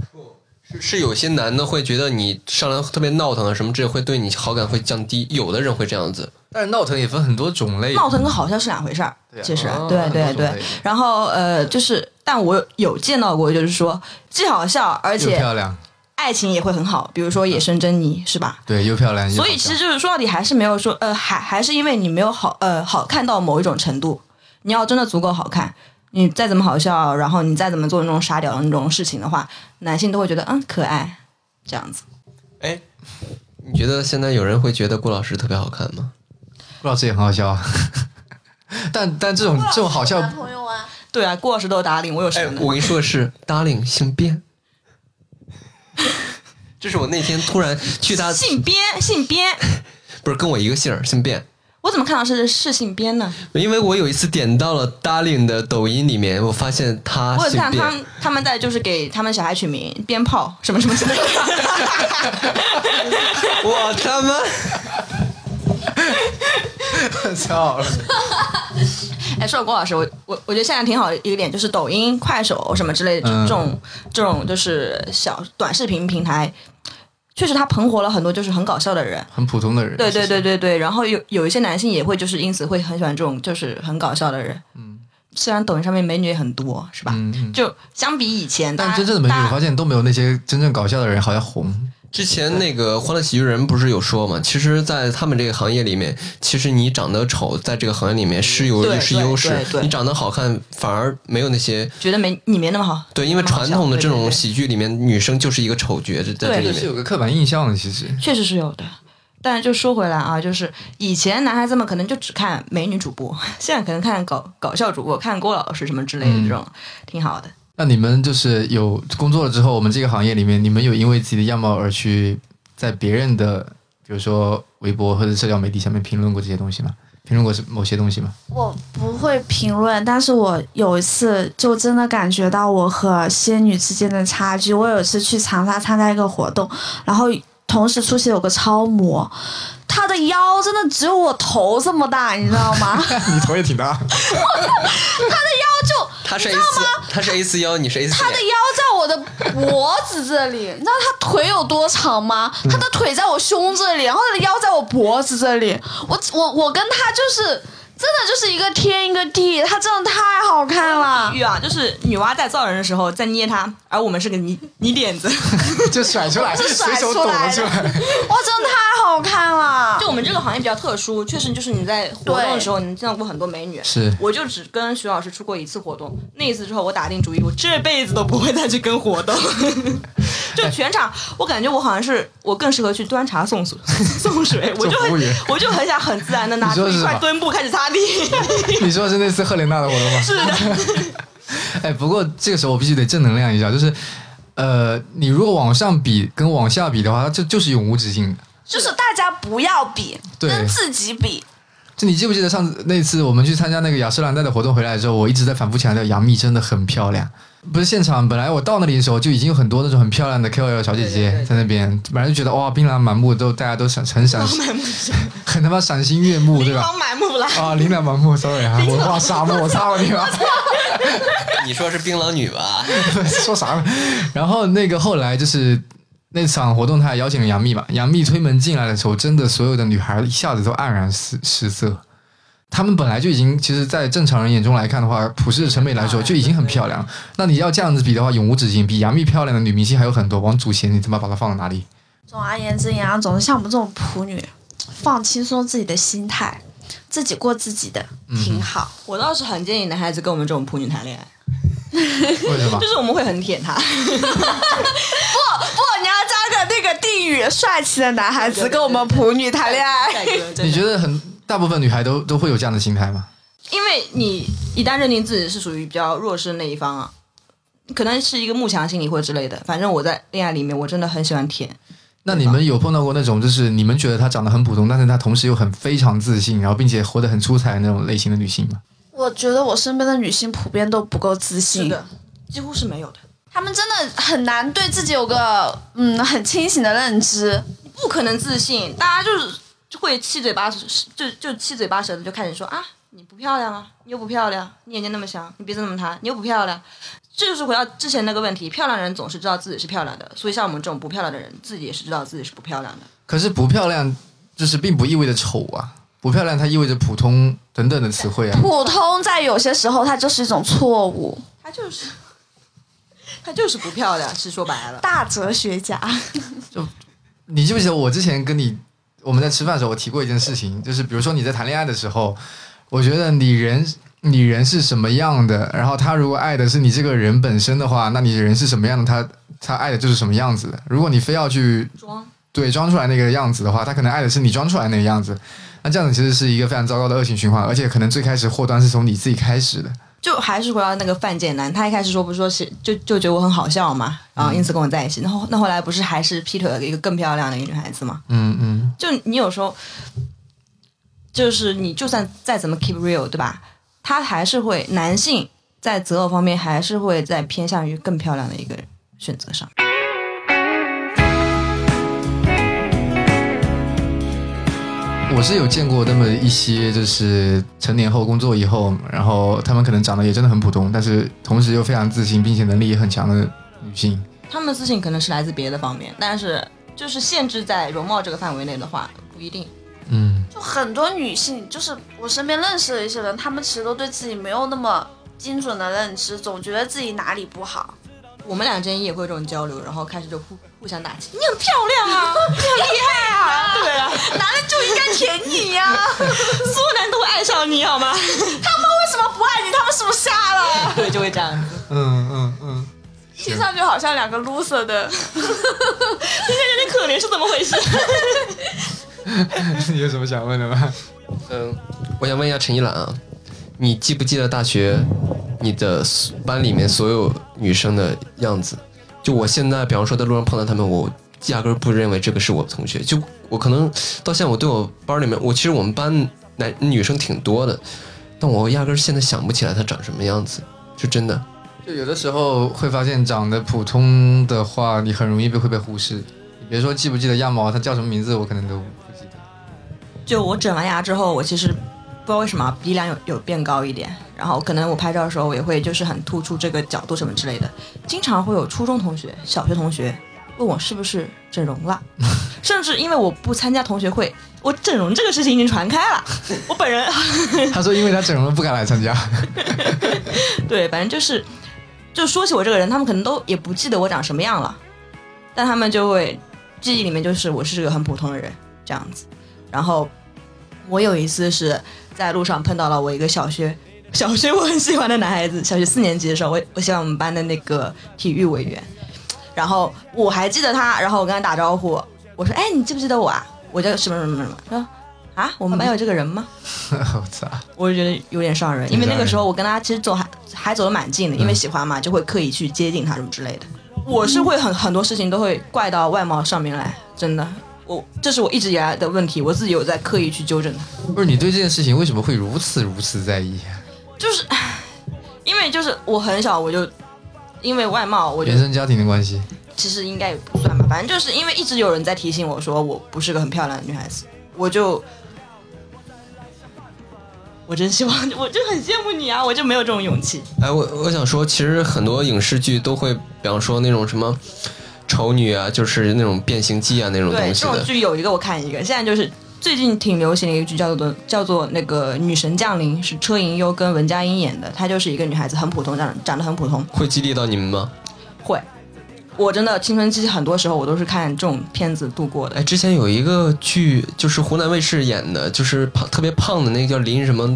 [SPEAKER 9] 是是有些男的会觉得你上来特别闹腾啊什么之类，会对你好感会降低，有的人会这样子。
[SPEAKER 8] 但是闹腾也分很多种类
[SPEAKER 6] 闹腾跟好笑是两回事儿，
[SPEAKER 9] 啊
[SPEAKER 6] 其实
[SPEAKER 8] 嗯
[SPEAKER 9] 哦
[SPEAKER 6] 对对
[SPEAKER 9] 很多种
[SPEAKER 6] 对。然后呃，就是，但我有见到过，就是说既好笑，而
[SPEAKER 8] 又
[SPEAKER 6] 且
[SPEAKER 8] 漂亮，
[SPEAKER 6] 爱情也会很好，比如说野生珍妮，是吧？
[SPEAKER 8] 对，又漂亮。又
[SPEAKER 6] 所以
[SPEAKER 8] 好笑
[SPEAKER 6] 其实就是说到底还是没有说，呃，还还是因为你没有好，呃，好看到某一种程度。你要真的足够好看，你再怎么好笑，然后你再怎么做那种傻屌的那种事情的话，男性都会觉得嗯可爱这样子。
[SPEAKER 9] 你觉得现在有人会觉得顾老师特别好看吗？
[SPEAKER 8] 顾老师也很好笑啊， 但但这种这种好笑，
[SPEAKER 7] 朋友啊，
[SPEAKER 6] 对啊，顾老师都有打领，我有什
[SPEAKER 9] 哎
[SPEAKER 6] 么，呢？
[SPEAKER 9] 我跟你说的是，darling 姓边。这是我那天突然去 他
[SPEAKER 6] 姓边，姓边，
[SPEAKER 9] 不是跟我一个姓儿，姓边。
[SPEAKER 6] 我怎么看到是是姓边呢？
[SPEAKER 9] 因为我有一次点到了 Darling 的抖音里面，我发现他
[SPEAKER 6] 我有
[SPEAKER 9] 姓
[SPEAKER 6] 看他
[SPEAKER 9] 卞，
[SPEAKER 6] 他们在就是给他们小孩取名鞭炮什么什么什么，
[SPEAKER 9] 我他妈！
[SPEAKER 8] 操 了！
[SPEAKER 6] 哎，说到郭老师，我我我觉得现在挺好的一个点就是抖音、快手什么之类的，就
[SPEAKER 8] 嗯
[SPEAKER 6] 这种、这种就是小短视频平台，确实它捧火了很多就是很搞笑的人。
[SPEAKER 8] 很普通的人。
[SPEAKER 6] 对对对对对，然后有有一些男性也会就是因此会很喜欢这种就是很搞笑的人。嗯，虽然抖音上面美女也很多，是吧？
[SPEAKER 8] 嗯，嗯。
[SPEAKER 6] 就相比以前，大
[SPEAKER 8] 但
[SPEAKER 6] 家
[SPEAKER 8] 真正的美
[SPEAKER 6] 大
[SPEAKER 8] 女，
[SPEAKER 6] 家
[SPEAKER 8] 我发现都没有那些真正搞笑的人好像红。
[SPEAKER 9] 之前那个《欢乐喜剧人》不是有说嘛？其实，在他们这个行业里面，其实你长得丑，在这个行业里面是有
[SPEAKER 6] 对
[SPEAKER 9] 是
[SPEAKER 6] 对
[SPEAKER 9] 优
[SPEAKER 6] 对
[SPEAKER 9] 势
[SPEAKER 6] 对，
[SPEAKER 9] 你长得好看反而没有那些
[SPEAKER 6] 觉得没你没那么好。
[SPEAKER 9] 对，因为传统的这
[SPEAKER 6] 对对
[SPEAKER 9] 种
[SPEAKER 6] 对
[SPEAKER 9] 喜剧里面，女生就是一个丑角，在这
[SPEAKER 6] 对
[SPEAKER 9] 里
[SPEAKER 8] 是有
[SPEAKER 9] 面。
[SPEAKER 8] 个刻板印象的，其实
[SPEAKER 6] 确实是有的。但就说回来啊，就是以前男孩子们可能就只看美女主播， 现在可能看搞搞笑主播，看郭老师什么之类的
[SPEAKER 8] 嗯
[SPEAKER 6] 这种，挺好的。
[SPEAKER 8] 那你们就是有工作了之后，我们这个行业里面，你们有因为自己的样貌而去在别人的，比如说微博或者社交媒体上面评论过这些东西吗？评论过是某些东 西吗？
[SPEAKER 10] 我不会评论，但是我有一次就真的感觉到我和仙女之间的差距。我有一次去长沙参加一个活动，然后同时出席有个超模，她的腰真的只有我头这么大，你知道吗？
[SPEAKER 8] 你头也挺大，
[SPEAKER 9] 他是 A 四，他是 A 四幺，你是 A 四
[SPEAKER 10] 她的腰在我的脖子这里，你知道她腿有多长吗？她的腿在我胸这里，然后她的腰在我脖子这里。我我我跟她就是真的就是一个天一个地，她真的太好看了
[SPEAKER 6] 比。喻啊，就是女娲在造人的时候在捏它，而我们是个泥泥点子。
[SPEAKER 8] 就甩出来，
[SPEAKER 10] 是甩
[SPEAKER 8] 随手
[SPEAKER 10] 出
[SPEAKER 8] 抖
[SPEAKER 10] 来
[SPEAKER 8] 了
[SPEAKER 10] 的
[SPEAKER 8] 出来。
[SPEAKER 10] 哇，真的太好看了！
[SPEAKER 6] 就我们这个行业比较特殊，确实就是你在活动的时候，你能见到过很多美女。
[SPEAKER 8] 是
[SPEAKER 6] 我就只跟徐老师出过一次活动，那一次之后，我打定主意，我这辈子都不会再去跟活动。 就全场，我感觉我好像是我更适合去端茶送水， 送水，我就
[SPEAKER 8] 做服务员
[SPEAKER 6] 会，我就很想很自 然的拿
[SPEAKER 8] 你说的
[SPEAKER 6] 出
[SPEAKER 8] 是
[SPEAKER 6] 一块
[SPEAKER 8] 什么
[SPEAKER 6] 墩布开始擦地。
[SPEAKER 8] 你说的是那次赫莲娜的活动吗？
[SPEAKER 6] 是的，
[SPEAKER 8] 哎，不过这个时候我必须得正能量一下，就是，呃，你如果往上比跟往下比的话，它就就是永无止境的。
[SPEAKER 10] 就是大家不要比，
[SPEAKER 8] 对
[SPEAKER 10] 跟自己比，
[SPEAKER 8] 就你记不记得上次那次我们去参加那个雅诗兰黛的活动回来之后，我一直在反复强调杨幂真的很漂亮。不是现场，本来我到那里的时候就已经有很多那种很漂亮的 KOL 小姐姐在那边，本来就觉得哇，琳琅满目，都大家都闪很闪，很他妈赏心悦目，对
[SPEAKER 6] 琳
[SPEAKER 8] 吧？
[SPEAKER 6] 琅满目了。
[SPEAKER 8] 啊，琳琅满目，sorry 啊，文化沙漠，我操你妈！
[SPEAKER 9] 你说是槟榔女吧？
[SPEAKER 8] 说啥呢？然后那个后来就是那场活动，他还邀请了杨幂嘛。杨幂推门进来的时候，真的所有的女孩一下子都黯然失失色。她们本来就已经，其实，在正常人眼中来看的话，普世的审美来说就已经很漂亮了。那你要这样子比的话，永无止境。比杨幂漂亮的女明星还有很多。王祖贤，你他妈把她放到哪里？
[SPEAKER 10] 总而言之，杨洋总是像我们这种普女，放轻松自己的心态，自己过自己的，
[SPEAKER 6] 嗯
[SPEAKER 10] 挺好。
[SPEAKER 6] 我倒是很建议男孩子跟我们这种普女谈恋爱。
[SPEAKER 8] 为 什么
[SPEAKER 6] 就？是我们会很舔他，
[SPEAKER 10] 不不，你要加个那个地域帅气的男孩子跟我们普女谈恋 爱。
[SPEAKER 8] 你觉得很大部分女孩都都会有这样的心态吗？
[SPEAKER 6] 因为你一旦认定自己是属于比较弱势那一方啊，可能是一个慕强心理或者之类的。反正我在恋爱里面，我真的很喜欢舔，
[SPEAKER 8] 那你们有碰到过那种，就是你们觉得她长得很普通，但是她同时又很非常自信，然后并且活得很出彩的那种类型的女性吗？
[SPEAKER 10] 我觉得我身边的女性普遍都不够自信，
[SPEAKER 6] 几乎是没有的。
[SPEAKER 10] 她们真的很难对自己有个嗯很清醒的认知。
[SPEAKER 6] 不可能自信，大家就是会七嘴八舌，就就七嘴八舌的就开始说啊，你不漂亮啊，你又不漂亮，你眼睛那么小，你鼻子那么塌，你又不漂亮。这就是回到之前那个问题，漂亮人总是知道自己是漂亮的，所以像我们这种不漂亮的人，自己也是知道自己是不漂亮的。
[SPEAKER 8] 可是不漂亮，就是并不意味着丑啊，不漂亮它意味着普通等等的词汇啊。
[SPEAKER 10] 普通在有些时候它就是一种错误，
[SPEAKER 6] 她就是，她就是不漂亮，是说白了。
[SPEAKER 10] 大哲学家。
[SPEAKER 8] 你记不记得我之前跟你我们在吃饭的时候，我提过一件事情，就是比如说你在谈恋爱的时候，我觉得你人你人是什么样的，然后他如果爱的是你这个人本身的话，那你人是什么样的，他他爱的就是什么样子的。如果你非要去
[SPEAKER 6] 装，
[SPEAKER 8] 对装出来那个样子的话，他可能爱的是你装出来那个样子，那这样子其实是一个非常糟糕的恶性循环，而且可能最开始祸端是从你自己开始的。
[SPEAKER 6] 就还是回到那个范建南，他一开始说不是说是就就觉得我很好笑嘛，然后因此跟我在一起，然后那后来不是还是劈腿了一个更漂亮的一个女孩子嘛？
[SPEAKER 8] 嗯嗯，
[SPEAKER 6] 就你有时候，就是你就算再怎么 keep real，对吧？他还是会男性在择偶方面还是会在偏向于更漂亮的一个选择上。
[SPEAKER 8] 我是有见过那么一些，就是成年后工作以后，然后他们可能长得也真的很普通，但是同时又非常自信，并且能力也很强的女性。
[SPEAKER 6] 他们的自信可能是来自别的方面，但是就是限制在容貌这个范围内的话，不一定。
[SPEAKER 8] 嗯，
[SPEAKER 10] 就很多女性，就是我身边认识的一些人，她们其实都对自己没有那么精准的认知，总觉得自己哪里不好。
[SPEAKER 6] 我们俩之间也会有这种交流，然后开始就互互相打气。你很漂亮 啊，你很厉害啊，对啊，
[SPEAKER 10] 男人就应该舔你呀、
[SPEAKER 6] 所有男人都会爱上你好 吗？
[SPEAKER 10] 他们为什么不爱你？他们是不是瞎了？
[SPEAKER 6] 对，就会这样子。
[SPEAKER 8] 嗯嗯嗯，
[SPEAKER 10] 听上去好像两个 loser 的，
[SPEAKER 6] 听着有点可怜，是怎么回事？
[SPEAKER 8] 你有什么想问的吗？
[SPEAKER 9] 嗯，我想问一下陈一兰啊，你记不记得大学你的班里面所有女生的样子？就我现在，比方说在路上碰到她们，我压根儿不认为这个是我同学。就我可能到现在，我对我班里面，我其实我们班男女生挺多的，但我压根儿现在想不起来她长什么样子，就真的。
[SPEAKER 8] 就有的时候会发现长得普通的话，你很容易被会被忽视。你别说记不记得样貌，她叫什么名字，我可能都不记得。
[SPEAKER 6] 就我整完牙之后，我其实不知道为什么啊鼻梁有有变高一点，然后可能我拍照的时候我也会就是很突出这个角度什么之类的。经常会有初中同学、小学同学问我是不是整容了，甚至因为我不参加同学会，我整容这个事情已经传开了。我本人
[SPEAKER 8] 她说，因为她整容了不敢来参加。
[SPEAKER 6] 对，反正就是就说起我这个人，他们可能都也不记得我长什么样了，但他们就会记忆里面就是我是个很普通的人这样子。然后我有一次是在路上碰到了我一个小学小学我很喜欢的男孩子，小学四年级的时候，我我喜欢我们班的那个体育委员，然后我还记得他，然后我跟他打招呼，我说：“哎，你记不记得我啊？我叫什么什么什么？”他说：“啊，我们班有这个人吗？”
[SPEAKER 8] 我操！
[SPEAKER 6] 我就觉得有点伤人，因为嗯那个时候我跟他其实走还还走得蛮近的，因为喜欢嘛，就会刻意去接近他什么之类的。我是会很很多事情都会怪到外貌上面来，真的，我这是我一直以来的问题，我自己有在刻意去纠正它。
[SPEAKER 8] 不是你对这件事情为什么会如此如此在意？
[SPEAKER 6] 就是 唉因为就是我很小我就因为外貌，我觉
[SPEAKER 8] 原
[SPEAKER 6] 得
[SPEAKER 8] 生家庭的关系。
[SPEAKER 6] 其实应该也不算吧，反正就是因为一直有人在提醒我说我不是个很漂亮的女孩子，我就。我真希望， 我就很羡慕你啊！我就没有这种勇气。
[SPEAKER 9] 哎，我我想说，其实很多影视剧都会，比方说那种什么丑女啊，就是那种变形记啊那种
[SPEAKER 6] 对，
[SPEAKER 9] 东西
[SPEAKER 6] 这
[SPEAKER 9] 的。
[SPEAKER 6] 种剧有一个我看一个，现在就是最近挺流行的一个剧，叫做叫做那个《女神降临》，是车银优跟文佳音演的，她就是一个女孩子，很普通，长得长得很普通，
[SPEAKER 9] 会激励到你们吗？
[SPEAKER 6] 会。我真的青春期很多时候我都是看这种片子度过的。
[SPEAKER 9] 哎，之前有一个剧，就是湖南卫视演的，就是胖特别胖的那个叫林什么，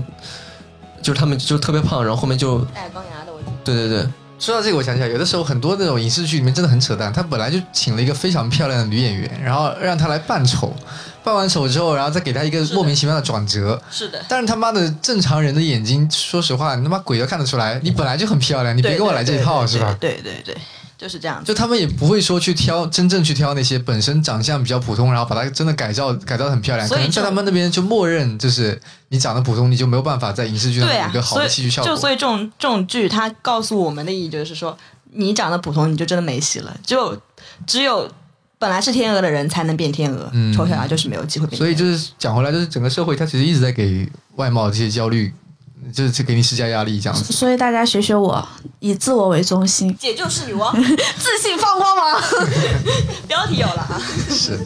[SPEAKER 9] 就是他们就特别胖，然后后面就
[SPEAKER 6] 戴钢牙的我。
[SPEAKER 9] 对对对，
[SPEAKER 8] 说到这个，我想起来，有的时候很多那种影视剧里面真的很扯淡。他本来就请了一个非常漂亮的女演员，然后让她来扮丑，扮完丑之后，然后再给她一个莫名其妙的转折。
[SPEAKER 6] 是的，
[SPEAKER 8] 但是他妈的正常人的眼睛，说实话，你他妈鬼都看得出来，你本来就很漂亮，你别
[SPEAKER 6] 对
[SPEAKER 8] 跟我来这一套，是吧？
[SPEAKER 6] 对对对，就是这样子。
[SPEAKER 8] 就他们也不会说去挑真正去挑那些本身长相比较普通，然后把它真的改造改造得很漂亮。
[SPEAKER 6] 所
[SPEAKER 8] 可
[SPEAKER 6] 以
[SPEAKER 8] 能在
[SPEAKER 6] 就
[SPEAKER 8] 他们那边就默认就是你长得普通，你就没有办法在影视剧上
[SPEAKER 6] 对
[SPEAKER 8] 有
[SPEAKER 6] 啊
[SPEAKER 8] 一个，好
[SPEAKER 6] 所
[SPEAKER 8] 的
[SPEAKER 6] 以
[SPEAKER 8] 戏剧效果。
[SPEAKER 6] 就所以这种这种剧，它告诉我们的意义就是说，你长得普通，你就真的没戏了。只有只有本来是天鹅的人才能变天鹅，
[SPEAKER 8] 嗯
[SPEAKER 6] 丑小鸭就是没有机会变天
[SPEAKER 8] 所
[SPEAKER 6] 鹅。
[SPEAKER 8] 以就是讲回来，就是整个社会它其实一直在给外貌这些焦虑，就是去给你施加压力这样子。
[SPEAKER 10] 所以大家学学我，以自我为中心，
[SPEAKER 6] 姐就是女哦王，
[SPEAKER 10] 自信放光芒。
[SPEAKER 6] 标题有了啊。
[SPEAKER 8] 是，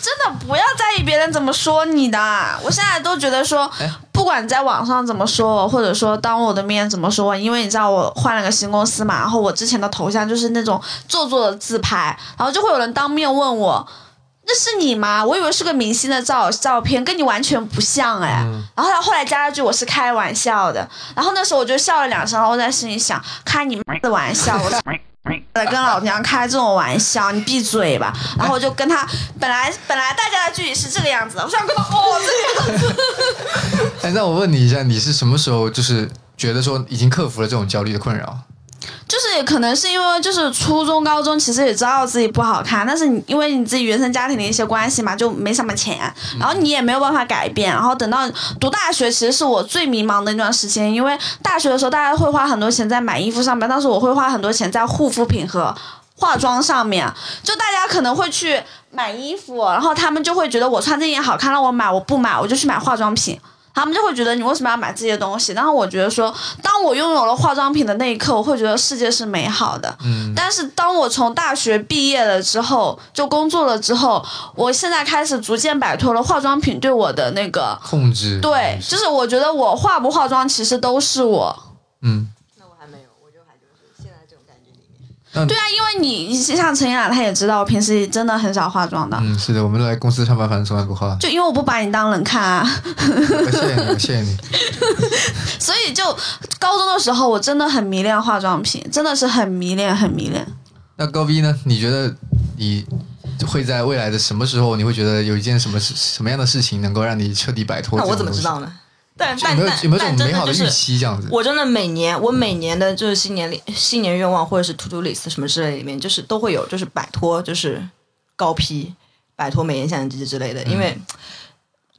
[SPEAKER 10] 真的不要在意别人怎么说你的。啊我现在都觉得说，不管在网上怎么说我，或者说当我的面怎么说我，因为你知道我换了个新公司嘛，然后我之前的头像就是那种做作的自拍，然后就会有人当面问我。那是你吗？我以为是个明星的照照片，跟你完全不像哎。然后他后来加了句我是开玩笑的，然后那时候我就笑了两声，然后我在心里想，开你妈的玩笑，我在跟老娘开这种玩笑，你闭嘴吧。然后我就跟他，本来本来大家的距离是这个样子的，我想跟他哦这个样子，
[SPEAKER 8] 哎，那我问你一下，你是什么时候就是觉得说已经克服了这种焦虑的困扰？
[SPEAKER 10] 就是也可能是因为就是初中高中其实也知道自己不好看，但是你因为你自己原生家庭的一些关系嘛，就没什么钱，啊然后你也没有办法改变。然后等到读大学，其实是我最迷茫的那段时间，因为大学的时候大家会花很多钱在买衣服上面，但是我会花很多钱在护肤品和化妆上面，就大家可能会去买衣服，然后他们就会觉得我穿这件好看，让我买，我不买我就去买化妆品。他们就会觉得你为什么要买这些东西？然后我觉得说，当我拥有了化妆品的那一刻，我会觉得世界是美好的。
[SPEAKER 8] 嗯
[SPEAKER 10] 但是当我从大学毕业了之后，就工作了之后，我现在开始逐渐摆脱了化妆品对我的那个，
[SPEAKER 8] 控制。啊
[SPEAKER 10] 对，就是我觉得我化不化妆其实都是我。
[SPEAKER 8] 嗯，那我还没有，我就还就是现在这种感觉里面。
[SPEAKER 10] 对啊，因为你你像陈雅，她也知道我平时真的很少化妆的，。
[SPEAKER 8] 嗯，是的，我们来公司上班，反正从来不化
[SPEAKER 10] 就因为我不把你当人看啊。
[SPEAKER 8] 我谢谢你，我谢谢你。
[SPEAKER 10] 所以就高中的时候，我真的很迷恋化妆品，真的是很迷恋，很迷恋。
[SPEAKER 8] 那高 V 呢？你觉得你会在未来的什么时候，你会觉得有一件什么事什么样的事情能够让你彻底摆脱？
[SPEAKER 6] 那我怎么知道？呢？但
[SPEAKER 8] 就有
[SPEAKER 6] 但
[SPEAKER 8] 没有
[SPEAKER 6] 但
[SPEAKER 8] 有没有这
[SPEAKER 6] 但
[SPEAKER 8] 种
[SPEAKER 6] 真
[SPEAKER 8] 美好的
[SPEAKER 6] 就是
[SPEAKER 8] 预期这样子？
[SPEAKER 6] 我真的每年，我每年的就是新年里新年愿望或者是 to do list 什么之类里面，就是都会有，就是摆脱就是高 P，摆脱美颜相机之类
[SPEAKER 8] 嗯
[SPEAKER 6] 的。因为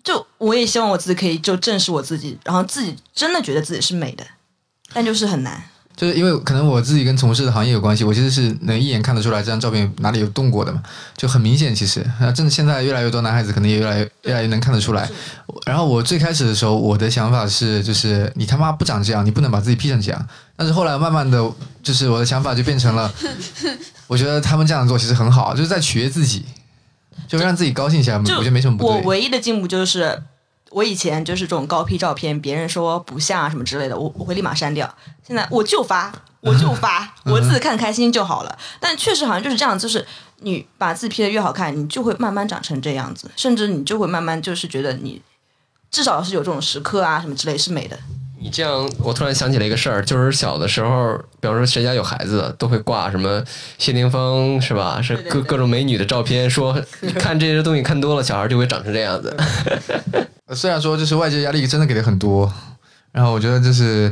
[SPEAKER 6] 就我也希望我自己可以就正视我自己，然后自己真的觉得自己是美的，但就是很难。
[SPEAKER 8] 就是因为可能我自己跟从事的行业有关系，我其实是能一眼看得出来这张照片哪里有动过的嘛，就很明显。其实那真的现在越来越多男孩子可能也越来越越来越能看得出来。然后我最开始的时候，我的想法是，就是你他妈不长这样，你不能把自己 P 成这样。但是后来慢慢的，就是我的想法就变成了，我觉得他们这样做其实很好，就是在取悦自己，就让自己高兴起来，嗯我
[SPEAKER 6] 就
[SPEAKER 8] 觉得没什么不
[SPEAKER 6] 我
[SPEAKER 8] 对。
[SPEAKER 6] 唯一的进步就是，我以前就是这种高 P 照片，别人说不像啊什么之类的，我我会立马删掉。现在我就发，我 就发，
[SPEAKER 8] 嗯
[SPEAKER 6] 我自己看开心就好了。但确实好像就是这样，就是你把自己 P 的越好看，你就会慢慢长成这样子，甚至你就会慢慢就是觉得你至少是有这种时刻啊什么之类是美的。
[SPEAKER 9] 你这样，我突然想起了一个事儿，就是小的时候，比方说谁家有孩子，都会挂什么谢霆锋是吧？是各各种美女的照片，说你看这些东西看多了，小孩就会长成这样子。
[SPEAKER 8] 呃虽然说就是外界压力真的给的很多，然后我觉得就是，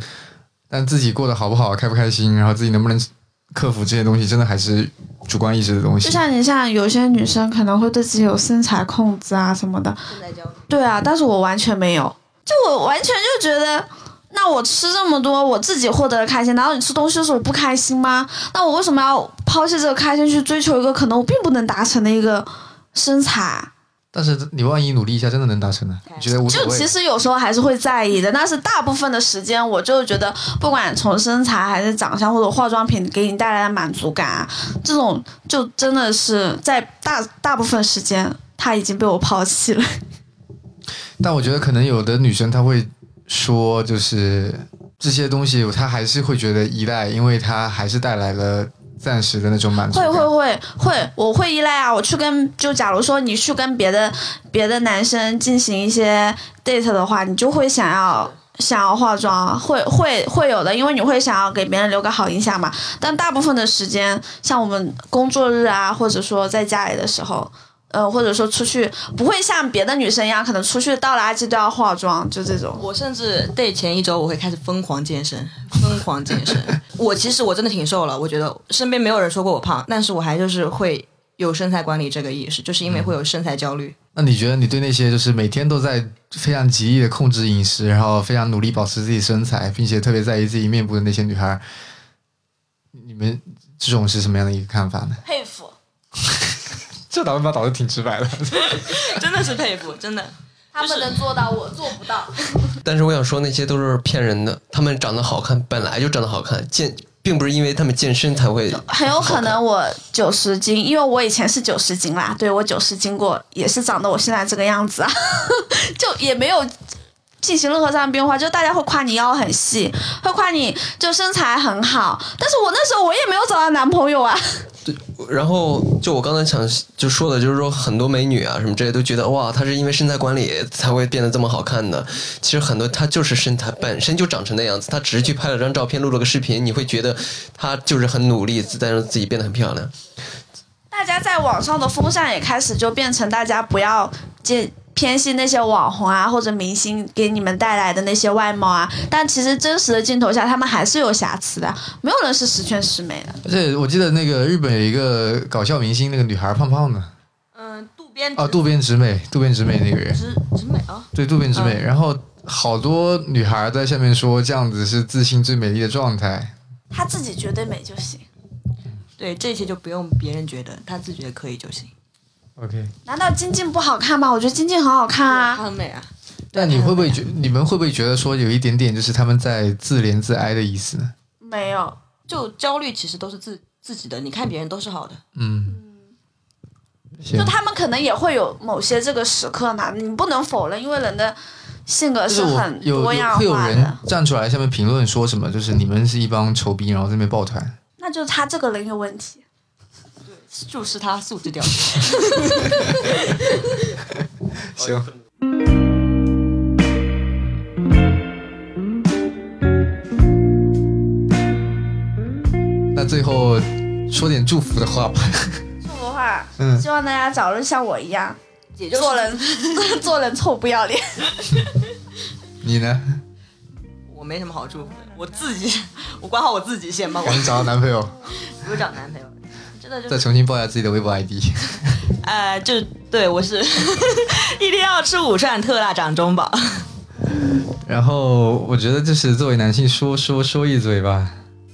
[SPEAKER 8] 但自己过得好不好、开不开心，然后自己能不能克服这些东西，真的还是主观意识的东西
[SPEAKER 10] 就。像你像有些女生可能会对自己有身材控制啊什么的，对啊，但是我完全没有，就我完全就觉得。那我吃这么多，我自己获得了开心，难道你吃东西的时候不开心吗？那我为什么要抛弃这个开心去追求一个可能我并不能达成的一个身材？
[SPEAKER 8] 但是你万一努力一下，真的能达成的，你觉得无所
[SPEAKER 10] 就
[SPEAKER 8] 谓
[SPEAKER 10] 其。实有时候还是会在意的，但是大部分的时间，我就觉得不管从身材还是长相或者化妆品给你带来的满足感啊，这种就真的是在大大部分时间，他已经被我抛弃了。
[SPEAKER 8] 但我觉得可能有的女生她会说，就是这些东西她还是会觉得依赖，因为它还是带来了暂时的那种满足
[SPEAKER 10] 会
[SPEAKER 8] 感。
[SPEAKER 10] 会会会，我会依赖啊！我去跟就假如说你去跟别的别的男生进行一些 date 的话，你就会想要想要化妆，啊会会会有的，因为你会想要给别人留个好印象嘛。但大部分的时间，像我们工作日啊，或者说在家里的时候。呃，或者说出去不会像别的女生一样，可能出去倒垃圾都要化妆，就这种。
[SPEAKER 6] 我甚至 day 前一周我会开始疯狂健身，疯狂健身。 我其实我真的挺瘦了，我觉得身边没有人说过我胖，但是我还就是会有身材管理这个意识，就是因
[SPEAKER 8] 嗯
[SPEAKER 6] 为会有身材焦虑。
[SPEAKER 8] 那你觉得你对那些就是每天都在非常极力的控制饮食，然后非常努力保持自己身材，并且特别在意自己面部的那些女孩，你们这种是什么样的一个看法呢？
[SPEAKER 7] 佩服，
[SPEAKER 8] 这打算把导的挺直白的。
[SPEAKER 6] 真的是佩服，真的。
[SPEAKER 7] 他们能做到，我做不到。
[SPEAKER 9] 但是我想说，那些都是骗人的。他们长得好看，本来就长得好看，健并不是因为他们健身才会。
[SPEAKER 10] 很有可能我九十斤，因为我以前是九十斤啦，对我九十斤过，也是长得我现在这个样子啊， 就也没有进行任何上的变化，就大家会夸你腰很细，会夸你就身材很好，但是我那时候我也没有找到男朋友啊，
[SPEAKER 9] 然后就我刚才想就说的，就是说很多美女啊什么之类都觉得哇，她是因为身材管理才会变得这么好看的。其实很多她就是身材本身就长成那样子，她只是去拍了张照片，录了个视频，你会觉得她就是很努力，在让自己变得很漂亮。
[SPEAKER 10] 大家在网上的风向也开始就变成大家不要见。偏信那些网红啊或者明星给你们带来的那些外貌啊，但其实真实的镜头下，他们还是有瑕疵的，没有人是十全十美的。
[SPEAKER 8] 而且我记得那个日本有一个搞笑明星，那个女孩胖胖的，
[SPEAKER 7] 嗯，渡边
[SPEAKER 8] 啊，渡边直美，渡边直美那个人，
[SPEAKER 7] 直直美
[SPEAKER 6] 哦
[SPEAKER 7] 啊，
[SPEAKER 8] 对，渡边直美。然后好多女孩在下面说，这样子是自信最美丽的状态。
[SPEAKER 10] 她自己觉得美就行。
[SPEAKER 6] 对，这些就不用别人觉得，她自己觉得可以就行。
[SPEAKER 8] OK，
[SPEAKER 10] 难道金靖不好看吗？我觉得金靖很好看啊，
[SPEAKER 6] 很美啊。
[SPEAKER 8] 那你会不会觉，你们会不会觉得说有一点点就是他们在自怜自哀的意思呢？
[SPEAKER 10] 没有，
[SPEAKER 6] 就焦虑其实都是自自己的，你看别人都是好的。
[SPEAKER 8] 嗯，行
[SPEAKER 10] 就他们可能也会有某些这个时刻嘛，你不能否认，因为人的性格
[SPEAKER 8] 就是我
[SPEAKER 10] 很
[SPEAKER 8] 有
[SPEAKER 10] 多
[SPEAKER 8] 有
[SPEAKER 10] 样
[SPEAKER 8] 会有
[SPEAKER 10] 化
[SPEAKER 8] 人
[SPEAKER 10] 的。
[SPEAKER 8] 站出来下面评论说什么，就是你们是一帮丑逼，然后在那边抱团。
[SPEAKER 10] 那就是他这个人有问题。
[SPEAKER 6] 就是他素 质掉。
[SPEAKER 8] 行，那最后说点祝福的话吧。
[SPEAKER 10] 说不话，
[SPEAKER 8] 嗯
[SPEAKER 10] 希望大家早日像我一样，做人 做人臭不要脸。
[SPEAKER 8] 你呢？
[SPEAKER 6] 我没什么好祝福的，我自己， 我管好我自己 先吧。我
[SPEAKER 8] 赶紧找到男朋友，
[SPEAKER 6] 不是找男朋友，真的就
[SPEAKER 8] 再
[SPEAKER 6] 是
[SPEAKER 8] 重新报一下自己的微博 ID。
[SPEAKER 6] 呃，就对我是 一定要吃五串特辣掌中宝。
[SPEAKER 8] 然后我觉得就是作为男性说说说一嘴吧，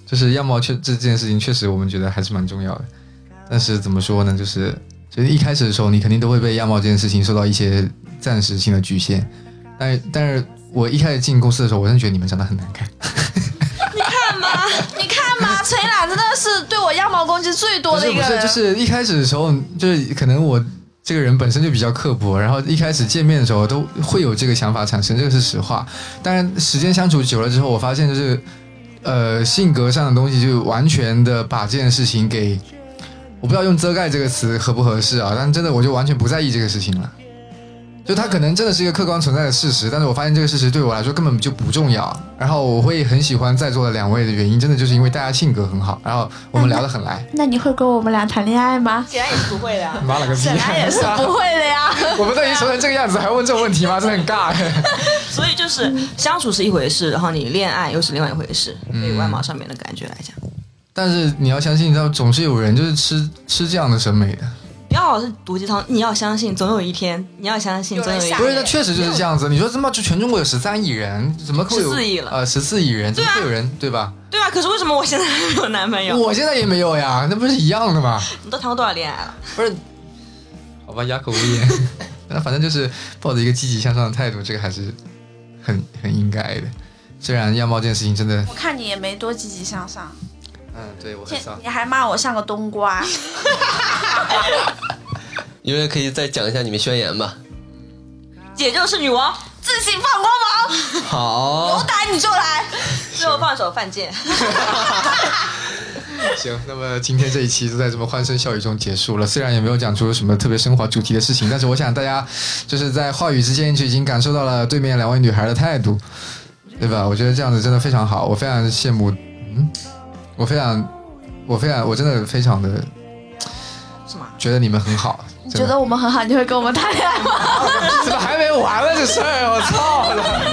[SPEAKER 8] 就是样貌确这件事情确实我们觉得还是蛮重要的，但是怎么说呢，就是其实一开始的时候你肯定都会被样貌这件事情受到一些暂时性的局限，但但是我一开始进公司的时候，我真的觉得你们长得很难看，
[SPEAKER 10] 你看嘛， 你看嘛，陈一览真的是对我样貌攻击最多
[SPEAKER 8] 不
[SPEAKER 10] 的
[SPEAKER 8] 是
[SPEAKER 10] 一
[SPEAKER 8] 不
[SPEAKER 10] 个人。
[SPEAKER 8] 是，就是一开始的时候就是可能我。这个人本身就比较刻薄，然后一开始见面的时候都会有这个想法产生，这个是实话。但是时间相处久了之后，我发现就是呃，性格上的东西，就完全的把这件事情给，我不知道用“遮盖”这个词合不合适啊，但真的我就完全不在意这个事情了。就它可能真的是一个客观存在的事实，但是我发现这个事实对我来说根本就不重要。然后我会很喜欢在座的两位的原因，真的就是因为大家性格很好，然后 我们聊得很来。
[SPEAKER 10] 那你会跟我们俩谈恋爱吗？
[SPEAKER 6] 显然也是不会的、啊。
[SPEAKER 8] 妈了个逼！
[SPEAKER 10] 显然也是不会的呀。
[SPEAKER 8] 我们都已经熟成这个样子，还问这种问题吗？真的很尬、
[SPEAKER 6] 所以就是相处是一回事，然后你恋爱又是另外一回事。
[SPEAKER 8] 嗯
[SPEAKER 6] 对于外貌上面的感觉来讲，
[SPEAKER 8] 但是你要相信，到总是有人就是吃吃这样的审美的。
[SPEAKER 6] 不要老是毒鸡汤，你要相信总有一天，你要相信总有一天。
[SPEAKER 8] 不是，那确实就是这样子。你说他妈就全中国有十三亿人，怎么会有
[SPEAKER 6] 14亿了
[SPEAKER 8] 呃，十四亿人，怎么会有人对吧？
[SPEAKER 6] 对啊，可是为什么我现在还没有男朋友？
[SPEAKER 8] 我现在也没有呀，那不是一样的吗？
[SPEAKER 6] 你都谈过多少恋爱了？
[SPEAKER 8] 不是， 好吧，哑口无言。 那反正就是抱着一个积极向上的态度，这个还是很很应该的。虽然样貌这件事情真的，
[SPEAKER 10] 我看你也没多积极向上，
[SPEAKER 8] 嗯，对我
[SPEAKER 10] 见你还骂我像个冬瓜。
[SPEAKER 9] 因为可以再讲一下你们宣言吧。
[SPEAKER 6] 姐就是女 王，哎
[SPEAKER 10] 自信放光芒，
[SPEAKER 9] 好
[SPEAKER 10] 有，胆你就来。
[SPEAKER 6] 最后放手犯贱。
[SPEAKER 8] 行，那么今天这一期就在这么欢声笑语中结束了。虽然也没有讲出什么特别升华主题的事情，但是我想大家就是在话语之间就已经感受到了对面两位女孩的态度，对吧？我觉得这样子真的非常好，我非常羡慕。嗯，我非常，我非常，我真的非常的
[SPEAKER 6] 什么？
[SPEAKER 8] 觉得你们很好。
[SPEAKER 10] 你
[SPEAKER 8] 真
[SPEAKER 10] 觉
[SPEAKER 8] 的
[SPEAKER 10] 得我们很好，你会跟我们谈恋爱吗？
[SPEAKER 8] 怎么还没完了这事儿？我操了！